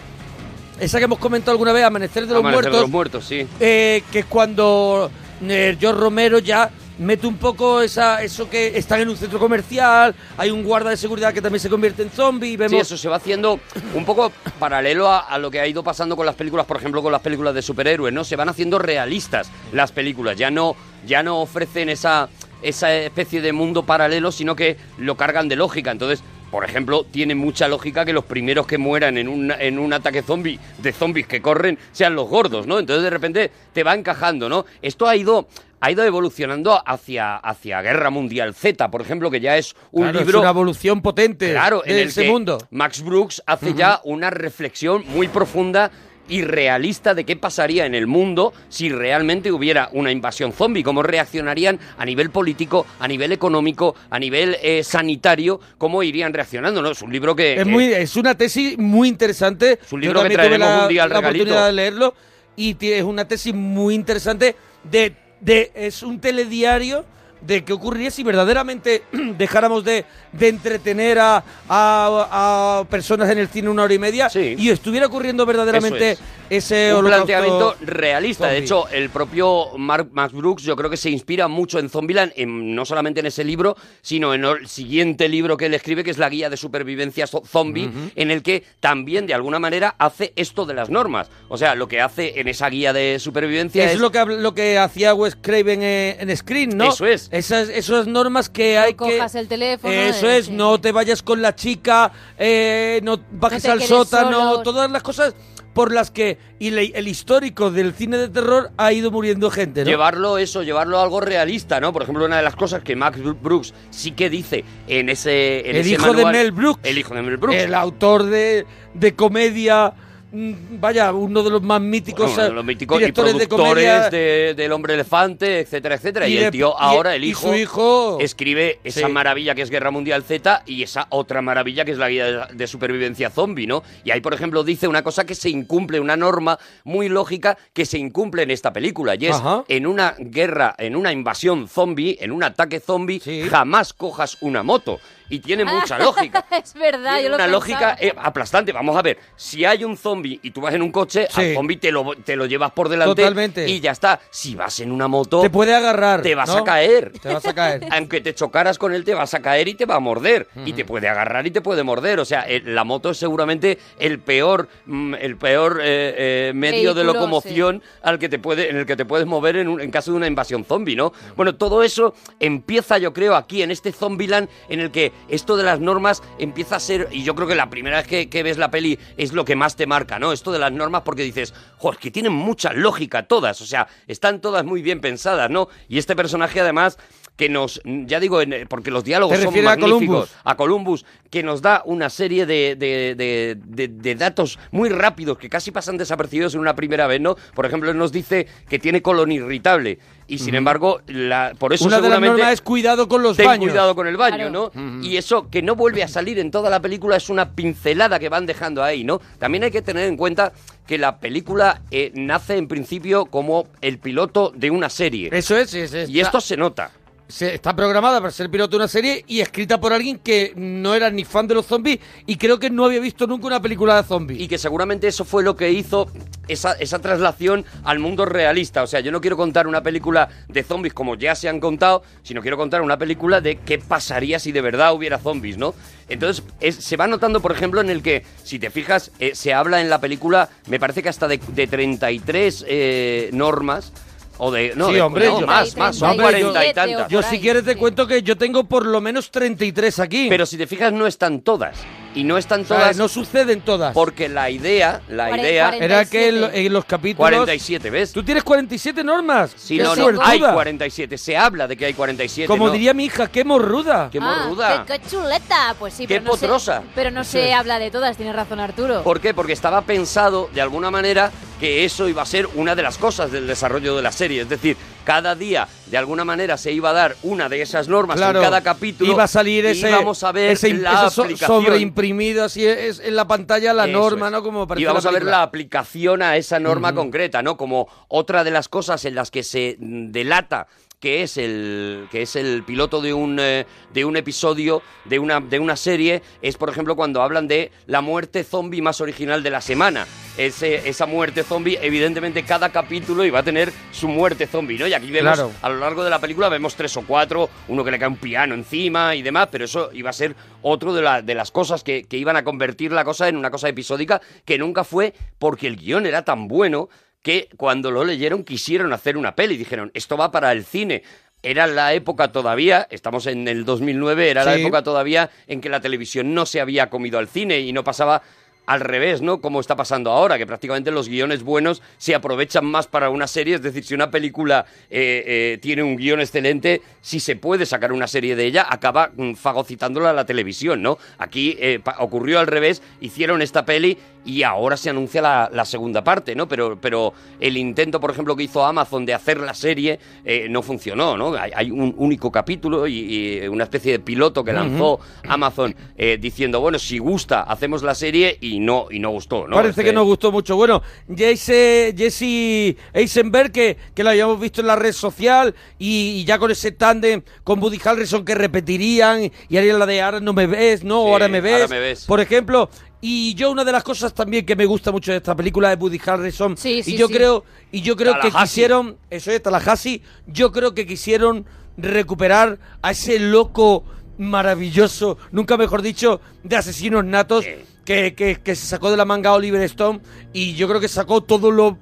S2: esa que hemos comentado alguna vez, Amanecer de los
S3: Amanecer
S2: Muertos.
S3: de los muertos, sí.
S2: Eh, que es cuando eh, George Romero ya mete un poco esa eso que están en un centro comercial, hay un guarda de seguridad que también se convierte en zombie, y vemos
S3: Sí, eso se va haciendo un poco paralelo a, a lo que ha ido pasando con las películas, por ejemplo, con las películas de superhéroes, ¿no? Se van haciendo realistas las películas, ya no, ya no ofrecen esa, esa especie de mundo paralelo, sino que lo cargan de lógica. Entonces, por ejemplo, tiene mucha lógica que los primeros que mueran en un, en un ataque zombie, de zombies que corren, sean los gordos, ¿no? Entonces de repente te va encajando, ¿no? Esto ha ido... Ha ido evolucionando hacia, hacia Guerra Mundial Z, por ejemplo, que ya es un
S2: Claro, es
S3: libro
S2: una evolución potente
S3: claro, en
S2: de
S3: el
S2: ese
S3: que
S2: mundo.
S3: Max Brooks hace ya una reflexión muy profunda y realista de qué pasaría en el mundo si realmente hubiera una invasión zombie, cómo reaccionarían a nivel político, a nivel económico, a nivel eh, sanitario, cómo irían reaccionando. ¿no? Es un libro que...
S2: Es, muy, es una tesis muy interesante.
S3: Eh, un libro que
S2: también tuve
S3: traeremos
S2: la,
S3: un día al
S2: la
S3: regalito.
S2: oportunidad de leerlo y ti- es una tesis muy interesante de, de es un telediario de qué ocurriría si verdaderamente dejáramos de, de entretener a, a- a personas en el cine una hora y media y estuviera ocurriendo verdaderamente
S3: Eso
S2: ese
S3: un
S2: holocausto
S3: planteamiento realista. De
S2: zombie.
S3: hecho, el propio Mark, Max Brooks yo creo que se inspira mucho en Zombieland, en- no solamente en ese libro, sino en el siguiente libro que él escribe, que es la guía de supervivencia zo- zombie,
S11: Ujú.
S3: en el que también, de alguna manera, hace esto de las normas. O sea, lo que hace en esa guía de supervivencia
S2: es,
S3: es...
S2: lo que habl- lo que hacía Wes Craven eh, en Screen, ¿no?
S3: Eso es.
S2: Esas, esas normas que hay que
S5: Cojas el teléfono.
S2: Eso
S5: eh,
S2: es, no te vayas con la chica, eh, no bajes
S5: te
S2: al
S5: quedes
S2: sótano,
S5: solo.
S2: todas las cosas por las que y le- el histórico del cine de terror ha ido muriendo gente, ¿no?
S3: Llevarlo eso, llevarlo a algo realista, ¿no? Por ejemplo, una de las cosas que Max Brooks sí que dice en ese... en
S2: El
S3: ese
S2: hijo de
S3: manual-
S2: Mel Brooks.
S3: El hijo de Mel Brooks.
S2: El autor de, de comedia, mm, vaya, uno de los más míticos,
S3: Bueno,
S2: eh,
S3: de los míticos y
S2: directores de
S3: productores
S2: comedia.
S3: de- del hombre elefante, etcétera, etcétera. Y,
S2: Y
S3: el
S2: de-
S3: tío
S2: y-
S3: ahora, el
S2: y
S3: hijo,
S2: su hijo-
S3: escribe esa
S2: Sí.
S3: maravilla que es Guerra Mundial Z y esa otra maravilla que es la guía de, de supervivencia zombie, ¿no? Y ahí, por ejemplo, dice una cosa que se incumple, una norma muy lógica que se incumple en esta película. Y es,
S2: Ajá.
S3: en una guerra, en una invasión zombie, en un ataque zombie, jamás cojas una moto. Y tiene mucha lógica
S5: es verdad, yo
S3: tiene
S5: lo
S3: una
S5: pensaba.
S3: lógica eh, aplastante. Vamos a ver, si hay un zombie y tú vas en un coche, al
S2: Sí.
S3: zombie te lo, te lo llevas por delante
S2: Totalmente.
S3: y ya está. Si vas en una moto...
S2: Te puede agarrar,
S3: Te vas
S2: ¿no?
S3: a caer.
S2: Te vas a caer.
S3: Aunque te chocaras con él, te vas a caer y te va a morder. Y te puede agarrar y te puede morder. O sea, eh, la moto es seguramente el peor, mm, el peor eh, eh, medio de
S11: Vehículo,
S3: locomoción al que te puede, en el que te puedes mover en, un- en caso de una invasión zombie, ¿no? Bueno, todo eso empieza, yo creo, aquí en este Zombieland en el que esto de las normas empieza a ser, y yo creo que la primera vez que, que ves la peli es lo que más te marca, ¿no? Esto de las normas porque dices, jo, es que tienen mucha lógica todas, o sea, están todas muy bien pensadas, ¿no? Y este personaje además que nos, ya digo, en- porque los diálogos
S2: ¿Te
S3: son
S2: refieres a
S3: magníficos
S2: Columbus?
S3: a Columbus, que nos da una serie de, de- de- de- de datos muy rápidos que casi pasan desapercibidos en una primera vez, ¿no? Por ejemplo, él nos dice que tiene colon irritable y, sin
S2: Ujú.
S3: embargo, la- por eso
S2: Una de las
S3: seguramente
S2: normas es cuidado con los
S3: ten
S2: baños.
S3: cuidado con el baño,
S2: Claro.
S3: ¿no? Y eso que no vuelve a salir en toda la película es una pincelada que van dejando ahí, ¿no? También hay que tener en cuenta que la película eh, nace en principio como el piloto de una serie.
S2: Eso es, es- es-
S3: Y esto se nota.
S2: se- está programada para ser piloto de una serie y escrita por alguien que no era ni fan de los zombies y creo que no había visto nunca una película de zombies.
S3: Y que seguramente eso fue lo que hizo esa, esa traslación al mundo realista. O sea, yo no quiero contar una película de zombies como ya se han contado, sino quiero contar una película de qué pasaría si de verdad hubiera zombies, ¿no? Entonces, es- se va notando, por ejemplo, en el que, si te fijas, eh, se habla en la película, me parece que hasta de, de 33 eh, normas. O de, no,
S2: sí,
S3: de-
S2: hombre,
S3: no,
S2: yo-
S3: más, más, son
S2: Hombre, yo-
S3: 40 y tantas.
S2: Yo si quieres te cuento que yo tengo por lo menos 33 aquí.
S3: Pero si te fijas, no están todas. Y no están
S2: O sea,
S3: todas
S2: no suceden todas.
S3: porque la idea, la
S2: Cuare-
S3: idea...
S2: Era que en, lo- en los capítulos...
S3: 47, ¿ves?
S2: ¿Tú tienes 47 normas?
S3: Sí,
S2: ¡Qué
S3: no, no,
S2: suertuda!
S3: hay 47. Se habla de que hay 47.
S2: Como
S3: ¿no?
S2: diría mi hija, qué morruda.
S3: Qué
S5: Ah,
S3: morruda.
S5: qué, qué chuleta. Pues sí,
S3: Qué
S5: pero no sé-
S3: potrosa.
S5: pero no se habla de todas, tienes razón Arturo.
S3: ¿Por qué? Porque estaba pensado, de alguna manera, que eso iba a ser una de las cosas del desarrollo de la serie. Es decir, cada día, de alguna manera, se iba a dar una de esas normas
S2: Claro.
S3: en cada capítulo.
S2: Iba a salir
S3: y
S2: ese,
S3: íbamos a ver
S2: ese-
S3: la
S2: ese so-
S3: aplicación.
S2: sobreimprimido así es, en la pantalla la
S3: Eso
S2: norma,
S3: es.
S2: ¿no? Como aparece
S3: y vamos
S2: en
S3: a ver
S2: película.
S3: la aplicación a esa norma concreta, ¿no? Como otra de las cosas en las que se mm, delata que es el que es el piloto de un eh, de un episodio de una de una serie es por ejemplo cuando hablan de la muerte zombie más original de la semana Ese- esa muerte zombie evidentemente cada capítulo iba a tener su muerte zombie no y aquí vemos
S2: Claro.
S3: a lo largo de la película vemos tres o cuatro, uno que le cae un piano encima y demás, pero eso iba a ser otro de, la- de las cosas que, que iban a convertir la cosa en una cosa episódica que nunca fue porque el guión era tan bueno que cuando lo leyeron quisieron hacer una peli, dijeron, esto va para el cine. era la época todavía, estamos en el 2009, era la
S11: Sí.
S3: época todavía en que la televisión no se había comido al cine y no pasaba al revés, ¿no? Como está pasando ahora, que prácticamente los guiones buenos se aprovechan más para una serie. Es decir, si una película eh, eh, tiene un guión excelente, si se puede sacar una serie de ella, acaba mm, fagocitándola la televisión, ¿no? Aquí eh, pa- ocurrió al revés, hicieron esta peli y ahora se anuncia la, la segunda parte, ¿no? Pero, pero el intento, por ejemplo, que hizo Amazon de hacer la serie eh, no funcionó, ¿no? Hay, hay un único capítulo y, y una especie de piloto que lanzó
S2: Ujú.
S3: Amazon eh, diciendo, bueno, si gusta, hacemos la serie y no, y no gustó, ¿no?
S2: Parece
S3: Este-
S2: que nos gustó mucho. Bueno, Jesse, Jesse Eisenberg, que, que lo habíamos visto en la red social, y, y ya con ese tándem con Woody Harrison que repetirían, y harían la de ahora no me ves, ¿no?
S3: Sí,
S2: ahora, me ves,
S3: eh, ahora me ves.
S2: Por ejemplo, y yo una de las cosas también que me gusta mucho de esta película es Woody Harrison.
S11: sí,
S2: y yo
S11: sí.
S2: creo, y yo creo que
S11: Tallahassee.
S2: quisieron, eso es, Tallahassee, yo creo que quisieron recuperar a ese loco maravilloso, nunca mejor dicho, de asesinos natos que, que- que se sacó de la manga Oliver Stone y yo creo que sacó todo lo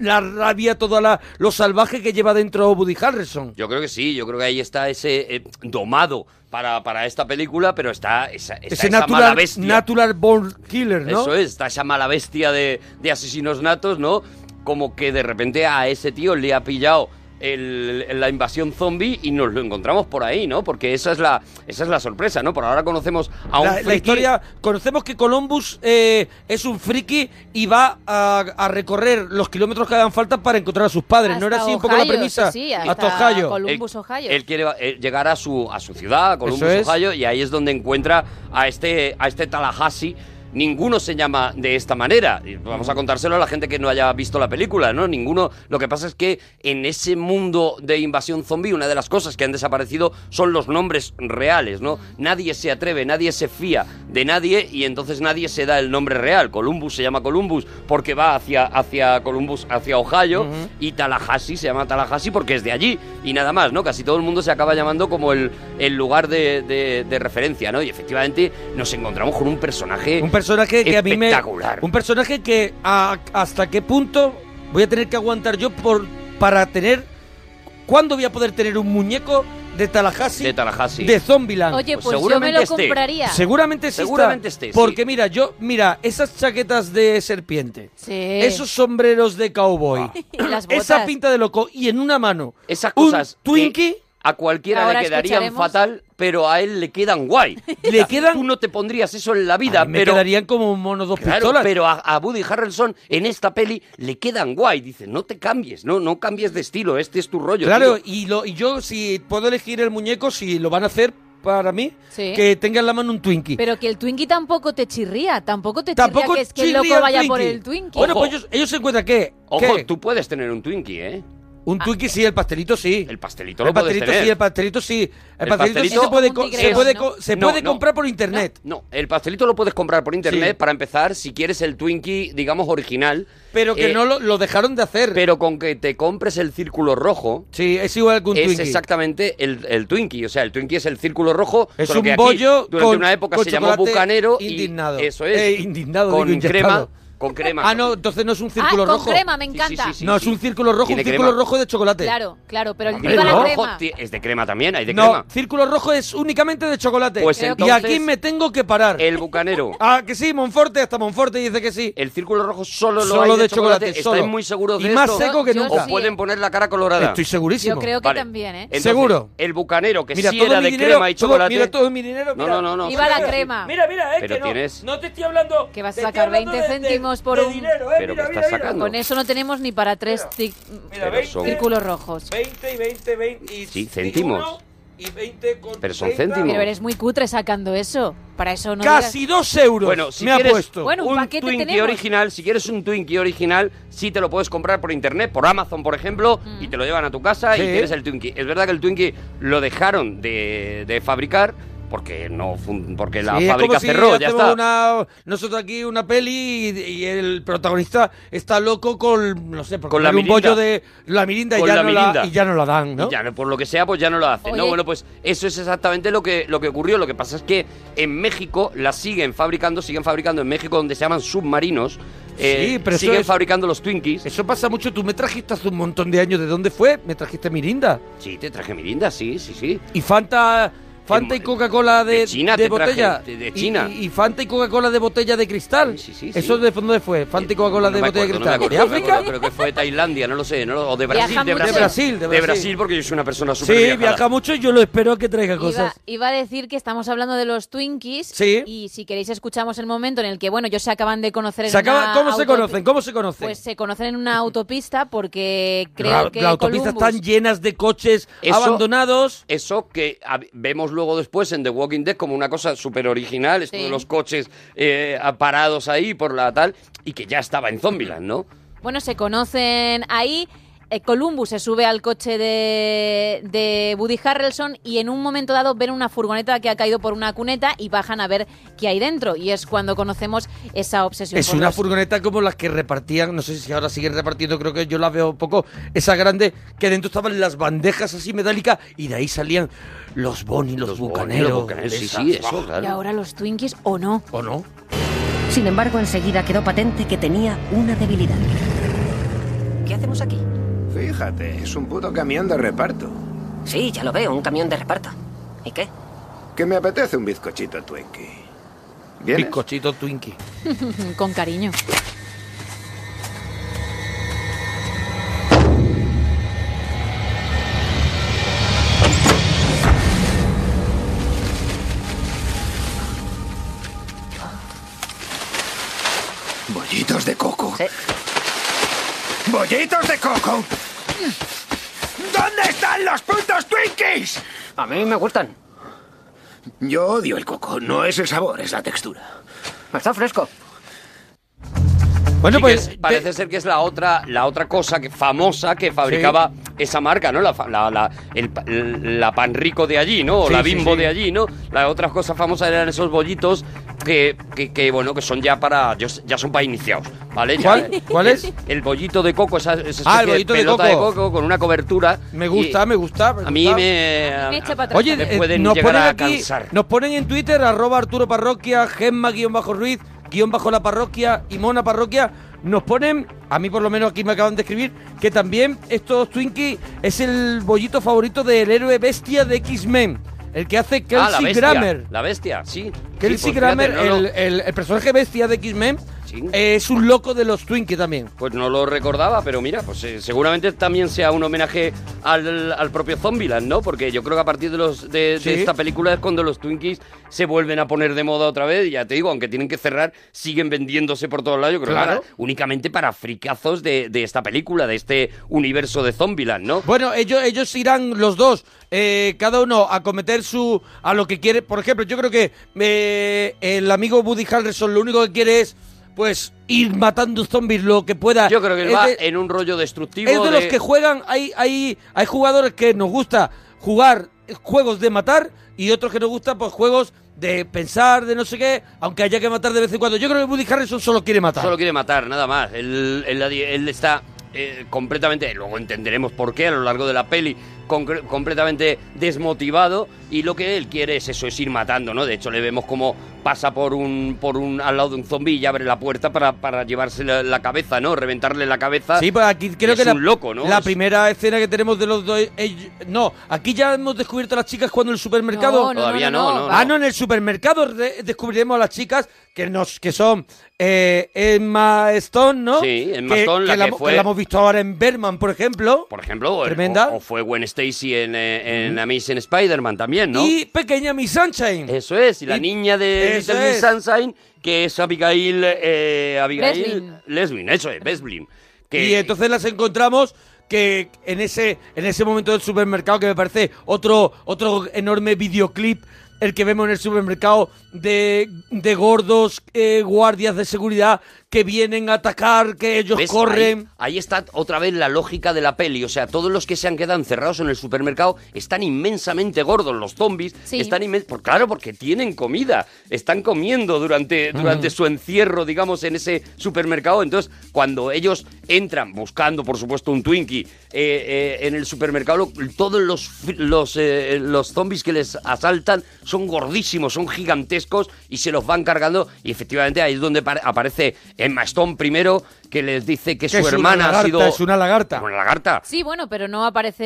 S2: la rabia, toda la lo salvaje que lleva dentro Woody Harrison.
S3: Yo creo que sí, yo creo que ahí está ese eh, domado para, para esta película, pero está esa, está
S2: Ese
S3: esa mala
S2: natural,
S3: bestia.
S2: natural born killer, ¿no?
S3: Eso es, está esa mala bestia de, de asesinos natos, ¿no? Como que de repente a ese tío le ha pillado el- la invasión zombie y nos lo encontramos por ahí, ¿no? Porque esa es la, esa es la sorpresa, ¿no? Por ahora conocemos a un
S2: la, la
S3: friki-
S2: historia, conocemos que Columbus eh, es un friki y va a, a recorrer los kilómetros que hagan falta para encontrar a sus padres. ¿No era
S5: Hasta
S2: así un poco la
S5: Ohio,
S2: premisa?
S5: sí, sí, hasta
S2: Ah, hasta Ohio.
S5: Columbus, Ohio.
S3: Él quiere eh, llegar a su, a su ciudad, a Columbus,
S2: Eso es.
S3: Ohio, y ahí es donde encuentra a este, a este Tallahassee. Ninguno se llama de esta manera. Y Vamos a contárselo a la gente que no haya visto la película, ¿no? Ninguno. Lo que pasa es que en ese mundo de invasión zombie, una de las cosas que han desaparecido son los nombres reales, ¿no? Nadie se atreve, nadie se fía de nadie y entonces nadie se da el nombre real. Columbus se llama Columbus porque va hacia, hacia Columbus, hacia Ohio,
S11: Ujú.
S3: y Tallahassee se llama Tallahassee porque es de allí y nada más, ¿no? Casi todo el mundo se acaba llamando como el, el lugar de, de- de referencia, ¿no? Y efectivamente nos encontramos con un personaje
S2: Un personaje que a mí me.
S3: espectacular.
S2: Un personaje que a- hasta qué punto voy a tener que aguantar yo por para tener. ¿Cuándo voy a poder tener un muñeco de Tallahassee?
S3: de Tallahassee.
S2: De Zombieland.
S5: Oye, Pues pues yo seguramente me lo esté. compraría.
S2: Seguramente sí. está.
S3: Seguramente esté, sí.
S2: Porque mira, yo, mira, esas chaquetas de serpiente.
S5: Sí.
S2: Esos sombreros de
S3: Ah.
S2: cowboy.
S5: Y las botas.
S2: Esa pinta de loco. Y en una mano.
S3: Esas cosas
S2: Un Twinkie.
S3: A cualquiera
S2: Ahora
S3: le quedarían
S2: escucharemos.
S3: fatal, pero a él le quedan guay.
S2: Le quedan.
S3: Tú no te pondrías eso en la vida,
S2: me
S3: pero.
S2: quedarían como un mono dos
S3: Claro,
S2: pistolas.
S3: pero a, a Woody Harrelson en esta peli le quedan guay. Dice, no te cambies, no, no cambies de estilo, este es tu rollo.
S2: Claro,
S3: tío".
S2: y, lo, y yo si puedo elegir el muñeco, si lo van a hacer para mí,
S5: Sí.
S2: que tenga en la mano un Twinkie.
S5: ¿Eh? Pero que el Twinkie tampoco te chirría, tampoco te chirría
S2: Tampoco
S5: que es que el
S2: chirría
S5: loco
S2: el
S5: vaya
S2: Twinkie.
S5: por el Twinkie.
S2: Bueno, pues ellos, ellos se encuentran que...
S3: Ojo,
S2: que
S3: tú puedes tener un Twinkie, ¿eh?
S2: Un Twinkie sí, el pastelito sí.
S3: El pastelito lo
S2: El pastelito
S3: puedes tener.
S2: sí, el pastelito sí.
S3: El
S2: El, pastelito, sí
S3: pastelito-
S2: se puede,
S3: Como un
S2: co- se
S3: tigreo,
S2: puede,
S3: ¿no?
S2: co- se
S3: No,
S2: puede
S3: no.
S2: comprar por internet.
S3: No, el pastelito lo puedes comprar por internet
S2: Sí.
S3: para empezar, si quieres el Twinkie, digamos, original. eh,
S2: Pero que no lo, dejaron de hacer.
S3: Pero con que te compres el círculo rojo.
S2: Sí, es igual que un
S3: Es
S2: Twinkie.
S3: exactamente el, el Twinkie. O sea, el Twinkie es el círculo rojo.
S2: Es
S3: solo
S2: un
S3: que aquí,
S2: bollo
S3: Durante
S2: con-
S3: una época
S2: con
S3: se llamó
S2: chocolate
S3: bucanero. y-
S2: indignado.
S3: eso es.
S2: Eh, indignado,
S3: Con
S2: digo,
S3: crema.
S2: inyectado.
S3: Con crema.
S2: Ah, no, entonces no es un
S5: ah,
S2: círculo
S5: con
S2: rojo.
S5: crema, me encanta.
S2: no, es un círculo rojo, un
S3: Tiene
S2: círculo
S3: crema.
S2: rojo de chocolate.
S5: Claro, claro, pero el
S3: Hombre,
S5: Twinkie va a la
S3: rojo
S5: crema.
S3: ti- es de crema también, hay de
S2: No,
S3: crema.
S2: círculo rojo es únicamente de chocolate.
S3: Pues
S2: y
S3: entonces-
S2: aquí me tengo que parar.
S3: El bucanero.
S2: Ah, que sí, Monforte, hasta Monforte dice que sí.
S3: El círculo rojo solo lo
S2: Solo
S3: hay de,
S2: de chocolate,
S3: chocolate.
S2: solo.
S3: Estáis muy seguros de
S2: Y más
S3: esto?
S2: seco que Yo nunca.
S3: O
S2: sí,
S3: pueden
S2: eh.
S3: poner la cara colorada.
S2: Estoy segurísimo. Yo creo que
S5: también, ¿eh?
S3: Entonces,
S2: Seguro.
S3: El bucanero, que
S2: Mira,
S3: sí
S2: todo
S3: era
S2: mi
S3: de
S2: dinero-
S3: crema y
S2: todo-
S3: chocolate.
S2: mira, todo mi dinero,
S3: No,
S2: mira.
S3: no, no, no.
S5: Iba la crema.
S2: Mira, mira, eh,
S3: Pero
S2: que no-
S3: tienes-
S2: no, te estoy hablando.
S5: Que vas
S2: te
S5: a
S2: estoy
S5: sacar
S2: hablando
S5: 20
S2: de- de-
S5: céntimos por
S2: de
S5: un...
S2: dinero, eh,
S3: Pero que estás sacando.
S5: Con eso no tenemos ni para tres tic-
S3: Pero son-
S5: círculos rojos.
S2: 20 y 20, 20 y
S3: Sí, céntimos.
S2: uno y 20 con
S3: Pero son
S2: 30.
S3: céntimos.
S5: Pero eres muy cutre sacando eso. Para eso no
S2: Casi
S5: digas-
S2: dos euros
S3: Bueno, si
S2: me ha
S3: quieres
S2: puesto.
S5: Bueno, un
S3: un
S5: paquete
S3: Twinkie
S5: tenemos.
S3: original, si quieres un Twinkie original, sí te lo puedes comprar por internet, por Amazon, por ejemplo, y te lo llevan a tu casa
S2: Sí.
S3: y tienes el Twinkie. Es verdad que el Twinkie lo dejaron de, de fabricar porque no fun- porque la
S2: Sí, es
S3: fábrica
S2: como si
S3: cerró, ya
S2: hacemos
S3: está.
S2: una- nosotros aquí una peli y, y el protagonista está loco con, no sé, porque
S3: Con la
S2: tiene un
S3: mirinda.
S2: bollo de la mirinda, y
S3: Con
S2: ya,
S3: la
S2: no
S3: mirinda.
S2: La, y ya no la dan, ¿no?
S3: Y ya, no- por lo que sea, pues ya no lo hacen. No,
S2: Oye.
S3: bueno, pues eso es exactamente lo que, lo que ocurrió. Lo que pasa es que en México la siguen fabricando, siguen fabricando en México donde se llaman submarinos, Eh,
S2: Sí, pero eso
S3: siguen
S2: es-
S3: fabricando los Twinkies.
S2: Eso pasa mucho. Tú me trajiste hace un montón de años. ¿De dónde fue? Me trajiste Mirinda.
S3: Sí, te traje Mirinda, sí, sí, sí.
S2: Y Fanta, Fanta y Coca-Cola de,
S3: China
S2: de
S3: te traje,
S2: botella.
S3: de- de
S2: Y-
S3: China.
S2: Y, y Fanta y Coca-Cola de botella de cristal. ¿Eso de dónde fue? Fanta y Coca-Cola de
S3: me
S2: botella
S3: acuerdo,
S2: de
S3: Eh, no me
S2: cristal.
S3: acuerdo,
S2: ¿De
S3: no me
S2: África?
S3: acuerdo, creo que fue de Tailandia, no lo sé, no, o de
S5: Viaja
S3: Brasil, de
S5: mucho.
S3: Brasil.
S5: De Brasil,
S2: de
S3: De
S2: Brasil.
S3: Brasil, porque yo soy una persona
S2: Sí,
S3: súper
S2: viaja mucho y yo lo espero que traiga
S5: Iba,
S2: cosas.
S5: iba a decir que estamos hablando de los Twinkies
S2: Sí.
S5: y si queréis escuchamos el momento en el que, bueno, ellos se acaban de conocer en
S2: Se acaba-
S5: una
S2: ¿Cómo se
S5: autopi-
S2: conocen? ¿Cómo se conocen?
S5: Pues se conocen en una autopista porque creo
S2: Ra-
S5: que
S2: las autopistas
S5: Columbus-
S2: están llenas de coches abandonados.
S3: Eso que hab- vemos luego después en The Walking Dead como una cosa súper original, esto
S5: Sí.
S3: de los coches eh, parados ahí por la tal, y que ya estaba en Zombieland, ¿no?
S5: Bueno, se conocen ahí. eh, Columbus se sube al coche de, de Woody Harrelson y en un momento dado ven una furgoneta que ha caído por una cuneta y bajan a ver qué hay dentro. Y es cuando conocemos esa obsesión.
S2: Es
S5: por
S2: una
S5: los-
S2: furgoneta como las que repartían, no sé si ahora siguen repartiendo, creo que yo la veo un poco, esa grande, que dentro estaban las bandejas así metálicas y de ahí salían los bonis, los, bucaneros.
S3: los bucaneros, sí,
S2: esas,
S3: sí, eso,
S2: vamos.
S5: Y ahora los Twinkies o no.
S2: ¿O no?
S26: Sin embargo, enseguida quedó patente que tenía una debilidad. ¿Qué hacemos aquí?
S4: Fíjate, es un puto camión de reparto.
S26: Sí, ya lo veo, un camión de reparto. ¿Y qué?
S4: Que me apetece un bizcochito Twinkie. ¿Vienes?
S2: Bizcochito Twinkie.
S5: Con cariño.
S4: Bollitos de coco. ¡Bollitos de coco! ¿Dónde están los putos Twinkies? A mí me gustan. Yo odio el coco. No es el sabor, es la textura. Está fresco.
S2: Bueno,
S3: pues parece ser que es la otra la otra cosa que famosa que fabricaba esa marca, ¿no? La, fa- la, la, el pa- la pan rico de allí, ¿no? O
S2: Sí,
S3: la
S2: sí,
S3: bimbo
S2: sí.
S3: de allí, ¿no? Las otras cosas famosas eran esos bollitos que, que, que, bueno que son ya para yo- ya son para iniciados, ¿vale? Ya-
S2: ¿Cuál? ¿Cuál es?
S3: El bollito de coco, esa, esa
S2: Ah,
S3: especie de
S2: el bollito de
S3: pelota
S2: coco.
S3: con una cobertura.
S2: Me gusta, me gusta. me
S3: A mí
S2: gusta.
S3: me a-
S5: Me echa para atrás.
S2: Oye,
S3: me
S2: eh,
S3: pueden
S2: nos
S3: llegar
S2: ponen
S3: a
S2: aquí,
S3: cansar.
S2: nos ponen en Twitter, arroba Arturo Parroquia, Gemma guión bajo Ruiz, guión bajo la parroquia y Mona Parroquia. Nos ponen, a mí por lo menos aquí me acaban de escribir, que también estos Twinkies es el bollito favorito del héroe bestia de X-Men, el que hace Kelsey
S3: Ah, la bestia,
S2: Grammer.
S3: La bestia, sí. Sí,
S2: Kelsey
S3: pues fíjate,
S2: Grammer,
S3: no lo-
S2: El, el- el personaje bestia de X-Men, eh, es un loco de los Twinkies también.
S3: Pues no lo recordaba, pero mira, pues eh, seguramente también sea un homenaje al, al propio Zombieland, ¿no? Porque yo creo que a partir de, los, de, de
S2: Sí.
S3: esta película es cuando los Twinkies se vuelven a poner de moda otra vez. Y ya te digo, aunque tienen que cerrar, siguen vendiéndose por todos lados. Yo creo
S2: Claro.
S3: que ahora únicamente para fricazos de, de esta película, de este universo de Zombieland, ¿no?
S2: Bueno, ellos, ellos irán los dos, eh, cada uno a cometer su. a lo que quiere. Por ejemplo, yo creo que eh, el amigo Woody Harrelson lo único que quiere es, pues, ir matando zombies lo que pueda.
S3: Yo creo que
S2: Es
S3: va
S2: de-
S3: en un rollo destructivo.
S2: es de los que juegan, hay, hay, hay jugadores que nos gusta jugar juegos de matar y otros que nos gustan pues juegos de pensar, de no sé qué, aunque haya que matar de vez en cuando. Yo creo que Woody Harrelson solo quiere matar.
S3: Solo quiere matar, nada más. Él, él- él está eh, completamente, luego entenderemos por qué a lo largo de la peli, concre- completamente desmotivado y lo que él quiere es eso, es ir matando, ¿no? De hecho le vemos como pasa por un, por un, al lado de un zombi y abre la puerta para, para llevarse la, la cabeza, ¿no? Reventarle la cabeza.
S2: Sí, pues aquí creo
S3: Ah, es
S2: que la,
S3: un loco, ¿no?
S2: la
S3: Es-
S2: primera escena que tenemos de los dos. ell- no, aquí ya hemos descubierto a las chicas cuando en el supermercado.
S3: No, no, Todavía no, no, no, no.
S2: Ah, no, en el supermercado re- descubriremos a las chicas que nos que son eh, Emma Stone, ¿no?
S3: Sí, Emma Stone, la que
S2: mo-
S3: fue-
S2: la hemos visto ahora en Berman, por ejemplo.
S3: Por ejemplo, o-
S2: Tremenda. Mm.
S3: O, o fue Gwen Stacy en, eh, en Amazing Spider-Man también, ¿no?
S2: Y pequeña Miss Sunshine.
S3: Eso es, y la niña de
S2: Eso
S3: Little Miss
S2: es.
S3: Sunshine, que es Abigail... Eh, Abigail
S2: Breslin.
S3: Leslin, eso es, Breslin. Que,
S2: Y entonces las encontramos que en ese, en ese momento del supermercado, que me parece otro, otro enorme videoclip, el que vemos en el supermercado de, de gordos eh, guardias de seguridad que vienen a atacar, que ellos
S3: ¿Ves?
S2: corren.
S3: Ahí, ahí está otra vez la lógica de la peli. O sea, todos los que se han quedado encerrados en el supermercado están inmensamente gordos. Los zombies
S2: Sí.
S3: están inmensamente. claro, porque tienen comida. Están comiendo durante,
S2: Mm.
S3: durante su encierro, digamos, en ese supermercado. Entonces, cuando ellos entran buscando, por supuesto, un Twinkie eh, eh, en el supermercado, lo- todos los, fri- los, eh, los zombies que les asaltan son gordísimos, son gigantescos y se los van cargando. Y efectivamente ahí es donde pare- aparece Emma Stone primero, que les dice que,
S2: Que
S3: su
S2: es una
S3: hermana ha
S2: lagarta,
S3: sido...
S2: es una lagarta.
S3: Una lagarta.
S5: Sí, bueno, pero no aparece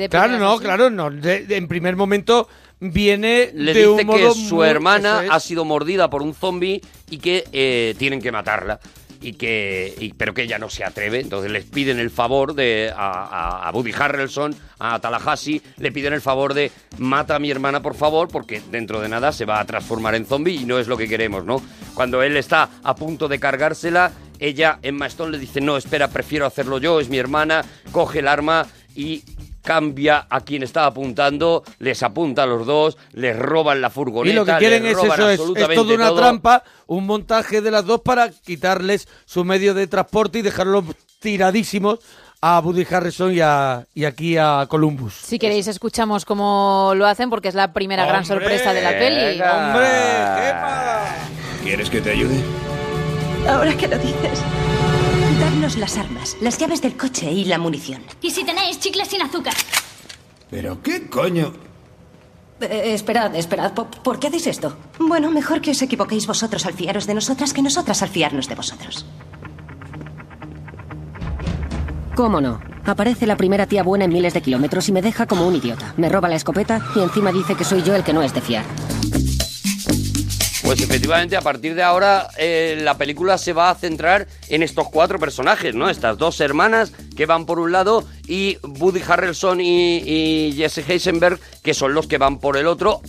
S5: de
S2: Claro,
S5: primera
S2: no,
S5: persona.
S2: claro, no. De- de- en primer momento viene
S3: Le
S2: de
S3: dice
S2: un modo
S3: que su
S2: muy-
S3: hermana
S2: eso
S3: ha
S2: es.
S3: sido mordida por un zombie y que eh, tienen que matarla. Y que, y- pero que ella no se atreve, entonces les piden el favor de a, a- a Woody Harrelson, a Tallahassee, le piden el favor de mata a mi hermana por favor, porque dentro de nada se va a transformar en zombie y no es lo que queremos, ¿no? Cuando él está a punto de cargársela, ella, Emma Stone, le dice, no, espera, prefiero hacerlo yo, es mi hermana, coge el arma y cambia a quien está apuntando, les apunta a los dos, les roban la furgoneta.
S2: Y lo que quieren
S3: les
S2: es
S3: roban
S2: eso, es, es
S3: absolutamente
S2: toda una
S3: todo.
S2: trampa, un montaje de las dos para quitarles su medio de transporte y dejarlos tiradísimos a Buddy Harrison y, a, y aquí a Columbus.
S5: Si queréis, escuchamos cómo lo hacen porque es la primera gran sorpresa de la peli.
S8: ¿Quieres que te ayude?
S10: Ahora que lo dices.
S14: Darnos las armas, las llaves del coche y la munición.
S10: Y si tenéis chicles sin azúcar.
S8: ¿Pero qué coño?
S14: Eh, esperad, esperad. ¿Por, por qué hacéis esto? Bueno, mejor que os equivoquéis vosotros al fiaros de nosotras que nosotras al fiarnos de vosotros.
S26: ¿Cómo no? Aparece la primera tía buena en miles de kilómetros y me deja como un idiota. Me roba la escopeta y encima dice que soy yo el que no es de fiar.
S3: Pues efectivamente, a partir de ahora eh, la película se va a centrar en estos cuatro personajes, ¿no? Estas dos hermanas que van por un lado y Woody Harrelson y, y Jesse Heisenberg, que son los que van por el otro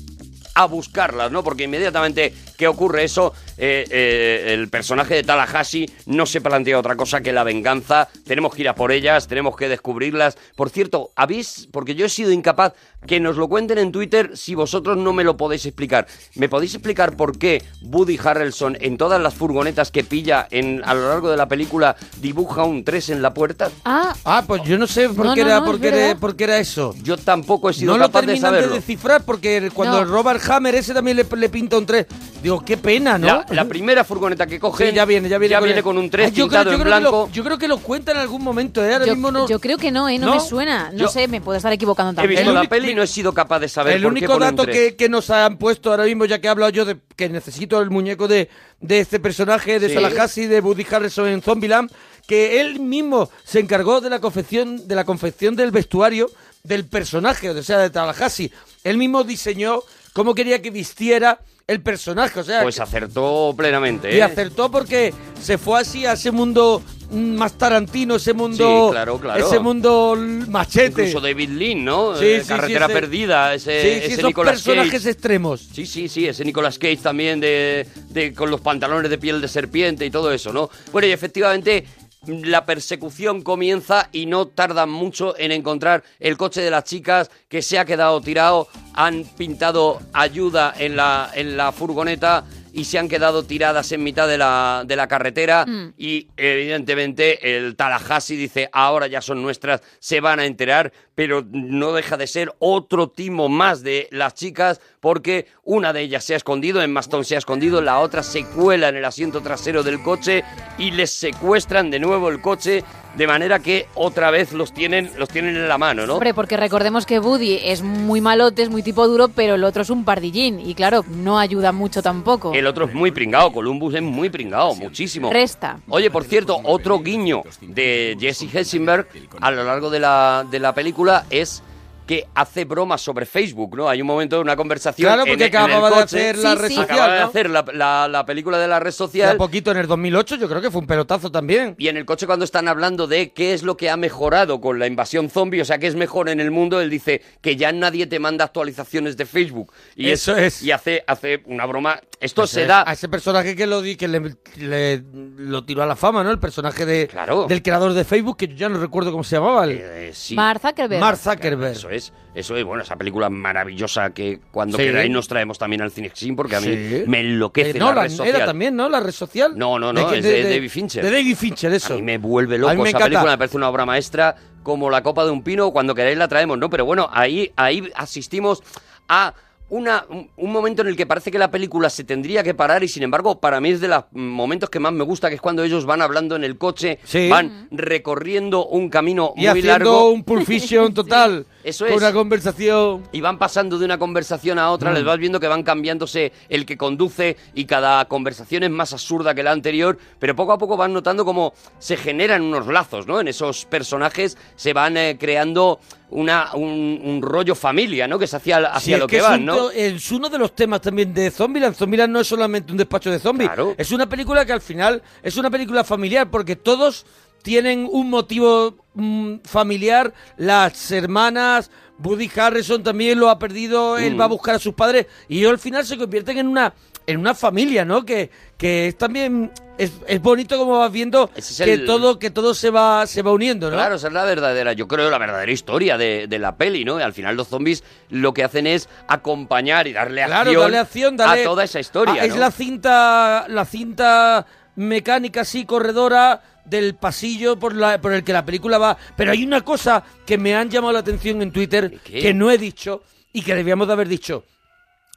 S3: a buscarlas, ¿no? Porque inmediatamente que ocurre eso, eh, eh, el personaje de Tallahassee no se plantea otra cosa que la venganza. Tenemos que ir a por ellas, tenemos que descubrirlas. Por cierto, habéis, porque yo he sido incapaz que nos lo cuenten en Twitter si vosotros no me lo podéis explicar. ¿Me podéis explicar por qué Woody Harrelson en todas las furgonetas que pilla en, a lo largo de la película dibuja un 3 en la puerta?
S5: Ah,
S2: Ah, pues yo no sé por
S3: No,
S2: qué
S3: no,
S2: era,
S3: no,
S2: por
S3: es
S2: qué era-
S3: verdad.
S2: por qué era eso.
S3: Yo tampoco he sido
S2: no
S3: capaz de
S2: lo terminan
S3: saberlo.
S2: de descifrar porque cuando
S3: No.
S2: el Robert Hammer ese también le, le pinta un 3. Digo, qué pena, ¿no?
S3: La, la primera furgoneta que coge
S2: Sí, ya viene, ya viene, el-
S3: con un 3
S2: Ah, yo creo-
S3: pintado
S2: yo
S3: en
S2: creo que lo-
S3: blanco.
S2: yo creo que lo cuenta en algún momento, ¿eh? Ahora
S5: Yo,
S2: mismo no...
S5: yo creo que no, ¿eh? No,
S2: ¿No?
S5: me suena. No
S2: Yo-
S5: sé, me puedo estar equivocando
S3: He
S5: también.
S3: visto la peli y no he sido capaz de saber
S2: el
S3: por qué
S2: único
S3: pone un
S2: dato
S3: tres.
S2: que, que nos han puesto ahora mismo, ya que he hablado yo de que necesito el muñeco de, de este personaje, de
S3: Sí.
S2: Tallahassee, de Woody Harrison en Zombieland, que él mismo se encargó de la confección, de la confección del vestuario del personaje, o sea, de Tallahassee. Él mismo diseñó cómo quería que vistiera el personaje, o sea...
S3: Pues
S2: que-
S3: acertó plenamente.
S2: y
S3: ¿eh?
S2: acertó porque se fue así a ese mundo mm, más tarantino, ese mundo...
S3: Sí, claro, claro.
S2: Ese mundo l- machete.
S3: Incluso David Lynn, ¿no?
S2: Sí,
S3: Eh,
S2: sí, sí,
S3: Carretera
S2: ese-
S3: perdida, ese,
S2: Sí, sí,
S3: ese
S2: esos
S3: Nicolas
S2: personajes
S3: Cage.
S2: extremos.
S3: Sí, sí, sí, ese Nicolas Cage también de, de- con los pantalones de piel de serpiente y todo eso, ¿no? Bueno, y efectivamente la persecución comienza y no tardan mucho en encontrar el coche de las chicas que se ha quedado tirado, han pintado ayuda en la, en la furgoneta y se han quedado tiradas en mitad de la, de la carretera
S11: Mm.
S3: y evidentemente el Tallahassee dice ahora ya son nuestras, se van a enterar, pero no deja de ser otro timo más de las chicas porque una de ellas se ha escondido, en Maston se ha escondido, la otra se cuela en el asiento trasero del coche y les secuestran de nuevo el coche de manera que otra vez los tienen, los tienen en la mano, ¿no?
S5: Hombre, porque recordemos que Woody es muy malote, es muy tipo duro, pero el otro es un pardillín. Y claro, no ayuda mucho tampoco.
S3: El otro es muy pringado, Columbus es muy pringado, muchísimo.
S5: Resta.
S3: Oye, por cierto, otro guiño de Jesse Heisenberg a lo largo de la, de la película es que hace bromas sobre Facebook, ¿no? Hay un momento de una conversación.
S2: Claro,
S3: en- e-,
S2: porque
S3: en el
S2: acababa de
S3: coche.
S2: hacer la Sí, red sí. social,
S3: Acababa de
S2: ¿no?
S3: hacer la, la- la película de la red
S2: Ya
S3: social.
S2: poquito en el 2008, yo creo que fue un pelotazo también.
S3: Y en el coche cuando están hablando de qué es lo que ha mejorado con la invasión zombie, o sea, qué es mejor en el mundo, él dice que ya nadie te manda actualizaciones de Facebook. Y
S2: Eso es.
S3: Y hace, hace una broma. Esto
S2: Ese-
S3: se da
S2: A ese personaje que lo di, que le, le- lo tiró a la fama, ¿no? El personaje de, del creador de Facebook, que yo ya no recuerdo cómo se llamaba. el-
S3: Oh. Eh, sí.
S5: Mark Zuckerberg.
S2: Mark Zuckerberg.
S3: Eso es, eso es, bueno, esa película maravillosa que cuando
S2: Sí.
S3: queráis nos traemos también al Cinexin porque a mí
S2: Sí.
S3: me enloquece
S2: Eh, no,
S3: la
S2: la-
S3: red social.
S2: era también, ¿no? La red social.
S3: No, no, no,
S2: que-
S3: es de, David Fincher.
S2: De David Fincher, eso.
S3: A mí me vuelve loco
S2: A mí me
S3: esa
S2: encanta.
S3: película, me parece una obra maestra como la copa de un pino, cuando queráis la traemos, ¿no? Pero bueno, ahí, ahí asistimos a una, un, un momento en el que parece que la película se tendría que parar y sin embargo para mí es de los momentos que más me gusta, que es cuando ellos van hablando en el coche,
S2: Sí.
S3: van recorriendo un camino
S2: y
S3: muy
S2: haciendo
S3: largo.
S2: un Pulp Fiction total.
S3: Eso
S2: con
S3: es.
S2: una conversación.
S3: Y van pasando de una conversación a otra,
S2: Mm.
S3: les vas viendo que van cambiándose el que conduce y cada conversación es más absurda que la anterior, pero poco a poco van notando cómo se generan unos lazos, ¿no? En esos personajes se van eh, creando una, un, un rollo familia, ¿no? Que se hacia, hacia
S2: Si es
S3: lo que,
S2: es
S3: van,
S2: un
S3: ¿no?
S2: to- eh, Es uno de los temas también de Zombieland. Zombieland no es solamente un despacho de zombies. Es una película que al final es una película familiar porque todos tienen un motivo mm, familiar. Las hermanas, Woody Harrison también lo ha perdido. Él
S3: Mm.
S2: va a buscar a sus padres y ellos al final se convierten en una en una familia, ¿no? Que, que es también es, es bonito como vas viendo
S3: es
S2: que
S3: el-
S2: todo que todo se va se va uniendo, ¿no?
S3: Claro, esa es la verdadera, yo creo, la verdadera historia de, de la peli, ¿no? Y al final los zombies lo que hacen es acompañar y darle
S2: Claro,
S3: acción,
S2: dale acción, dale-
S3: a toda esa historia,
S2: Ah, Es
S3: ¿no?
S2: la cinta, la cinta mecánica así corredora del pasillo por, la, por el que la película va. Pero hay una cosa que me han llamado la atención en Twitter que no he dicho y que debíamos de haber dicho.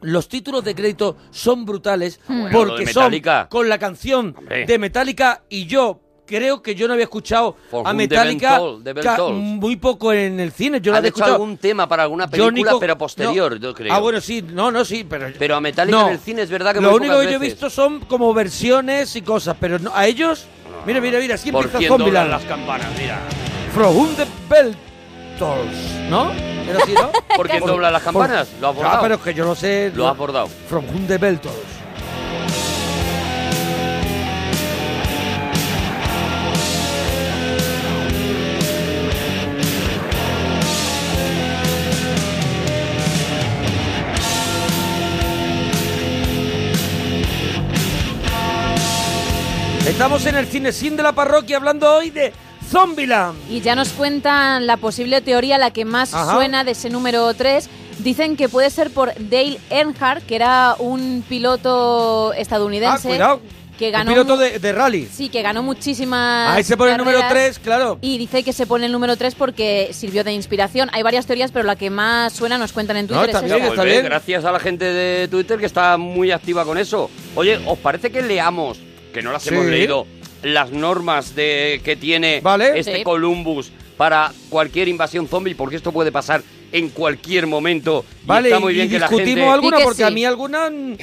S2: Los títulos de crédito son brutales
S3: bueno, lo
S2: porque
S3: de
S2: son
S3: Metallica.
S2: con la canción
S3: Hombre.
S2: de Metallica y yo creo que yo no había escuchado
S3: For
S2: a
S3: whom the bell
S2: Metallica
S3: tolls, the bell
S2: ca-
S3: tolls.
S2: muy poco en el cine. Yo la
S3: Han
S2: había
S3: hecho
S2: escuchado
S3: algún tema para alguna
S2: yo
S3: película,
S2: Nico-
S3: pero posterior,
S2: no.
S3: yo creo.
S2: Ah, bueno, sí, no, no, sí, pero...
S3: Pero a Metallica en el cine es verdad que
S2: Lo
S3: muy
S2: único
S3: pocas
S2: que yo he
S3: veces.
S2: visto son como versiones y cosas, pero no- a ellos... Mira, mira, mira, así
S3: Por
S2: empieza
S3: 100
S2: Zombieland.
S3: dólares las campanas, mira.
S2: From whom the bell tolls, ¿no? ¿Era así, no?
S3: ¿Por quién dobla las campanas? Lo ha
S2: Ah,
S3: abordado.
S2: pero es que yo lo sé...
S3: Lo ha abordado.
S2: From whom the bell tolls. Estamos en el cine sin de la parroquia hablando hoy de Zombieland.
S5: Y ya nos cuentan la posible teoría, la que más
S2: Ajá.
S5: suena de ese número 3. Dicen que puede ser por Dale Earnhardt, que era un piloto
S2: Ah,
S5: estadounidense
S2: cuidado.
S5: que ganó
S2: Un piloto
S5: mu-
S2: de, de rally.
S5: Sí, que ganó muchísimas.
S2: Ahí se pone el número
S5: carreras.
S2: 3, claro.
S5: Y dice que se pone el número 3 porque sirvió de inspiración. Hay varias teorías, pero la que más suena nos cuentan en Twitter. es
S3: Está
S5: esa.
S3: muy bien, Pues Gracias a la gente de Twitter que está muy activa con eso. Oye, ¿os parece que leamos, que no las
S2: Sí.
S3: hemos leído, las normas de que tiene este
S2: Sí.
S3: Columbus para cualquier invasión zombie? Porque esto puede pasar en cualquier momento. Y
S2: Vale,
S3: está muy
S2: y-
S3: bien
S2: y
S3: que la
S2: discutimos
S3: gente-
S2: alguna porque a mí alguna mm,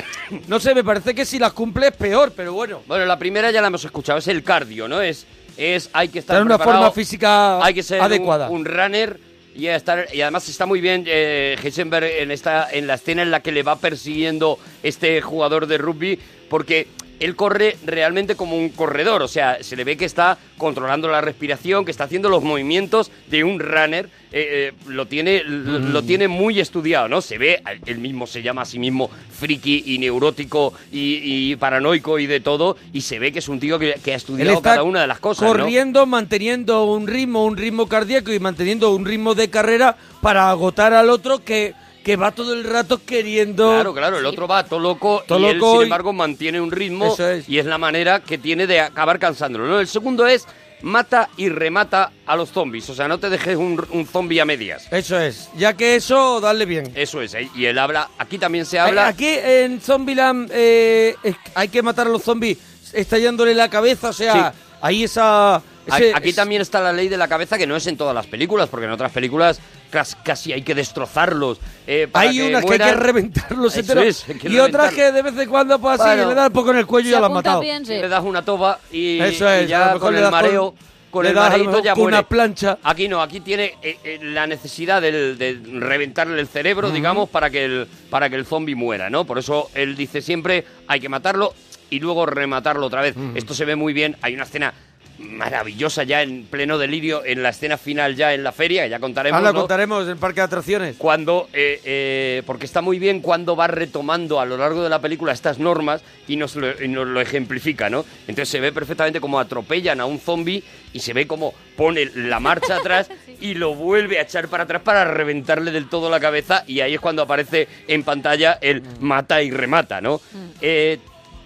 S2: no sé, me parece que si las cumple es peor, pero bueno.
S3: Bueno, la primera ya la hemos escuchado, es el cardio, ¿no? Es, es hay que estar
S2: Tener una
S3: preparado,
S2: forma física
S3: hay que ser un-
S2: adecuada.
S3: Un, runner y estar y además está muy bien eh, Heisenberg en esta en la escena en la que le va persiguiendo este jugador de rugby porque él corre realmente como un corredor, o sea, se le ve que está controlando la respiración, que está haciendo los movimientos de un runner, eh, eh, lo tiene lo,
S2: Mm.
S3: lo tiene muy estudiado, ¿no? Se ve, él mismo se llama a sí mismo friki y neurótico y, y paranoico y de todo, y se ve que es un tío que, que ha
S2: Él
S3: estudiado
S2: está
S3: cada una de las cosas, ¿no?
S2: corriendo, manteniendo un ritmo, un ritmo cardíaco y manteniendo un ritmo de carrera para agotar al otro que, que va todo el rato queriendo.
S3: Claro, claro, el otro va todo loco
S2: Todo
S3: y él,
S2: loco
S3: sin
S2: y-
S3: embargo, mantiene un ritmo
S2: Eso es.
S3: y es la manera que tiene de acabar cansándolo. ¿no? El segundo es mata y remata a los zombies, o sea, no te dejes un, un zombie a medias.
S2: Eso es, ya que eso, darle bien.
S3: Eso es, ¿eh? y él habla, aquí también se habla...
S2: Eh, Aquí en Zombieland eh, es- hay que matar a los zombies estallándole la cabeza, o sea,
S3: Sí.
S2: ahí esa...
S3: A-
S2: ese-
S3: Aquí también está la ley de la cabeza que no es en todas las películas, porque en otras películas casi, casi hay que destrozarlos. eh, para
S2: Hay unas que hay que
S3: mueran.
S2: reventarlos
S3: Eso
S2: enteros
S3: es, hay que
S2: y otras
S3: reventarlos.
S2: que de vez en cuando pues así
S3: Bueno,
S2: le dan un poco en el cuello y
S3: si
S2: ya la han
S3: apuntas
S2: matado.
S3: bien, sí. Le das una toba y,
S2: Eso es,
S3: y
S2: a
S3: ya
S2: lo mejor
S3: con
S2: le
S3: el
S2: das con-
S3: mareito, con
S2: le
S3: el
S2: das a lo
S3: mareito
S2: mejor
S3: ya
S2: con una
S3: muere.
S2: plancha.
S3: Aquí no, aquí tiene eh, eh, la necesidad del- de reventarle el cerebro, digamos, para que el para que el zombie muera, ¿no? Por eso él dice siempre hay que matarlo y luego rematarlo otra vez. Esto se ve muy bien. Hay una escena maravillosa ya en pleno delirio en la escena final ya en la feria, que ya contaremos.
S2: Ah, la
S3: ¿no?
S2: contaremos en el parque de atracciones.
S3: cuando eh, eh, porque está muy bien cuando va retomando a lo largo de la película estas normas y nos lo, y nos lo ejemplifica no entonces se ve perfectamente como atropellan a un zombie y se ve como pone la marcha atrás y lo vuelve a echar para atrás para reventarle del todo la cabeza y ahí es cuando aparece en pantalla el
S2: Mm.
S3: mata y remata no Eh,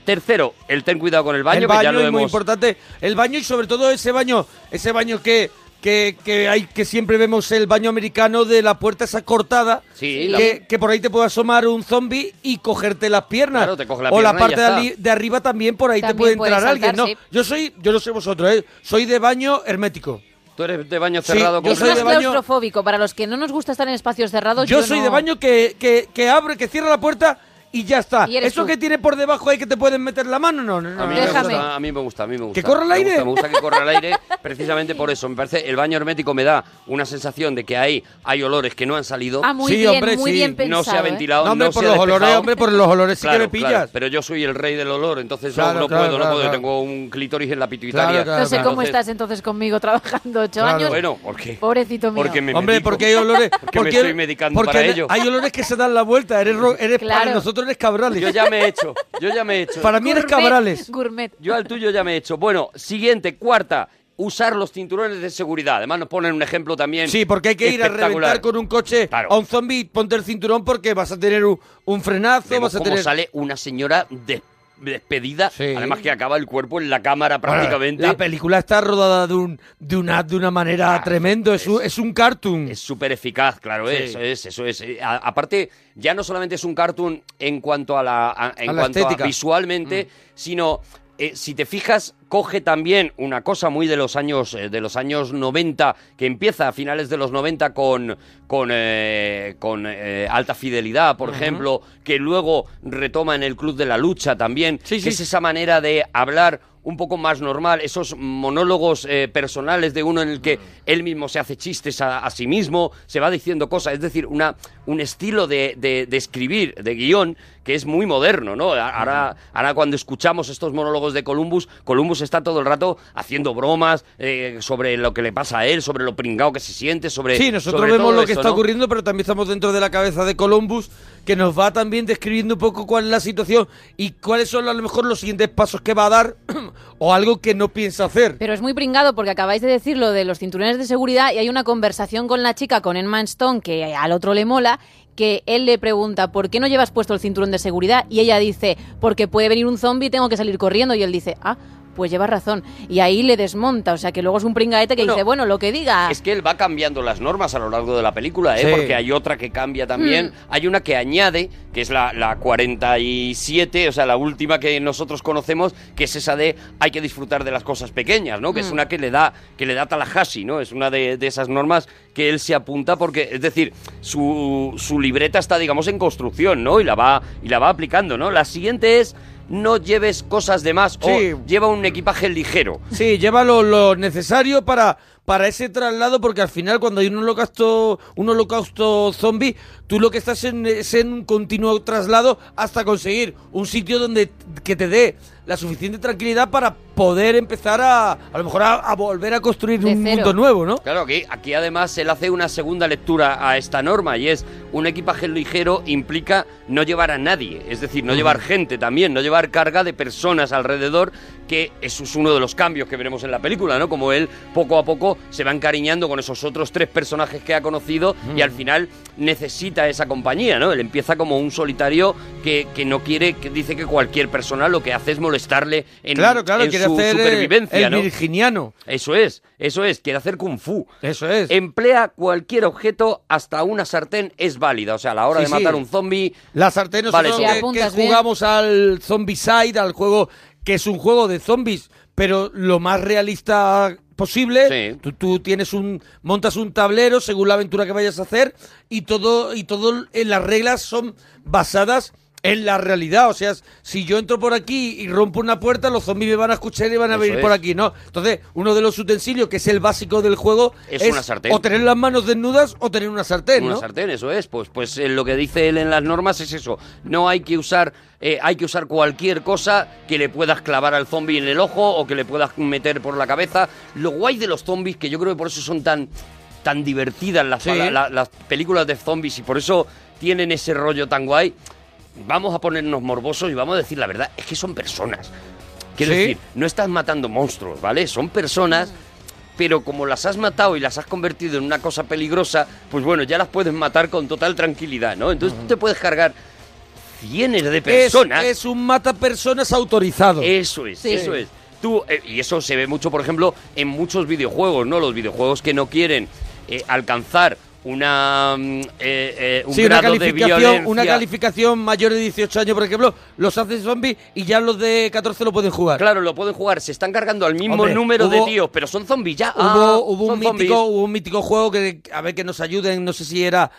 S3: tercero el ten cuidado con el baño
S2: el baño
S3: que ya lo
S2: es muy
S3: hemos
S2: importante. El baño y sobre todo ese baño, ese baño que, que, que hay que siempre vemos el baño americano de la puerta esa cortada.
S3: Sí,
S2: que, que por ahí te puede asomar un zombie y cogerte las piernas.
S3: Claro, te coge la
S2: o
S3: pierna
S2: la
S3: y
S2: parte
S3: ya
S2: de,
S3: está.
S2: ali- de arriba también por ahí te
S5: También
S2: puede
S5: puede
S2: entrar
S5: saltar,
S2: alguien, ¿no?
S5: sí.
S2: Yo soy, yo no sé vosotros, ¿eh? soy de baño hermético.
S3: Tú eres de baño
S2: Sí,
S3: cerrado.
S2: yo
S3: con-
S5: Es más
S2: de baño-
S5: claustrofóbico. Para los que no nos gusta estar en espacios cerrados, yo,
S2: Yo soy
S5: no.
S2: de baño que, que, que abre, que cierra la puerta y ya está.
S5: Y eres
S2: Eso
S5: tú.
S2: que tiene por debajo ahí que te pueden meter la mano, no, no, no.
S3: A mí,
S2: no.
S3: me gusta, a mí me gusta, a mí me gusta.
S2: ¿Que corra el
S3: Me
S2: aire?
S3: gusta, Me gusta, que corra el aire precisamente por eso. Me parece el baño hermético me da una sensación de que ahí hay olores que no han salido.
S5: Ah, muy Sí, bien, hombre, muy sí. bien
S3: No se ha
S5: pensado, ¿eh?
S3: ventilado,
S2: No,
S3: no,
S2: hombre, por
S3: se ha
S2: los olores,
S3: despejado.
S2: hombre, por los olores sí que
S3: Claro,
S2: me pillas.
S3: claro, pero yo soy el rey del olor, entonces no-
S2: Claro,
S3: no,
S2: claro,
S3: puedo,
S2: claro,
S3: no puedo.
S2: claro.
S3: Tengo un clitoris en la pituitaria.
S2: Claro, claro,
S5: No sé cómo
S3: Entonces-
S5: estás entonces conmigo trabajando ocho
S3: Claro.
S5: años.
S3: Bueno, ¿por qué?
S5: Pobrecito mío.
S3: Porque me
S2: Hombre,
S3: medico.
S2: porque hay olores.
S3: Porque me estoy medicando
S2: porque
S3: para ello.
S2: Hay olores que se dan la vuelta. Eres, ro- eres
S5: Claro.
S2: para nosotros eres cabrales.
S3: Yo ya me he hecho, yo ya me he hecho.
S2: Para mí eres
S5: Gourmet,
S2: cabrales.
S5: Gourmet.
S3: Yo al tuyo ya me he hecho. Bueno, siguiente, cuarta. Usar los cinturones de seguridad. Además nos ponen un ejemplo también.
S2: Sí, porque hay que ir a
S3: espectacular.
S2: reventar con un coche a un zombie, ponte el cinturón porque vas a tener un, un frenazo,
S3: Vemos
S2: vas a
S3: cómo
S2: tener...
S3: sale una señora de- despedida, además que acaba el cuerpo en la cámara prácticamente.
S2: La película está rodada de, un, de, una, de una manera tremendo, es un, es un cartoon.
S3: Es súper eficaz, claro,
S2: Sí.
S3: eso es, eso es. Eh, a- aparte, ya no solamente es un cartoon en cuanto a la, a- en
S2: A la
S3: cuanto a
S2: estética.
S3: visualmente,
S2: Mm.
S3: sino eh, si te fijas, coge también una cosa muy de los años eh, de los años 90, que empieza a finales de los 90 con, con, eh, con eh, alta fidelidad, por
S2: Ujú.
S3: ejemplo, que luego retoma en el Club de la Lucha también, que
S2: sí,
S3: es esa manera de hablar un poco más normal, esos monólogos eh, personales de uno en el
S2: Mm.
S3: que él mismo se hace chistes a, a sí mismo, se va diciendo cosas, es decir, una, un estilo de, de- de escribir, de guión, que es muy moderno, ¿no? A- Ahora, ahora cuando escuchamos estos monólogos de Columbus, Columbus está todo el rato haciendo bromas eh, sobre lo que le pasa a él, sobre lo pringado que se siente, sobre...
S2: Sí, nosotros
S3: sobre
S2: vemos
S3: todo
S2: lo que
S3: eso,
S2: está
S3: ¿no?
S2: ocurriendo, pero también estamos dentro de la cabeza de Columbus, que nos va también describiendo un poco cuál es la situación y cuáles son a lo mejor los siguientes pasos que va a dar o algo que no piensa hacer.
S5: Pero es muy pringado porque acabáis de decir lo de los cinturones de seguridad y hay una conversación con la chica, con Emma Stone, que al otro le mola, que él le pregunta, ¿por qué no llevas puesto el cinturón de seguridad? Y ella dice, porque puede venir un zombie y tengo que salir corriendo. Y él dice, ah, pues llevas razón. Y ahí le desmonta, o sea que luego es un pringaete que dice, bueno, lo que diga.
S3: Es que él va cambiando las normas a lo largo de la película, ¿eh?
S2: Sí.
S3: porque hay otra que cambia también.
S5: Mm.
S3: Hay una que añade, que es la, la 47, o sea, la última que nosotros conocemos, que es esa de hay que disfrutar de las cosas pequeñas, ¿no? Que es
S2: Mm.
S3: una que le da que le da Tallahassee, ¿no? Es una de, de esas normas que él se apunta porque, es decir, su, su libreta está, digamos, en construcción, ¿no? Y la va, y la va aplicando, ¿no? La siguiente es no lleves cosas de más
S2: Sí.
S3: o lleva un equipaje ligero.
S2: Sí, lleva lo, lo necesario para, para ese traslado, porque al final cuando hay un holocausto, un holocausto zombie, tú lo que estás en, es en un continuo traslado hasta conseguir un sitio donde que te dé la suficiente tranquilidad para poder empezar a, a lo mejor a, a volver a construir un mundo nuevo, ¿no?
S3: Claro, aquí, aquí además él hace una segunda lectura a esta norma y es un equipaje ligero implica no llevar a nadie, es decir, no llevar gente también, no llevar carga de personas alrededor, que eso es uno de los cambios que veremos en la película, ¿no? Como él poco a poco se va encariñando con esos otros tres personajes que ha conocido y
S2: Mm.
S3: al final necesita esa compañía, ¿no? Él empieza como un solitario que, que no quiere, que dice que cualquier persona lo que hace es molestarle en,
S2: claro, claro,
S3: en
S2: quiere
S3: su
S2: hacer eh,
S3: supervivencia,
S2: el
S3: ¿no?
S2: virginiano.
S3: Eso es, eso es, quiere hacer kung fu.
S2: Eso es.
S3: Emplea cualquier objeto, hasta una sartén es válida. O sea, a la hora
S2: Sí,
S3: de matar
S2: sí.
S3: un zombie.
S2: La sartén
S3: vale
S2: nosotros
S3: todo.
S2: que- que, jugamos al Zombicide, al juego que es un juego de zombies, pero lo más realista posible. Tú, tú tienes un montas un tablero según la aventura que vayas a hacer y todo y todo eh, las reglas son basadas en la realidad, o sea, si yo entro por aquí y rompo una puerta, los zombies me van a escuchar y van a
S3: Eso
S2: venir
S3: es.
S2: por aquí, ¿no? Entonces, uno de los utensilios que es el básico del juego
S3: Es una sartén.
S2: o tener las manos desnudas o tener una sartén,
S3: Una
S2: ¿no?
S3: sartén, eso es. Pues, pues eh, lo que dice él en las normas es eso. No hay que usar, eh, hay que usar cualquier cosa que le puedas clavar al zombie en el ojo o que le puedas meter por la cabeza. Lo guay de los zombies, que yo creo que por eso son tan, tan divertidas las,
S2: Sí.
S3: pala- la- las películas de zombies y por eso tienen ese rollo tan guay. Vamos a ponernos morbosos y vamos a decir la verdad, es que son personas. Quiero
S2: Sí.
S3: decir, no estás matando monstruos, ¿vale? Son personas pero como las has matado y las has convertido en una cosa peligrosa, pues bueno, ya las puedes matar con total tranquilidad, ¿no? Entonces tú te puedes cargar cientos de
S2: Es-
S3: personas.
S2: Es, un mata personas autorizado.
S3: Eso es,
S2: Sí.
S3: eso es. Tú, eh, y eso se ve mucho, por ejemplo, en muchos videojuegos, ¿no? Los videojuegos que no quieren eh, alcanzar una mm, eh, eh, un
S2: sí, una
S3: grado de
S2: calificación,
S3: violencia.
S2: una calificación mayor de 18 años, por ejemplo, los hace zombies y ya los de 14 lo pueden jugar.
S3: Claro, lo pueden jugar. Se están cargando al mismo número de tíos, pero son zombies ya.
S2: Hubo,
S3: Ah,
S2: hubo un
S3: son zombies.
S2: mítico, hubo un mítico juego que, a ver, que nos ayuden, no sé si era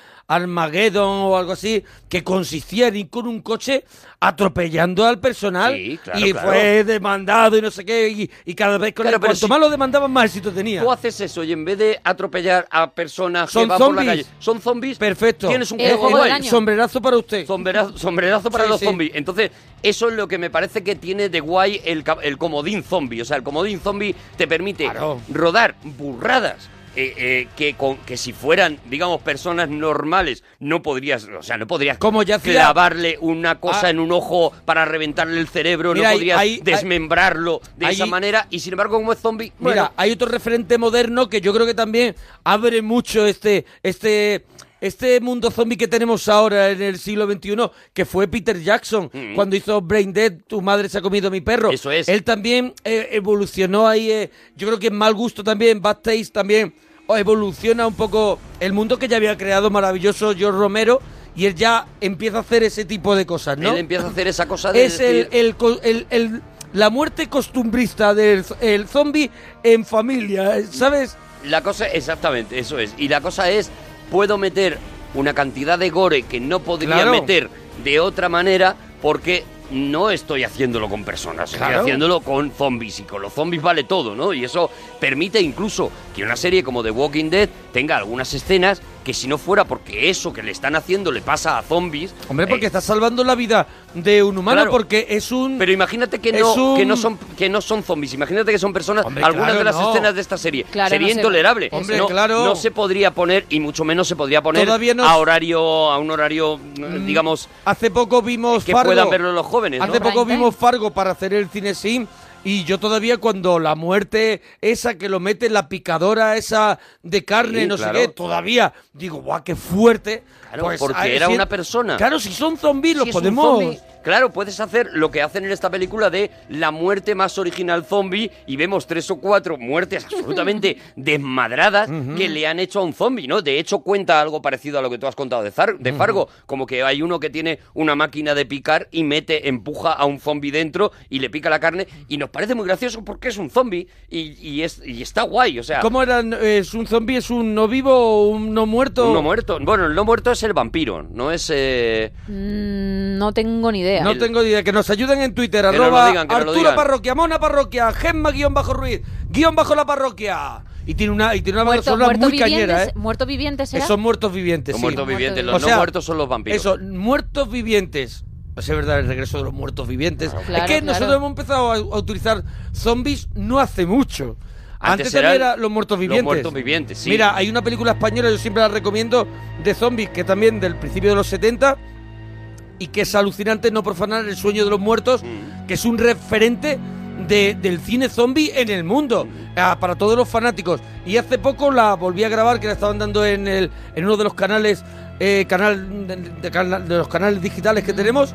S2: Armageddon o algo así, que consistía en ir con un coche atropellando al personal
S3: Sí, claro,
S2: y
S3: claro.
S2: fue demandado y no sé qué, y, y cada vez con
S3: Claro,
S2: el,
S3: pero
S2: cuanto
S3: si-
S2: más lo demandaban, más éxito tenía.
S3: Tú haces eso y en vez de atropellar a personas que
S2: Son
S3: van por la
S2: zombies.
S3: calle, son zombies.
S2: Perfecto.
S3: Tienes un
S2: Eh,
S3: juego
S2: eh,
S3: guay.
S2: Sombrerazo para usted.
S3: Sombrerazo, sombrerazo para
S2: Sí,
S3: los
S2: sí.
S3: zombies. Entonces, eso es lo que me parece que tiene de guay el, ca- el comodín zombie. O sea, el comodín zombie te permite rodar burradas. eh, eh, que, con, que si fueran, digamos, personas normales, no podrías, o sea, no podrías
S2: Como ya hacía- Ah.
S3: clavarle una cosa en un ojo para reventarle el cerebro,
S2: Mira,
S3: no
S2: ahí-
S3: podrías
S2: ahí- ahí-
S3: desmembrarlo de esa
S2: ahí-
S3: manera, y sin embargo, como es zombie,
S2: Mira, hay otro referente moderno que yo creo que también abre mucho este, este, este mundo zombie que tenemos ahora en el siglo XXI, que fue Peter Jackson,
S3: Mm.
S2: cuando hizo Brain Dead, tu madre se ha comido a mi perro. Eso es. Él también eh, evolucionó ahí, eh, yo creo que en mal gusto también, Bad Taste también, oh, evoluciona un poco el mundo que ya había creado maravilloso George Romero, y él ya empieza a hacer ese tipo de cosas, ¿no?
S3: Él empieza a hacer esa cosa de
S2: Es el,
S3: decir-
S2: el co- el- el- la muerte costumbrista del z- el zombie en familia, eh, ¿sabes?
S3: La cosa, exactamente, eso es. Y la cosa es, puedo meter una cantidad de gore que no podría
S2: Claro.
S3: meter de otra manera porque no estoy haciéndolo con personas,
S2: Claro.
S3: estoy haciéndolo con zombies y con los zombies vale todo, ¿no? Y eso permite incluso que una serie como The Walking Dead tenga algunas escenas que si no fuera porque eso que le están haciendo le pasa a zombies, eh,
S2: Hombre, porque está salvando la vida de un humano
S3: Claro.
S2: porque es un...
S3: Pero imagínate que no,
S2: Es un-
S3: que no son que no son zombies. Imagínate que son personas.
S2: Hombre,
S3: algunas
S2: claro,
S3: de las
S2: no.
S3: escenas de esta serie
S2: Claro,
S3: sería
S2: no se-
S3: intolerable.
S2: Hombre,
S3: no,
S2: claro.
S3: no se podría poner y mucho menos se podría poner
S2: Todavía no- Mm,
S3: a horario a un horario digamos
S2: Hace poco vimos
S3: que
S2: Fargo.
S3: puedan verlo los jóvenes. ¿no?
S2: Hace poco vimos Fargo para hacer el cine sim y yo todavía cuando la muerte esa que lo mete la picadora esa de carne,
S3: Sí,
S2: no
S3: claro.
S2: sé qué, todavía digo, guau, qué fuerte.
S3: Claro,
S2: Pues,
S3: porque
S2: ah,
S3: era
S2: si-
S3: una persona.
S2: Claro, si son zombies
S3: Si
S2: los
S3: es un
S2: podemos...
S3: zombie, Claro, puedes hacer lo que hacen en esta película de la muerte más original zombie y vemos tres o cuatro muertes absolutamente desmadradas que le han hecho a un zombie, ¿no? De hecho cuenta algo parecido a lo que tú has contado de, Zar- de Fargo, como que hay uno que tiene una máquina de picar y mete, empuja a un zombie dentro y le pica la carne y nos parece muy gracioso porque es un zombie y, y es, y está guay, o sea...
S2: ¿Cómo eran? Eh, ¿Es un zombie? ¿Es un no vivo o un no muerto?
S3: Un no muerto. Bueno, el no muerto es el vampiro, no es... eh,
S5: Mm, no tengo ni idea.
S2: No tengo ni idea. Que nos ayuden en Twitter.
S3: Que nos lo
S2: arroba
S3: digan, que nos lo
S2: Arturo
S3: digan.
S2: Parroquia, Mona Parroquia, Gemma guión bajo Ruiz, guión bajo la parroquia. Y tiene una, y tiene una banda
S5: Muerto-
S2: sonora
S5: muertos
S2: muy cañera,
S5: vivientes-
S2: ¿eh?
S5: ¿Muertos vivientes será?
S2: Son muertos vivientes.
S3: Los
S2: sí.
S3: muertos vivientes, los no muertos son los vampiros.
S2: Eso, muertos vivientes. Pues es verdad, el regreso de los muertos vivientes.
S3: Claro,
S2: es que
S3: claro.
S2: nosotros hemos empezado a, a utilizar zombies no hace mucho. Antes,
S3: Antes
S2: también
S3: eran
S2: era los muertos
S3: los
S2: vivientes.
S3: muertos vivientes, sí.
S2: Mira, hay una película española, yo siempre la recomiendo, de zombies, que también del principio de los 70, y que es alucinante no profanar el sueño de los muertos,
S3: Mm.
S2: que es un referente de- del cine zombie en el mundo,
S3: Mm.
S2: ah, para todos los fanáticos. Y hace poco la volví a grabar, que la estaban dando en, el, en uno de los canales, eh, canal de, de cana- de los canales digitales
S3: Mm.
S2: que tenemos,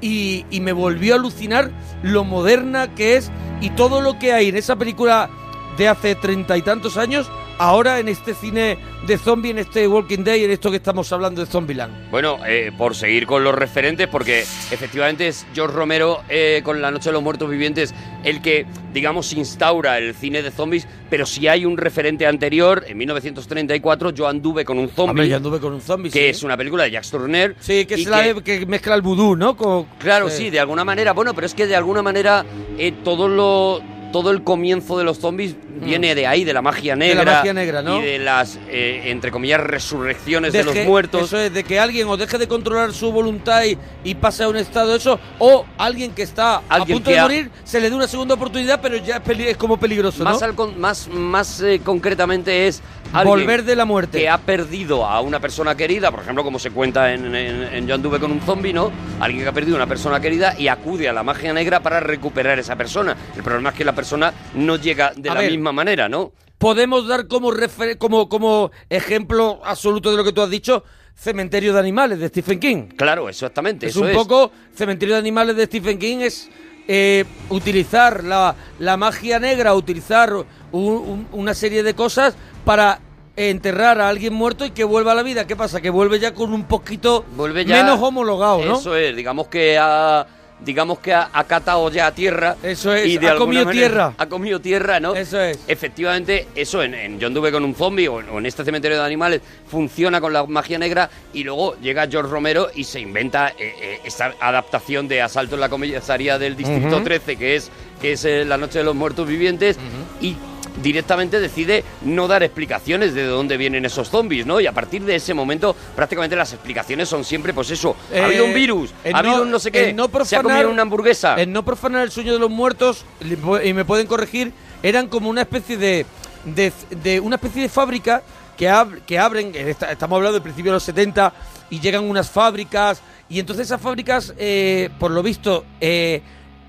S2: y, y me volvió a alucinar lo moderna que es y todo lo que hay en esa película de hace treinta y tantos años, ahora en este cine de zombie, en este Walking Dead, en esto que estamos hablando de Zombieland.
S3: Bueno, eh, por seguir con los referentes, porque efectivamente es George Romero eh, con La Noche de los Muertos Vivientes el que, digamos, instaura el cine de zombies, pero si hay un referente anterior, en 1934 yo anduve con un zombie,
S2: Hombre, yo anduve con un zombie.
S3: que es una película de Jack Turner.
S2: Sí, que es la de- que mezcla el vudú, ¿no? Con-
S3: Claro,
S2: eh,
S3: sí, de alguna manera, bueno, pero es que de alguna manera eh, todo lo... Todo el comienzo de los zombies viene de ahí, de la magia
S2: Mm. De la
S3: negra.
S2: magia negra, ¿no?
S3: Y de las, eh, entre comillas, resurrecciones de
S2: deje-
S3: los muertos.
S2: Eso es, de que alguien o deje de controlar su voluntad y, y pase a un estado eso, o alguien que está
S3: Alguien
S2: a punto
S3: que
S2: de
S3: ha-
S2: morir, se le dé una segunda oportunidad, pero ya es, peli- es como peligroso,
S3: más,
S2: ¿no?
S3: al con- más, más eh, concretamente es alguien
S2: Volver de la muerte.
S3: que ha perdido a una persona querida, por ejemplo, como se cuenta en, en- en Yo anduve con un zombi, ¿no? Alguien que ha perdido a una persona querida y acude a la magia negra para recuperar esa persona. El problema es que la persona no llega de
S2: A
S3: la
S2: ver.
S3: misma manera, ¿no?
S2: Podemos dar como, refer- como, como ejemplo absoluto de lo que tú has dicho, Cementerio de Animales, de Stephen King.
S3: Claro, exactamente.
S2: Es
S3: eso
S2: un
S3: es.
S2: poco Cementerio de Animales de Stephen King es eh, utilizar la, la magia negra, utilizar un- un- una serie de cosas para enterrar a alguien muerto y que vuelva a la vida. ¿Qué pasa? Que vuelve ya con un poquito
S3: Vuelve ya-
S2: menos homologado, ¿no?
S3: Eso es, digamos que ha digamos que ha, ha catado ya tierra. Eso
S2: es,
S3: y de
S2: ha
S3: alguna
S2: comido
S3: manera-
S2: tierra.
S3: Ha comido tierra, ¿no? Eso es. Efectivamente, eso en, en Yo anduve con un zombie o, en- o en este cementerio de animales funciona con la magia negra y luego llega George Romero y se inventa eh, eh, esta adaptación de Asalto en la comisaría del Distrito
S11: Ujú.
S3: 13, que es, que es eh, La Noche de los Muertos Vivientes, y directamente decide no dar explicaciones de dónde vienen esos zombies, ¿no? Y a partir de ese momento, prácticamente las explicaciones son siempre, pues eso, ha habido un
S2: Eh,
S3: virus,
S2: en
S3: ha habido un no sé qué,
S2: en no
S3: se ha
S2: profanar-
S3: comido una hamburguesa.
S2: En no profanar el sueño de los muertos, le pu- y me pueden corregir, eran como una especie de. de, de- una especie de fábrica que, ab- que abren, en esta- estamos hablando del principio de los 70, y llegan unas fábricas, y entonces esas fábricas, eh, por lo visto, eh,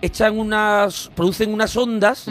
S2: echan unas. producen unas ondas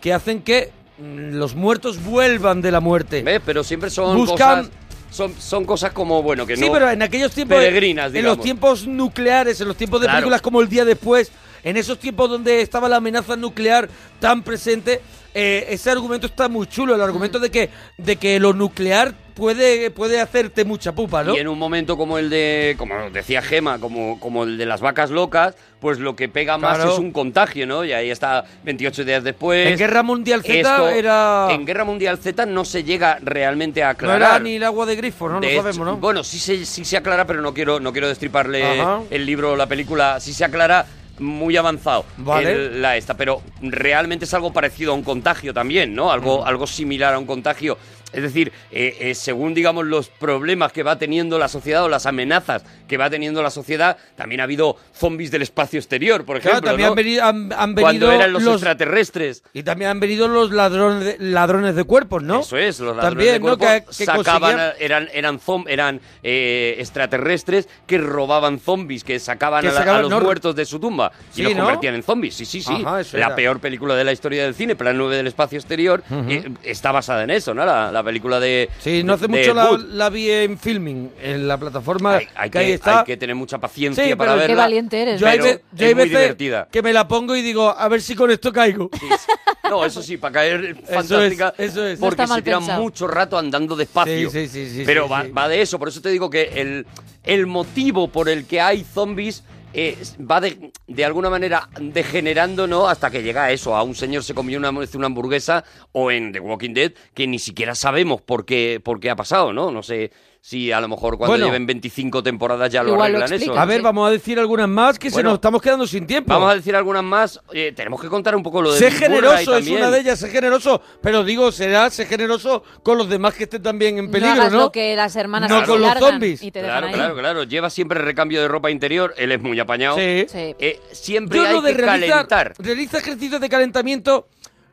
S2: que hacen que mm, los muertos vuelvan de la muerte.
S3: Pero siempre son
S2: Buscan-
S3: cosas... Son, son cosas como, bueno, que no...
S2: sí, pero en aquellos tiempos.
S3: Peregrinas,
S2: En
S3: digamos.
S2: los tiempos nucleares, en los tiempos de
S3: Claro.
S2: películas como El Día Después, en esos tiempos donde estaba la amenaza nuclear tan presente, eh, ese argumento está muy chulo, el argumento de que, de que lo nuclear puede, puede hacerte mucha pupa, ¿no?
S3: Y en un momento como el de, como decía Gema, como, como el de las vacas locas, pues lo que pega más
S2: Claro.
S3: es un contagio, ¿no? Y ahí está 28 días después.
S2: En Guerra Mundial Z
S3: Esto-
S2: era-
S3: En Guerra Mundial Z no se llega realmente a
S2: No era
S3: aclarar.
S2: ni el agua de grifo, ¿no?
S3: De
S2: lo
S3: hecho-
S2: sabemos, ¿no?
S3: Bueno, sí se, sí se aclara, pero no quiero, no quiero destriparle
S2: Ajá.
S3: el libro o la película. Sí se aclara muy avanzado
S2: Vale.
S3: el- la esta, pero realmente es algo parecido a un contagio también, ¿no? Algo,
S2: Mm.
S3: algo similar a un contagio. Es decir, eh, eh, según digamos los problemas que va teniendo la sociedad o las amenazas que va teniendo la sociedad, también ha habido zombies del espacio exterior, por
S2: Claro,
S3: ejemplo.
S2: también
S3: ¿no?
S2: han venido, han- han
S3: Cuando
S2: venido
S3: eran los, extraterrestres.
S2: Y también han venido los ladrones de, ladrones de cuerpos, ¿no?
S3: Eso es, los ladrones
S2: También,
S3: de
S2: ¿no?
S3: cuerpo
S2: Que- que
S3: sacaban, eh,
S2: conseguían-
S3: a- eran, eran, zom- eran eh, extraterrestres que robaban zombies, que sacaban,
S2: Que
S3: a la- a,
S2: sacaban-
S3: los
S2: no,
S3: muertos de su tumba y
S2: Sí,
S3: los
S2: ¿no?
S3: convertían en zombies. Sí, sí, sí.
S2: Ajá, eso
S3: la
S2: era.
S3: peor película de la historia del cine, Plan 9 del espacio exterior, eh, está basada en eso, ¿no? La, la película de
S2: Sí, no hace
S3: de
S2: mucho la,
S3: Wood.
S2: la vi en filming, en la plataforma
S3: Hay
S2: que ahí
S3: que,
S2: está.
S3: hay que tener mucha paciencia
S2: Sí,
S3: para
S2: pero-
S3: verla.
S2: Yo hay,
S3: pero
S2: ve- yo hay
S3: es muy
S2: veces
S3: divertida.
S2: que me la pongo y digo, a ver si con esto caigo.
S3: No, eso sí, para caer
S2: es,
S3: fantástica.
S2: eso es. No
S3: Porque
S2: está mal
S3: se tiran
S2: pensado.
S3: mucho rato andando despacio.
S2: Sí, sí, sí, sí,
S3: pero
S2: sí,
S3: va,
S2: sí.
S3: va de eso. Por eso te digo que el, el motivo por el que hay zombies eh, va de, de alguna manera degenerando, ¿no? Hasta que llega a eso. A un señor se comió una, una hamburguesa o en The Walking Dead que ni siquiera sabemos por qué, por qué ha pasado, ¿no? No sé si a lo mejor cuando
S2: Bueno.
S3: lleven 25 temporadas ya lo arreglan eso.
S2: A ver, vamos a decir algunas más que se
S3: Bueno.
S2: nos estamos quedando sin tiempo.
S3: Vamos a decir algunas más. Eh, tenemos que contar un poco lo de
S2: Sé
S3: Bill Murray
S2: generoso, es
S3: también.
S2: una de ellas, sé generoso. Pero digo, será sé generoso con los demás que estén también en peligro,
S5: hagas
S2: ¿no?
S5: lo que las hermanas
S2: No
S5: se
S2: con los
S5: largan
S2: zombies.
S5: Y te dejan
S3: Claro,
S5: ahí.
S3: claro, claro. Lleva siempre recambio de ropa interior. Él es muy apañado.
S2: Sí.
S3: Eh, siempre
S2: Yo
S3: hay
S2: lo de
S3: que calentar.
S2: realizar, realiza ejercicios de calentamiento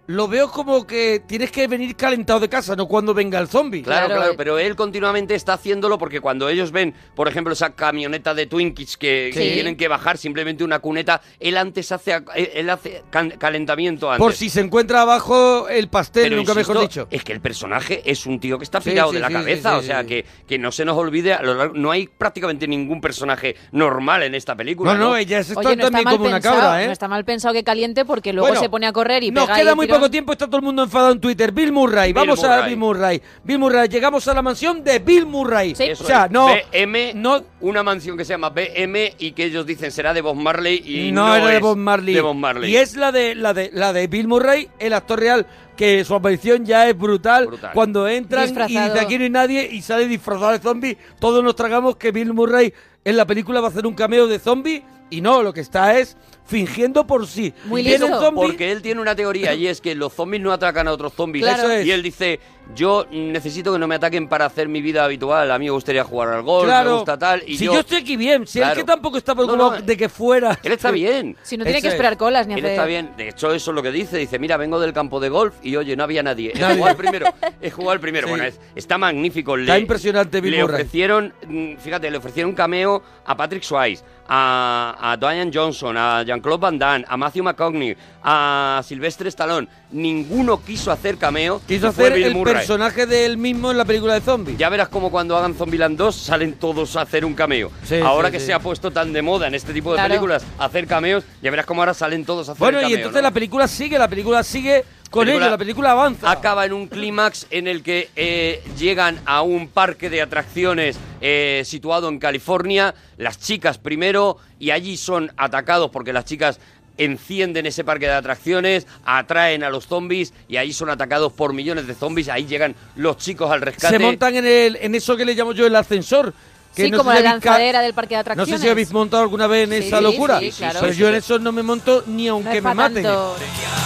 S2: lo veo como que tienes que venir calentado de casa, no cuando venga el zombie.
S3: Claro, claro, pero él continuamente está haciéndolo porque cuando ellos ven, por ejemplo, esa camioneta de Twinkies que, que
S2: Sí.
S3: tienen que bajar simplemente una cuneta, él antes hace, a- él hace can- calentamiento antes.
S2: Por si se encuentra abajo el pastel,
S3: Pero
S2: nunca mejor
S3: insisto,
S2: dicho.
S3: Es que el personaje es un tío que está
S2: Sí,
S3: pillado
S2: sí,
S3: de la
S2: sí,
S3: cabeza.
S2: sí, sí,
S3: o sea,
S2: sí.
S3: Que, que no se nos olvide, a lo largo- no hay prácticamente ningún personaje normal en esta película.
S2: No, no,
S3: ¿no?
S2: ella es
S5: Oye, no está mal pensado, no está mal pensado que caliente porque luego
S2: ¿eh? Bueno,
S5: se pone a correr y
S2: Nos
S5: pega
S2: queda
S5: ahí
S2: muy
S5: tirón.
S2: poco tiempo, está todo el mundo enfadado en Twitter. Bill Murray,
S3: Bill
S2: vamos a
S3: Murray.
S2: Bill Murray. Bill Murray, llegamos a la mansión de Bill Murray.
S3: Eso
S2: o sea,
S3: es.
S2: no,
S3: BM, una mansión que se llama BM y que ellos dicen será de Bob Marley y
S2: no,
S3: no,
S2: era de
S3: es
S2: Bob Marley.
S3: de Bob Marley.
S2: Y es la de, la de la de Bill Murray, el actor real, que su aparición ya es brutal. Cuando entran y
S5: Disfrazado.
S2: dice aquí no hay nadie y sale disfrazado de zombie, todos nos tragamos que Bill Murray en la película va a hacer un cameo de zombie y no, lo que está es fingiendo por sí. Viene un zombie-
S3: Porque él tiene una teoría y es que los zombies no atacan a otros zombies.
S2: Claro. Eso es.
S3: Y él dice, yo necesito que no me ataquen para hacer mi vida habitual. A mí me gustaría jugar al golf, me gusta tal. Y
S2: si yo... estoy aquí bien, si es
S3: Claro.
S2: que tampoco está preocupado
S3: No, no,
S2: de que fuera.
S3: Él está bien.
S5: Si no tiene que esperar colas ni
S3: Él
S5: hacer-
S3: está bien. De hecho, eso es lo que dice. Dice, mira, vengo del campo de golf y oye, no había nadie. He
S2: Nadie.
S3: jugado al primero. He jugado al primero. Bueno, es- está magnífico.
S2: Está
S3: Le-
S2: impresionante Bill
S3: Le
S2: Murray.
S3: ofrecieron, mm, fíjate, le ofrecieron cameo a Patrick Swayze, a, a Dwayne Johnson, a Jean-Claude Van Damme, a Matthew McConaughey, a Silvestre Stallone. Ninguno quiso hacer cameo.
S2: Quiso
S3: y fue
S2: hacer
S3: Bill
S2: el
S3: Murray.
S2: personaje de él mismo en la película de zombies.
S3: Ya verás como cuando hagan Zombieland 2 salen todos a hacer un cameo.
S2: Sí,
S3: ahora
S2: sí,
S3: que
S2: sí.
S3: se ha puesto tan de moda en este tipo de
S2: Claro.
S3: películas hacer cameos, ya verás como ahora salen todos a hacer
S2: Bueno,
S3: cameo.
S2: y entonces la película sigue, la película sigue Con ello, la película avanza.
S3: Acaba en un clímax en el que eh, llegan a un parque de atracciones eh, situado en California, las chicas primero, y allí son atacados porque las chicas encienden ese parque de atracciones, atraen a los zombies y ahí son atacados por millones de zombies, ahí llegan los chicos al rescate.
S2: Se montan en, el, en eso que le llamo yo el ascensor. Que
S5: Sí,
S2: no
S5: como
S2: sé
S5: la
S2: si habéis ca-
S5: lanzadera del parque de
S2: No
S5: atracciones.
S2: sé si habéis montado alguna vez en
S5: Sí,
S2: esa locura.
S5: sí, claro.
S2: Pero
S5: Sí,
S2: yo
S5: sí.
S2: en eso no me monto ni aunque
S5: es pa'
S2: me maten.
S5: tanto.